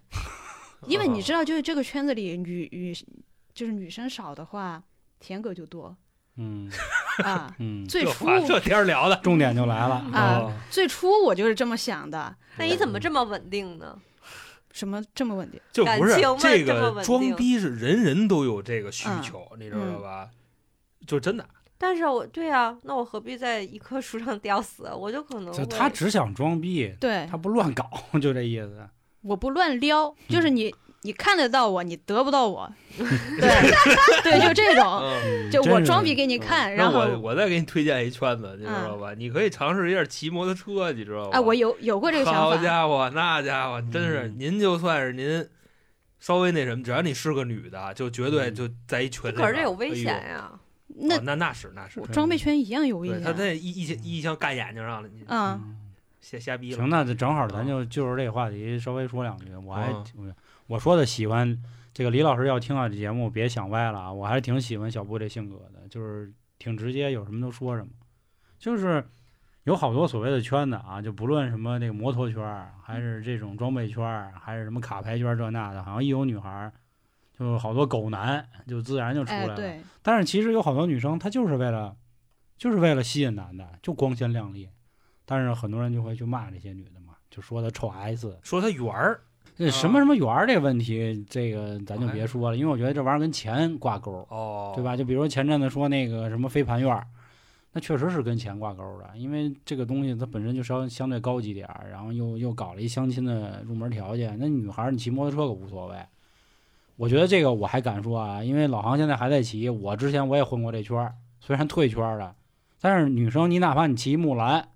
[SPEAKER 5] 因为你知
[SPEAKER 3] 道，
[SPEAKER 5] 道，就是这个圈子里女女就是女生少的话，舔狗就多
[SPEAKER 2] 嗯。
[SPEAKER 5] 啊
[SPEAKER 2] 嗯，
[SPEAKER 5] 最
[SPEAKER 3] 这
[SPEAKER 5] 初
[SPEAKER 3] 话这天儿聊的
[SPEAKER 2] 重点就来了
[SPEAKER 5] 啊
[SPEAKER 3] 哦
[SPEAKER 5] 最初我就是这么想的，
[SPEAKER 4] 那你怎么这么稳定呢？
[SPEAKER 5] 什么这么稳定？
[SPEAKER 3] 就
[SPEAKER 4] 感
[SPEAKER 3] 不是
[SPEAKER 4] 情嘛
[SPEAKER 3] 这
[SPEAKER 4] 这么
[SPEAKER 3] 个
[SPEAKER 4] 稳
[SPEAKER 3] 装
[SPEAKER 4] 定
[SPEAKER 3] 逼是人人都有这个需
[SPEAKER 5] 嗯
[SPEAKER 3] 求，你知道吧？就真的，
[SPEAKER 4] 但是我对啊，那我何必在一棵树上吊死？啊我就可能
[SPEAKER 2] 就
[SPEAKER 4] 会
[SPEAKER 2] 他只想装逼，
[SPEAKER 5] 对
[SPEAKER 2] 他，不乱搞， 就这意思。
[SPEAKER 5] 我不乱撩，就是
[SPEAKER 2] 嗯
[SPEAKER 5] 你、你看得到我，你得不 到我，对对，就这种，
[SPEAKER 3] 嗯，
[SPEAKER 5] 就
[SPEAKER 2] 真
[SPEAKER 5] 我
[SPEAKER 2] 是
[SPEAKER 5] 装逼给你看，
[SPEAKER 3] 那
[SPEAKER 5] 哦然
[SPEAKER 3] 我
[SPEAKER 5] 后
[SPEAKER 3] 我再给你推荐一圈子，你知道吧？你可以尝试一下骑摩托车，你知道吧？
[SPEAKER 5] 哎，我有有过这个想
[SPEAKER 3] 好
[SPEAKER 5] 法，
[SPEAKER 3] 家伙，那家伙真是，
[SPEAKER 2] 嗯
[SPEAKER 3] 您就算是您稍微那什么，只要你是个女的，就绝对
[SPEAKER 2] 嗯
[SPEAKER 3] 就在一群里边。
[SPEAKER 4] 可是这有危险
[SPEAKER 3] 哎
[SPEAKER 4] 呀。
[SPEAKER 3] 呦。
[SPEAKER 5] 那
[SPEAKER 3] 哦那那是那是
[SPEAKER 5] 我，装备圈一样有危
[SPEAKER 3] 对
[SPEAKER 5] 险
[SPEAKER 3] 他，那一一枪一枪干眼睛上了，你
[SPEAKER 5] 嗯。
[SPEAKER 2] 嗯
[SPEAKER 3] 瞎瞎逼了
[SPEAKER 2] 行，。那就正好咱就就是这话题稍微说两句。我还
[SPEAKER 3] 嗯
[SPEAKER 2] 挺我说的喜欢这个李老师要听到啊这节目，别想歪了啊！我还是挺喜欢小布这性格的，就是挺直接，有什么都说什么。就是有好多所谓的圈子啊，就不论什么这个摩托圈儿，还是这种装备圈儿，还是什么卡牌圈儿这那的，好像一有女孩儿，就好多狗男就自然就出来
[SPEAKER 5] 哎，
[SPEAKER 2] 了。
[SPEAKER 5] 对，
[SPEAKER 2] 但是其实有好多女生，她就是为了，就是为了吸引男的，就光鲜亮丽。但是很多人就会去骂这些女的嘛，就说她臭 S，
[SPEAKER 3] 说他圆儿，
[SPEAKER 2] 这什么什么缘儿这问题，这个咱就别说了，因为我觉得这玩意儿跟钱挂钩，
[SPEAKER 3] 哦，
[SPEAKER 2] 对？吧？就比如前阵子说那个什么飞盘院儿，那确实是跟钱挂钩的，因为这个东西它本身就稍相对高级点儿，然后又又搞了一相亲的入门条件，那女孩儿你骑摩托车可无所谓。我觉得这个我还敢说啊，因为老航现在还在骑，我之前我也混过这圈儿，虽然退圈儿了，但是女生你哪怕你骑木兰，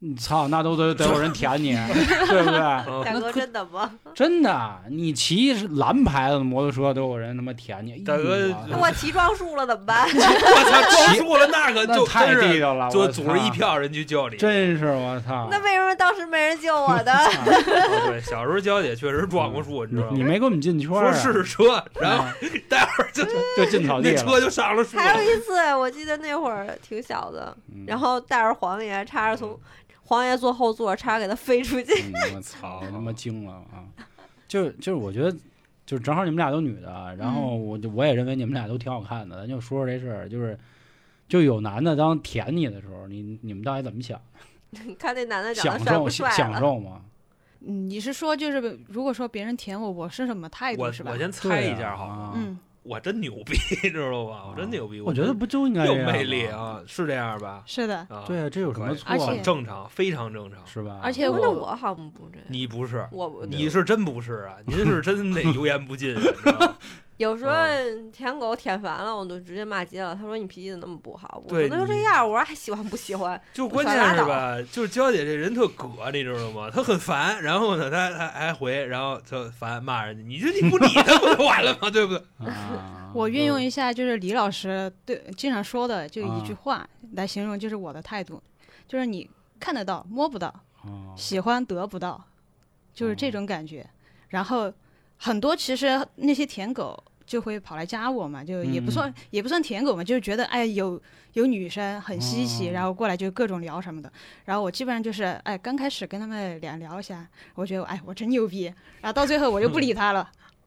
[SPEAKER 2] 你操那都得得有人舔你， 对不对？
[SPEAKER 3] 嗯，
[SPEAKER 4] 大哥真的吗？
[SPEAKER 2] 真的，你骑是蓝牌子的摩托车都有人他妈舔你，
[SPEAKER 3] 大哥
[SPEAKER 2] 哎呦
[SPEAKER 4] 那我骑撞树了怎么办？
[SPEAKER 3] 我操，装束了那可
[SPEAKER 2] 那
[SPEAKER 3] 就
[SPEAKER 2] 太
[SPEAKER 3] 真
[SPEAKER 2] 地
[SPEAKER 3] 是
[SPEAKER 2] 道了，我
[SPEAKER 3] 就
[SPEAKER 2] 操
[SPEAKER 3] 组织一，票人去救 你。
[SPEAKER 2] 真是我操！
[SPEAKER 4] 那为什么当时没人救 我呢？
[SPEAKER 3] 哦对，小时候娇姐确实撞过树，你知道
[SPEAKER 2] 嗯你你
[SPEAKER 3] 吗？
[SPEAKER 2] 没给我们进圈儿
[SPEAKER 3] 说
[SPEAKER 2] 啊，
[SPEAKER 3] 试试车，然后
[SPEAKER 2] 啊
[SPEAKER 3] 待会儿就
[SPEAKER 2] 就进草地
[SPEAKER 3] 那
[SPEAKER 2] 了。
[SPEAKER 3] 车就上了树
[SPEAKER 4] 还有一次，哎我记得那会儿挺小的，
[SPEAKER 2] 嗯
[SPEAKER 4] 然后带着黄爷，差点从黄爷坐后座，差点给他飞出去。
[SPEAKER 2] 嗯我操，我他妈惊了啊！就就是我觉得就是正好你们俩都女的，然后
[SPEAKER 4] 嗯
[SPEAKER 2] 我就我也认为你们俩都挺好看的，咱就说说这事儿，就是就有男的当舔你的时候，你你们到底怎么想？
[SPEAKER 4] 你看那男的长
[SPEAKER 2] 享
[SPEAKER 4] 得帅
[SPEAKER 2] 受
[SPEAKER 4] 不帅啊
[SPEAKER 2] 享
[SPEAKER 4] 了？
[SPEAKER 2] 受吗？
[SPEAKER 5] 嗯，你是说就是如果说别人舔我，我是什么态
[SPEAKER 3] 我
[SPEAKER 5] 度是吧
[SPEAKER 3] 我？先猜
[SPEAKER 2] 对
[SPEAKER 3] 一下好吗？
[SPEAKER 2] 啊，
[SPEAKER 5] 嗯，
[SPEAKER 3] 我真牛逼， 知道吧？我真牛逼，
[SPEAKER 2] 我觉得不就应该
[SPEAKER 3] 有
[SPEAKER 2] 这样
[SPEAKER 3] 魅力
[SPEAKER 2] 吗？
[SPEAKER 3] 啊，是这样吧？
[SPEAKER 5] 是的，
[SPEAKER 3] 啊，
[SPEAKER 2] 对，啊，这有什么
[SPEAKER 3] 可以
[SPEAKER 2] 错啊？
[SPEAKER 5] 而且
[SPEAKER 3] 很正常，非常正常。
[SPEAKER 2] 是吧？
[SPEAKER 5] 而且
[SPEAKER 4] 哎
[SPEAKER 5] 我
[SPEAKER 4] 那我好像不这样，
[SPEAKER 3] 你不是，
[SPEAKER 4] 我我
[SPEAKER 3] 你是真不是 啊？您是真得油盐不进，你知道吗
[SPEAKER 4] 有时候
[SPEAKER 3] 嗯
[SPEAKER 4] 舔狗舔烦了，我都直接骂街了。他说你脾气怎么那么不好？我
[SPEAKER 3] 对
[SPEAKER 4] 说那就
[SPEAKER 3] 你
[SPEAKER 4] 这样，我说还喜欢不喜欢？
[SPEAKER 3] 就关键是吧，就是娇姐这人特葛，你知道吗？她很烦，然后呢，她她还回，然后她烦骂人家，你就你不理她不就完了吗？对不对？
[SPEAKER 2] 啊，
[SPEAKER 5] 我运用
[SPEAKER 3] 嗯
[SPEAKER 5] 一下就是李老师对经常说的就一句
[SPEAKER 2] 啊
[SPEAKER 5] 话来形容就是我的态度，就是你看得到摸不到，
[SPEAKER 2] 啊
[SPEAKER 3] 哦
[SPEAKER 5] 喜欢得不到，就是这
[SPEAKER 2] 哦
[SPEAKER 5] 种感觉。然后很多其实那些舔狗就会跑来加我嘛，就也不
[SPEAKER 2] 嗯
[SPEAKER 5] 算、也不算舔狗嘛，就是觉得哎有有女生很稀奇，
[SPEAKER 2] 哦
[SPEAKER 5] 然后过来就各种聊什么的。然后我基本上就是哎刚开始跟他们俩聊一下，我觉得哎我真牛逼，然后到最后我就不理他了，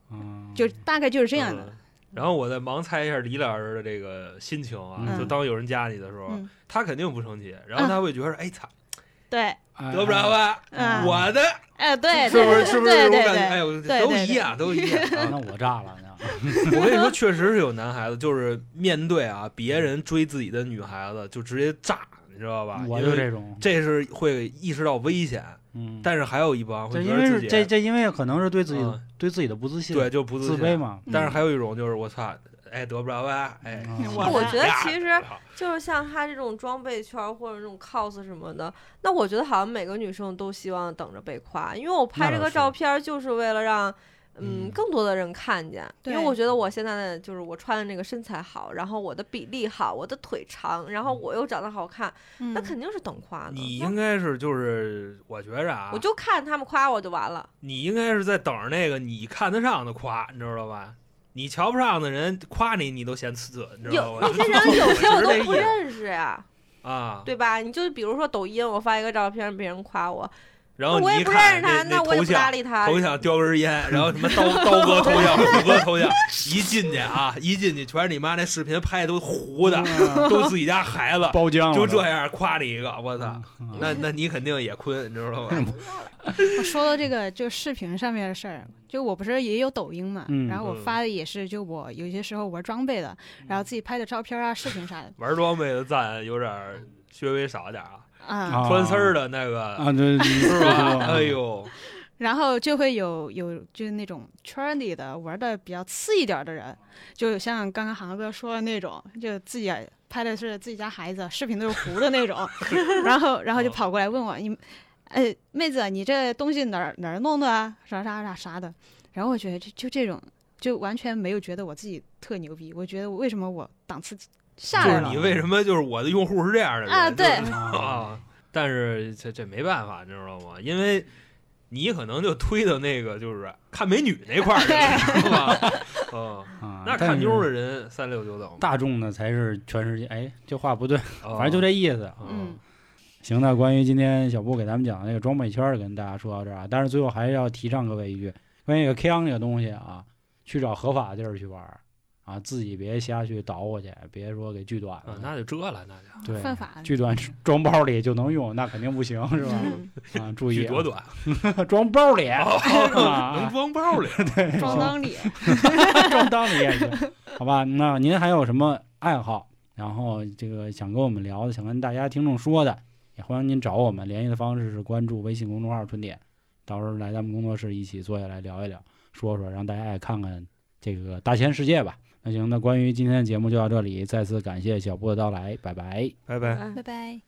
[SPEAKER 2] 啊，
[SPEAKER 5] 就大概 就是这样
[SPEAKER 2] 呃
[SPEAKER 5] 的
[SPEAKER 3] 嗯。然后我再盲猜一下李老师的这个心情啊，
[SPEAKER 2] 嗯
[SPEAKER 3] 就当有人加你的时候，
[SPEAKER 5] 嗯
[SPEAKER 3] 他肯定不生气，然后他会觉得，哎操，
[SPEAKER 2] 哦
[SPEAKER 5] 对，
[SPEAKER 2] 啊
[SPEAKER 3] 得不着吧，
[SPEAKER 5] 嗯，
[SPEAKER 3] 我的
[SPEAKER 5] 哎对，
[SPEAKER 3] 哎是不
[SPEAKER 5] 对
[SPEAKER 3] 是是不是
[SPEAKER 5] 对
[SPEAKER 3] 这种
[SPEAKER 5] 对
[SPEAKER 3] 感觉？
[SPEAKER 5] 对
[SPEAKER 3] 哎，我
[SPEAKER 5] 对
[SPEAKER 3] 都
[SPEAKER 5] 对
[SPEAKER 3] 一样， 都一样。
[SPEAKER 2] 哎
[SPEAKER 3] 啊
[SPEAKER 2] 那我炸了 呢。
[SPEAKER 3] 我跟你说，确实是有男孩子，就是面对啊别人追自己的女孩子，就直接炸，你知道吧？
[SPEAKER 2] 我
[SPEAKER 3] 因
[SPEAKER 2] 就
[SPEAKER 3] 为
[SPEAKER 2] 这种，
[SPEAKER 3] 这是会意识到危险，
[SPEAKER 2] 嗯，
[SPEAKER 3] 但是还有一帮
[SPEAKER 2] 这
[SPEAKER 3] 会觉
[SPEAKER 2] 因
[SPEAKER 3] 得
[SPEAKER 2] 为
[SPEAKER 3] 自
[SPEAKER 2] 是
[SPEAKER 3] 己
[SPEAKER 2] 这这因为可能是对自己
[SPEAKER 3] 嗯
[SPEAKER 2] 对自己的不自信，
[SPEAKER 3] 对就不
[SPEAKER 2] 自
[SPEAKER 3] 信
[SPEAKER 2] 卑。嘛。
[SPEAKER 3] 但是还有一种就是我操，哎得不着吧，哎，
[SPEAKER 2] 嗯
[SPEAKER 5] 嗯
[SPEAKER 4] 我觉得
[SPEAKER 3] 呀
[SPEAKER 4] 其实就是像他这种装备圈儿或者这种 cos 什么的，那我觉得好像每个女生都希望等着被夸，因为我
[SPEAKER 2] 那
[SPEAKER 4] 拍这
[SPEAKER 2] 倒
[SPEAKER 4] 个
[SPEAKER 2] 是
[SPEAKER 4] 照片儿就是为了让。嗯
[SPEAKER 2] 嗯，
[SPEAKER 4] 更多的人看见，因为
[SPEAKER 5] 对
[SPEAKER 4] 我觉得我现在的就是我穿的那个身材好，然后我的比例好，我的腿长，然后我又长得好看，
[SPEAKER 5] 嗯
[SPEAKER 4] 那肯定是等夸的。
[SPEAKER 3] 你
[SPEAKER 4] 那
[SPEAKER 3] 应该是就是我觉着啊，
[SPEAKER 4] 我就看他们夸我就完了。
[SPEAKER 3] 你应该是在等着那个你看得上的夸，你知道吧？你瞧不上的人夸你，你都嫌次次，你知道
[SPEAKER 4] 有
[SPEAKER 3] 吧？
[SPEAKER 4] 那些人有些我
[SPEAKER 3] 我是这
[SPEAKER 4] 都
[SPEAKER 3] 意
[SPEAKER 4] 不
[SPEAKER 3] 思
[SPEAKER 4] 认识呀、
[SPEAKER 3] 啊，
[SPEAKER 4] 对吧？你就比如说抖音，我发一个照片，别人夸我，
[SPEAKER 3] 然
[SPEAKER 4] 那
[SPEAKER 3] 后
[SPEAKER 4] 我
[SPEAKER 3] 你
[SPEAKER 4] 也
[SPEAKER 3] 一
[SPEAKER 4] 不认
[SPEAKER 3] 看
[SPEAKER 4] 识他，
[SPEAKER 3] 那
[SPEAKER 4] 那
[SPEAKER 3] 那
[SPEAKER 4] 我也
[SPEAKER 3] 头
[SPEAKER 4] 不搭
[SPEAKER 3] 像，
[SPEAKER 4] 理他。
[SPEAKER 3] 头像叼根烟，然后什么 刀刀哥头像、虎哥头像，一进去啊，一进去全是你妈那视频拍的都糊的，
[SPEAKER 2] 嗯
[SPEAKER 3] 都自己家 孩子，
[SPEAKER 2] 包浆了
[SPEAKER 3] 就这
[SPEAKER 2] 都
[SPEAKER 3] 样夸你一个，我操！
[SPEAKER 2] 嗯
[SPEAKER 3] 那那你肯定也困，你知道吧？
[SPEAKER 5] 我说到这个就视频上面的事儿，就我不是也有抖音嘛，
[SPEAKER 2] 嗯
[SPEAKER 5] 然后我
[SPEAKER 3] 嗯
[SPEAKER 5] 发的也是就我有些时候玩装备的，然后自己拍的照片啊、视频啥的
[SPEAKER 3] 玩装备的赞有点儿稍微少点儿啊，
[SPEAKER 5] 啊，
[SPEAKER 2] 啊
[SPEAKER 3] 穿丝儿的那个
[SPEAKER 2] 啊，对，
[SPEAKER 3] 是
[SPEAKER 2] 是
[SPEAKER 3] 吧？哎，呦。
[SPEAKER 5] 然后就会有有就是那种圈里的玩的比较次一点的人，就像刚刚航哥说的那种，就自己拍的是自己家孩子，视频都是糊的那种，然后然后就跑过来问我你，哎妹子你这东西哪儿哪儿弄的啊，啥啥啥啥的，然后我觉得就就这种就完全没有觉得我自己特牛逼，我觉得我为什么我档次下
[SPEAKER 3] 就
[SPEAKER 5] 来
[SPEAKER 3] 是
[SPEAKER 5] 了
[SPEAKER 3] 你，为什么就是我的用户是这样的人
[SPEAKER 5] 啊对
[SPEAKER 3] 就是 啊，但是这这没办法，你知道吗？因为你可能就推到那个就是看美女那块儿去了，是 吧？嗯，
[SPEAKER 2] 啊
[SPEAKER 3] 那
[SPEAKER 2] 但
[SPEAKER 3] 看妞儿
[SPEAKER 2] 是
[SPEAKER 3] 的人三六九等，
[SPEAKER 2] 大众的才是全世界。哎，这话不对，
[SPEAKER 3] 反
[SPEAKER 2] 反正就这意思。
[SPEAKER 5] 嗯，
[SPEAKER 2] 行，那关于今天小布给咱们讲的这个装备圈儿，跟大家说到这儿啊。但是最后还是要提倡各位一句，关于这个 K 这个东西啊，去找合法地儿去玩儿啊，自己别瞎去捣鼓去，别说给锯短
[SPEAKER 3] 啊
[SPEAKER 2] 了，
[SPEAKER 3] 那就这了，那就
[SPEAKER 2] 对
[SPEAKER 5] 犯法
[SPEAKER 2] 锯短 装包里就能用，那肯定不行，是吧？
[SPEAKER 5] 嗯
[SPEAKER 2] 啊，注意
[SPEAKER 3] 举哦
[SPEAKER 2] 啊
[SPEAKER 3] 多短，
[SPEAKER 2] 装包里，
[SPEAKER 3] 能
[SPEAKER 2] 啊
[SPEAKER 3] 装包里。
[SPEAKER 5] 装裆里，
[SPEAKER 2] 装裆里也行，好吧？那您还有什么爱好？然后这个想跟我们聊的，想跟大家听众说的，也欢迎您找我们。联系的方式是关注微信公众号“春点”，到时候来咱们工作室一起坐下来聊一聊，说说，让大家也看看这个大千世界吧。那行，那关于今天的节目就到这里，再次感谢小布的到来，拜拜。
[SPEAKER 3] 拜拜。
[SPEAKER 4] 嗯
[SPEAKER 5] 拜拜。